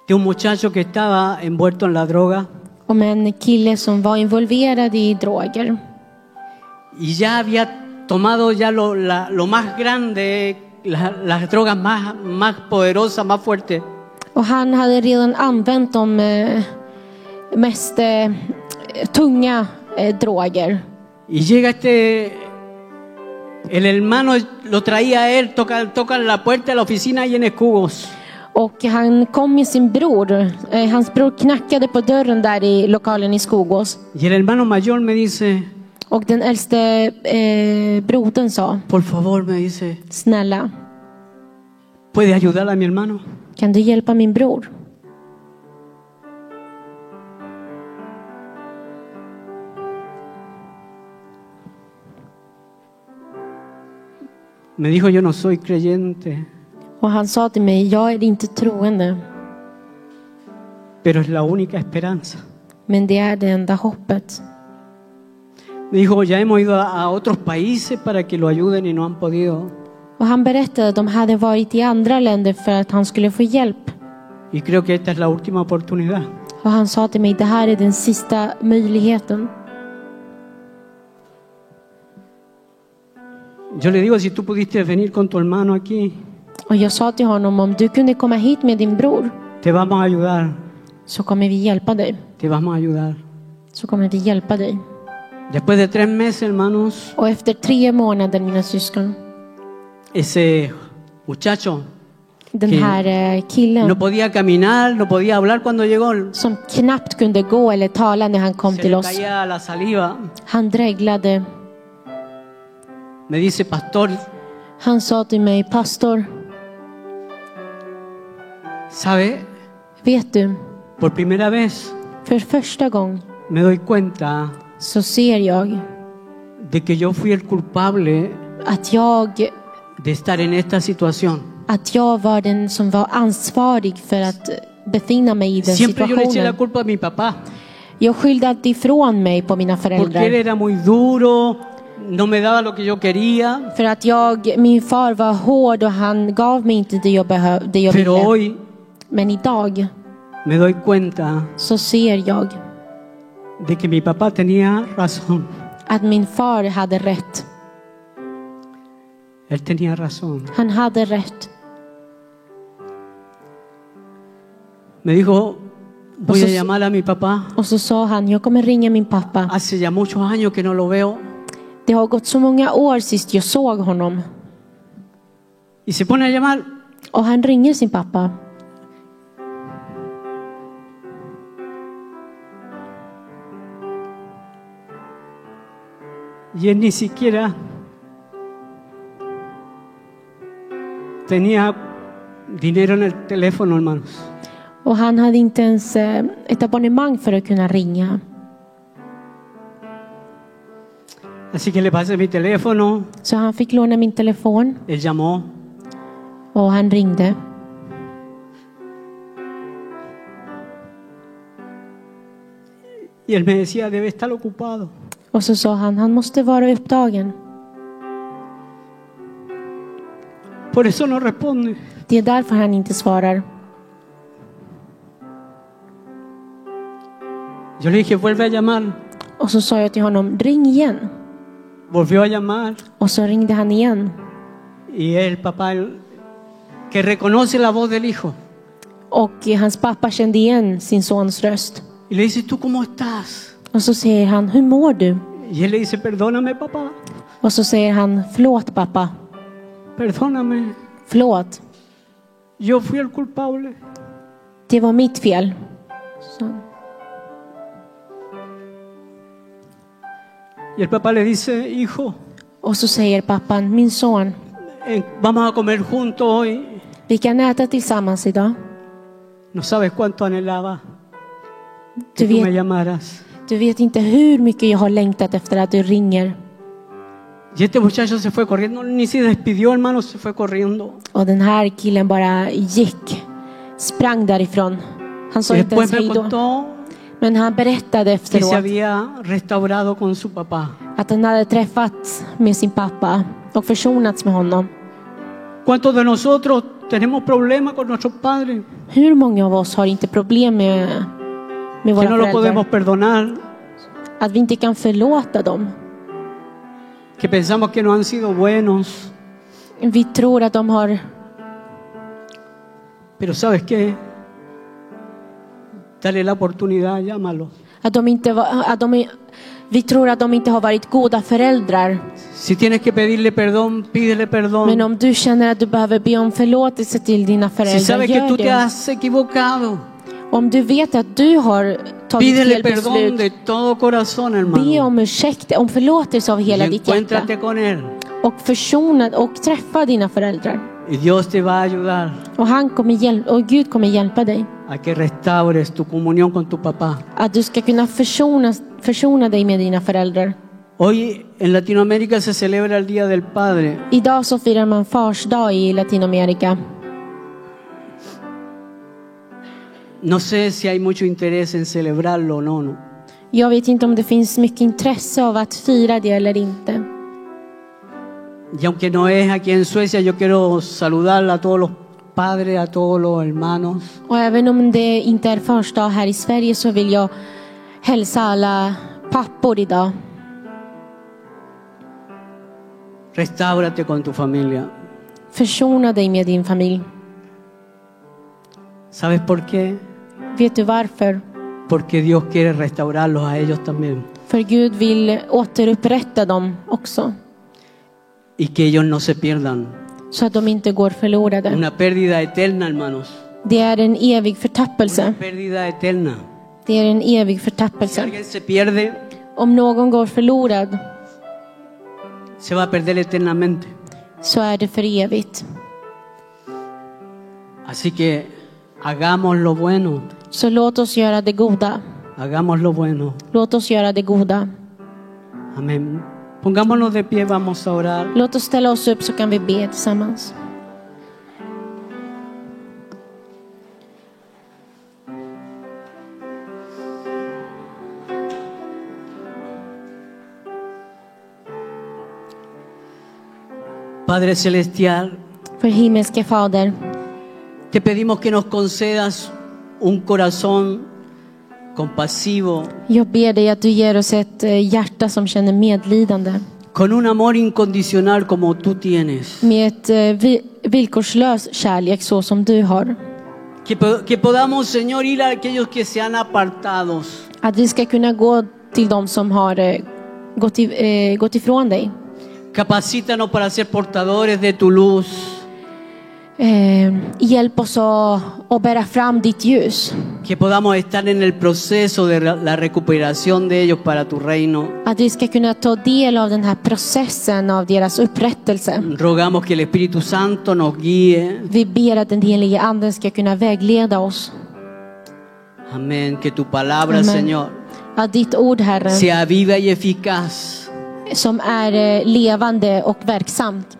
[SPEAKER 3] de un muchacho que estaba envuelto en la droga
[SPEAKER 4] Om en kille som var involverad i droger.
[SPEAKER 3] y ya había tomado ya lo, la- lo más grande, la- las drogas más, más poderosas, más fuertes.
[SPEAKER 4] Och han hade redan använt de eh, mest eh, tunga eh, droger.
[SPEAKER 3] Y llega este, el hermano lo traía a él, toca, toca la puerta de la oficina y en cubos.
[SPEAKER 4] Och han kom med sin bror. Eh, Hans bror knackade på dörren där i lokalen i Skogås.
[SPEAKER 3] Y el hermano mayor me dice,
[SPEAKER 4] Och den äldste eh, brodern sa,
[SPEAKER 3] por favor, me dice,
[SPEAKER 4] snälla,
[SPEAKER 3] ¿puede ayudar a mi hermano?
[SPEAKER 4] kan du hjälpa min bror?
[SPEAKER 3] Me dijo, yo no soy creyente,
[SPEAKER 4] Och han sa till mig, jag är inte troende,
[SPEAKER 3] pero es la única esperanza.
[SPEAKER 4] men det är det enda hoppet.
[SPEAKER 3] Me dijo, ya hemos ido a, a otros países para que lo ayuden y no han podido.
[SPEAKER 4] Och han berättade att de hade varit i andra länder för att han skulle få hjälp.
[SPEAKER 3] Y creo que esta es la última oportunidad.
[SPEAKER 4] Och han sa till mig, det här är den sista möjligheten.
[SPEAKER 3] Yo le digo, si tú pudiste venir con tu hermano aquí,
[SPEAKER 4] Och jag sa till honom, om du kunde komma hit med din bror
[SPEAKER 3] te vamos a ayudar,
[SPEAKER 4] så kommer vi hjälpa dig.
[SPEAKER 3] te vamos a ayudar.
[SPEAKER 4] Så kommer vi hjälpa dig.
[SPEAKER 3] Después de tres meses, hermanos,
[SPEAKER 4] Och efter tre månader, mina syskon,
[SPEAKER 3] ese muchacho
[SPEAKER 4] den
[SPEAKER 3] Okej.
[SPEAKER 4] här eh, killen
[SPEAKER 3] no podía caminar, no podía hablar cuando llegó,
[SPEAKER 4] som knappt kunde gå eller tala när han kom
[SPEAKER 3] se
[SPEAKER 4] till
[SPEAKER 3] le
[SPEAKER 4] oss,
[SPEAKER 3] caía la saliva.
[SPEAKER 4] han dreglade.
[SPEAKER 3] Me dice, pastor,
[SPEAKER 4] Han sa till mig, pastor,
[SPEAKER 3] ¿sabe?
[SPEAKER 4] vet du,
[SPEAKER 3] Por primera vez
[SPEAKER 4] för första gången
[SPEAKER 3] me doy cuenta
[SPEAKER 4] så ser jag
[SPEAKER 3] de que yo fui el culpable
[SPEAKER 4] att jag,
[SPEAKER 3] de estar en esta situación.
[SPEAKER 4] att jag var den som var ansvarig för att befinna mig i den
[SPEAKER 3] Siempre yo le eché la
[SPEAKER 4] situationen.
[SPEAKER 3] culpa a mi papá,
[SPEAKER 4] Jag skyllde alltid ifrån mig på mina
[SPEAKER 3] porque él
[SPEAKER 4] föräldrar.
[SPEAKER 3] era muy duro, no me daba lo que yo quería,
[SPEAKER 4] För att jag, min far var hård och han gav mig inte det jag, behöv, det jag
[SPEAKER 3] pero
[SPEAKER 4] ville.
[SPEAKER 3] hoy
[SPEAKER 4] Men idag
[SPEAKER 3] me doy cuenta
[SPEAKER 4] så ser jag
[SPEAKER 3] de que mi papá tenía razón,
[SPEAKER 4] att min far hade rätt.
[SPEAKER 3] él tenía razón.
[SPEAKER 4] Han hade rätt.
[SPEAKER 3] Me dijo, voy a
[SPEAKER 4] Entonces-
[SPEAKER 3] llamar a mi papá.
[SPEAKER 4] Och så sa han, jag kommer ringa min pappa.
[SPEAKER 3] Hace ya muchos años que no lo veo.
[SPEAKER 4] Det har gått så många år sist jag såg honom.
[SPEAKER 3] Y se pone a llamar.
[SPEAKER 4] Och han ringer sin pappa.
[SPEAKER 3] Y él ni siquiera tenía dinero en el teléfono, hermanos.
[SPEAKER 4] Och han hade inte ens eh, ett abonnemang för att kunna ringa.
[SPEAKER 3] Así que le pasé mi teléfono,
[SPEAKER 4] Så han fick låna min telefon
[SPEAKER 3] él llamó.
[SPEAKER 4] och han ringde.
[SPEAKER 3] Y él me decía, debe estar ocupado.
[SPEAKER 4] Och så sa han, han måste vara upptagen.
[SPEAKER 3] Por eso no responde.
[SPEAKER 4] Det är därför han inte svarar.
[SPEAKER 3] Yo le dije, vuelve a llamar.
[SPEAKER 4] Och så sa jag till honom, ring igen.
[SPEAKER 3] Volvió a llamar.
[SPEAKER 4] Och så ringde han igen.
[SPEAKER 3] Y el papá, el- que reconoce la voz del hijo.
[SPEAKER 4] Och eh, hans pappa kände igen sin sons röst.
[SPEAKER 3] Y le dice, ¿tú cómo estás?
[SPEAKER 4] Och så säger han, hur mår du?
[SPEAKER 3] Y él le dice, perdóname papá,
[SPEAKER 4] Och så säger han, förlåt pappa.
[SPEAKER 3] perdóname.
[SPEAKER 4] Förlåt.
[SPEAKER 3] Yo fui el culpable.
[SPEAKER 4] det var mitt fel. Så.
[SPEAKER 3] Y el papá le dice, hijo,
[SPEAKER 4] Och så säger pappan, min son,
[SPEAKER 3] eh, vamos a comer juntos hoy.
[SPEAKER 4] vi kan äta tillsammans idag.
[SPEAKER 3] No sabes cuánto anhelaba
[SPEAKER 4] Du
[SPEAKER 3] que tú me
[SPEAKER 4] vet,
[SPEAKER 3] llamaras.
[SPEAKER 4] du vet inte hur mycket jag har längtat efter att du ringer.
[SPEAKER 3] Y este muchacho se fue corriendo, ni se despidió, hermano, se fue corriendo.
[SPEAKER 4] Och den här killen bara gick, sprang därifrån. Han sa
[SPEAKER 3] Y
[SPEAKER 4] inte ens
[SPEAKER 3] después me
[SPEAKER 4] hej då.
[SPEAKER 3] contó
[SPEAKER 4] Men han berättade
[SPEAKER 3] que se
[SPEAKER 4] efteråt
[SPEAKER 3] había restaurado con su papá.
[SPEAKER 4] att han hade träffats med sin pappa och försonats med honom.
[SPEAKER 3] ¿Cuántos de nosotros tenemos problemas con nuestros padres?
[SPEAKER 4] Hur många av oss har inte problem med,
[SPEAKER 3] Que
[SPEAKER 4] med våra
[SPEAKER 3] no lo podemos
[SPEAKER 4] föräldrar?
[SPEAKER 3] perdonar,
[SPEAKER 4] Att vi inte kan förlåta dem.
[SPEAKER 3] que pensamos que no han sido buenos.
[SPEAKER 4] Vi tror att de har...
[SPEAKER 3] Pero ¿sabes qué? Dale la oportunidad, llámalo.
[SPEAKER 4] Att de inte var, att de, är- vi tror att de inte har varit goda föräldrar.
[SPEAKER 3] Si tienes que pedirle perdón, pídele
[SPEAKER 4] Men
[SPEAKER 3] perdón.
[SPEAKER 4] om du känner att du behöver be om förlåtelse till dina
[SPEAKER 3] Si
[SPEAKER 4] föräldrar,
[SPEAKER 3] sabes que
[SPEAKER 4] gör
[SPEAKER 3] tú te
[SPEAKER 4] det.
[SPEAKER 3] has equivocado,
[SPEAKER 4] Om du vet att du har tagit
[SPEAKER 3] pídele
[SPEAKER 4] fel
[SPEAKER 3] perdón de
[SPEAKER 4] beslut,
[SPEAKER 3] todo corazón,
[SPEAKER 4] be
[SPEAKER 3] hermano.
[SPEAKER 4] om ursäkt, om förlåtelse av
[SPEAKER 3] Y
[SPEAKER 4] hela ditt hjärta.
[SPEAKER 3] encuéntrate con Él.
[SPEAKER 4] Och försona och träffa dina föräldrar.
[SPEAKER 3] Y Dios te va a ayudar
[SPEAKER 4] Och, han kommer hjäl- och Gud kommer hjälpa dig.
[SPEAKER 3] a que restaures tu comunión con tu papá.
[SPEAKER 4] Att du ska kunna försona, försona dig med dina föräldrar.
[SPEAKER 3] Hoy en Latinoamérica se celebra el Día del Padre.
[SPEAKER 4] Idag så firar man Fars dag i Latinamerika.
[SPEAKER 3] No sé si hay mucho interés en celebrarlo o no, no.
[SPEAKER 4] Jag vet inte om det finns mycket intresse av att fira det eller inte.
[SPEAKER 3] Y aunque no es aquí en Suecia, yo quiero saludar a todos los padres, a todos los hermanos,
[SPEAKER 4] Och även om det inte är Fars dag här i Sverige så vill jag hälsa alla pappor idag.
[SPEAKER 3] Restáurate con tu familia.
[SPEAKER 4] Försona dig med din familj.
[SPEAKER 3] ¿Sabes por qué?
[SPEAKER 4] Vet du varför?
[SPEAKER 3] Porque Dios quiere restaurarlos a ellos también
[SPEAKER 4] För Gud vill återupprätta dem också.
[SPEAKER 3] y que ellos no se pierdan.
[SPEAKER 4] Så att de inte går förlorade.
[SPEAKER 3] Una pérdida eterna, hermanos.
[SPEAKER 4] Det är en evig förtappelse.
[SPEAKER 3] Pérdida eterna.
[SPEAKER 4] Det är en evig
[SPEAKER 3] Si
[SPEAKER 4] förtappelse.
[SPEAKER 3] alguien se pierde,
[SPEAKER 4] Om någon går förlorad
[SPEAKER 3] se va a perder eternamente.
[SPEAKER 4] så är det för evigt.
[SPEAKER 3] Así que hagamos lo bueno,
[SPEAKER 4] Så låt oss göra det goda.
[SPEAKER 3] hagamos lo bueno.
[SPEAKER 4] Låt oss göra det goda.
[SPEAKER 3] Amén. Pongámonos de pie, vamos a orar.
[SPEAKER 4] Låt oss ställa oss upp så kan vi be tillsammans.
[SPEAKER 3] Padre Celestial,
[SPEAKER 4] För himmelske Fader,
[SPEAKER 3] te pedimos que nos concedas un corazón compasivo,
[SPEAKER 4] jag ber dig att du ger oss ett eh, hjärta som känner medlidande.
[SPEAKER 3] con un amor incondicional como tú tienes.
[SPEAKER 4] Med ett eh, vi- villkorslös kärlek så som du har.
[SPEAKER 3] Que, po- que podamos, Señor, ir a aquellos que se han apartado,
[SPEAKER 4] Att vi ska kunna gå till dem som har eh, gått, i, eh, gått ifrån dig.
[SPEAKER 3] Capacítanos para ser portadores de tu luz.
[SPEAKER 4] Eh, hjälp oss att, att bära fram ditt ljus.
[SPEAKER 3] Que podamos estar en el proceso de re- la recuperación de ellos para tu reino.
[SPEAKER 4] Att vi ska kunna ta del av den här processen av deras upprättelse.
[SPEAKER 3] Rogamos que el Espíritu Santo nos guíe.
[SPEAKER 4] Vi ber att den helige anden ska kunna vägleda oss.
[SPEAKER 3] Amén. Que tu palabra,
[SPEAKER 4] Amén.
[SPEAKER 3] Señor,
[SPEAKER 4] Att ditt ord Herre,
[SPEAKER 3] sea viva y eficaz.
[SPEAKER 4] som är eh, levande och verksamt,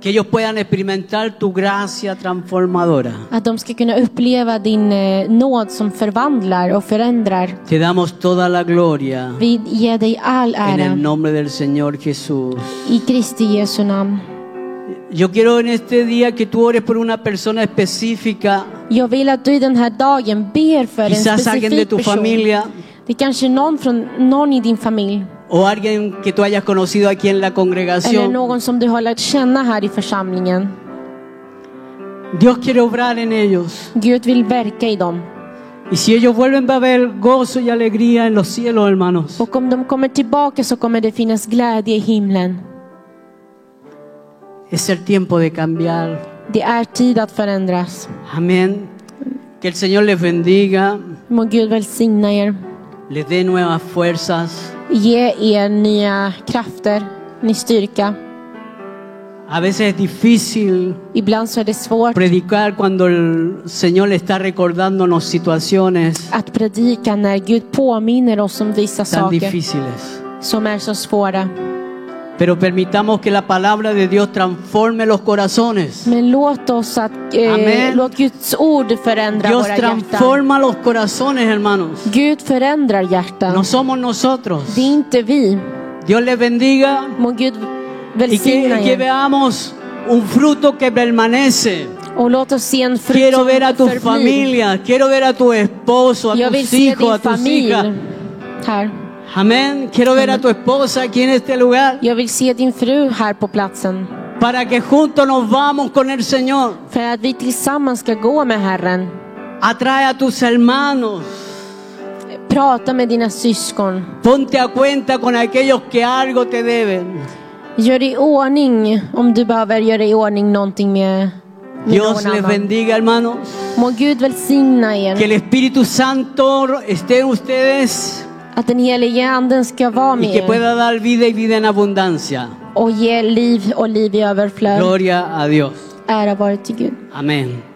[SPEAKER 3] Que ellos puedan experimentar tu gracia transformadora.
[SPEAKER 4] att de ska kunna uppleva din eh, nåd som förvandlar och förändrar.
[SPEAKER 3] Te damos toda la gloria
[SPEAKER 4] Vi ger dig all
[SPEAKER 3] en el
[SPEAKER 4] ära
[SPEAKER 3] nombre del Señor Jesús.
[SPEAKER 4] i Kristi Jesu namn.
[SPEAKER 3] Yo quiero en este día que tú ores por una persona específica,
[SPEAKER 4] Jag vill att du i den här dagen ber för en
[SPEAKER 3] quizás alguien de
[SPEAKER 4] specifik
[SPEAKER 3] tu
[SPEAKER 4] person.
[SPEAKER 3] familia
[SPEAKER 4] Det kanske är någon, från, någon i din familj
[SPEAKER 3] o alguien que tú hayas conocido aquí en la
[SPEAKER 4] eller
[SPEAKER 3] congregación.
[SPEAKER 4] någon som du har lärt känna här i församlingen.
[SPEAKER 3] Dios quiere obrar en ellos.
[SPEAKER 4] Gud vill verka i dem.
[SPEAKER 3] Y si ellos vuelven va a haber gozo y alegría en los cielos, hermanos.
[SPEAKER 4] Och om de kommer tillbaka så kommer det finnas glädje i himlen.
[SPEAKER 3] Es el tiempo de cambiar.
[SPEAKER 4] Det är tid att förändras.
[SPEAKER 3] Amén. Que el Señor les bendiga,
[SPEAKER 4] Må Gud välsigna er,
[SPEAKER 3] les dé nuevas fuerzas.
[SPEAKER 4] ge er nya krafter, ny styrka.
[SPEAKER 3] A veces es difícil
[SPEAKER 4] Ibland så är det svårt
[SPEAKER 3] predicar cuando el Señor le está recordándonos situaciones
[SPEAKER 4] att predika när Gud påminner oss om vissa
[SPEAKER 3] tan
[SPEAKER 4] saker
[SPEAKER 3] difíciles.
[SPEAKER 4] som är så svåra.
[SPEAKER 3] Pero permitamos que la palabra de Dios transforme los corazones.
[SPEAKER 4] Men låt oss att, eh,
[SPEAKER 3] Amen.
[SPEAKER 4] låt Guds ord förändra
[SPEAKER 3] Dios
[SPEAKER 4] våra hjärtan.
[SPEAKER 3] transforma los corazones, hermanos.
[SPEAKER 4] Gud förändrar hjärtan.
[SPEAKER 3] No somos nosotros.
[SPEAKER 4] Det är inte vi.
[SPEAKER 3] Dios les bendiga
[SPEAKER 4] Må Gud
[SPEAKER 3] y que,
[SPEAKER 4] välsigna
[SPEAKER 3] y que
[SPEAKER 4] er.
[SPEAKER 3] veamos un fruto que permanece.
[SPEAKER 4] Och låt oss se en frukt
[SPEAKER 3] Quiero
[SPEAKER 4] som
[SPEAKER 3] ver a tu
[SPEAKER 4] förblir.
[SPEAKER 3] familia, quiero ver a tu esposo, a
[SPEAKER 4] Jag vill
[SPEAKER 3] tus
[SPEAKER 4] se
[SPEAKER 3] hijos,
[SPEAKER 4] din
[SPEAKER 3] a tus hijas.
[SPEAKER 4] familj här.
[SPEAKER 3] Amén. Quiero ver a tu esposa aquí en este lugar
[SPEAKER 4] Jag vill se din fru här på platsen.
[SPEAKER 3] para que juntos nos vamos con el Señor.
[SPEAKER 4] För att vi tillsammans ska gå med Herren.
[SPEAKER 3] Atrae a tus hermanos.
[SPEAKER 4] Prata med dina syskon.
[SPEAKER 3] Ponte a cuenta con aquellos que algo te deben.
[SPEAKER 4] Gör i ordning om du behöver göra i ordning någonting med, med
[SPEAKER 3] Dios
[SPEAKER 4] någon
[SPEAKER 3] les
[SPEAKER 4] annan.
[SPEAKER 3] bendiga, hermanos.
[SPEAKER 4] Må Gud välsigna
[SPEAKER 3] Que el
[SPEAKER 4] er.
[SPEAKER 3] Espíritu Santo esté en ustedes
[SPEAKER 4] Att den helige anden ska vara
[SPEAKER 3] y
[SPEAKER 4] med
[SPEAKER 3] que
[SPEAKER 4] er
[SPEAKER 3] pueda dar vida y vida en abundancia.
[SPEAKER 4] och ge liv och liv i överflöd.
[SPEAKER 3] Gloria a Dios.
[SPEAKER 4] Ära vare till Gud.
[SPEAKER 3] Amén.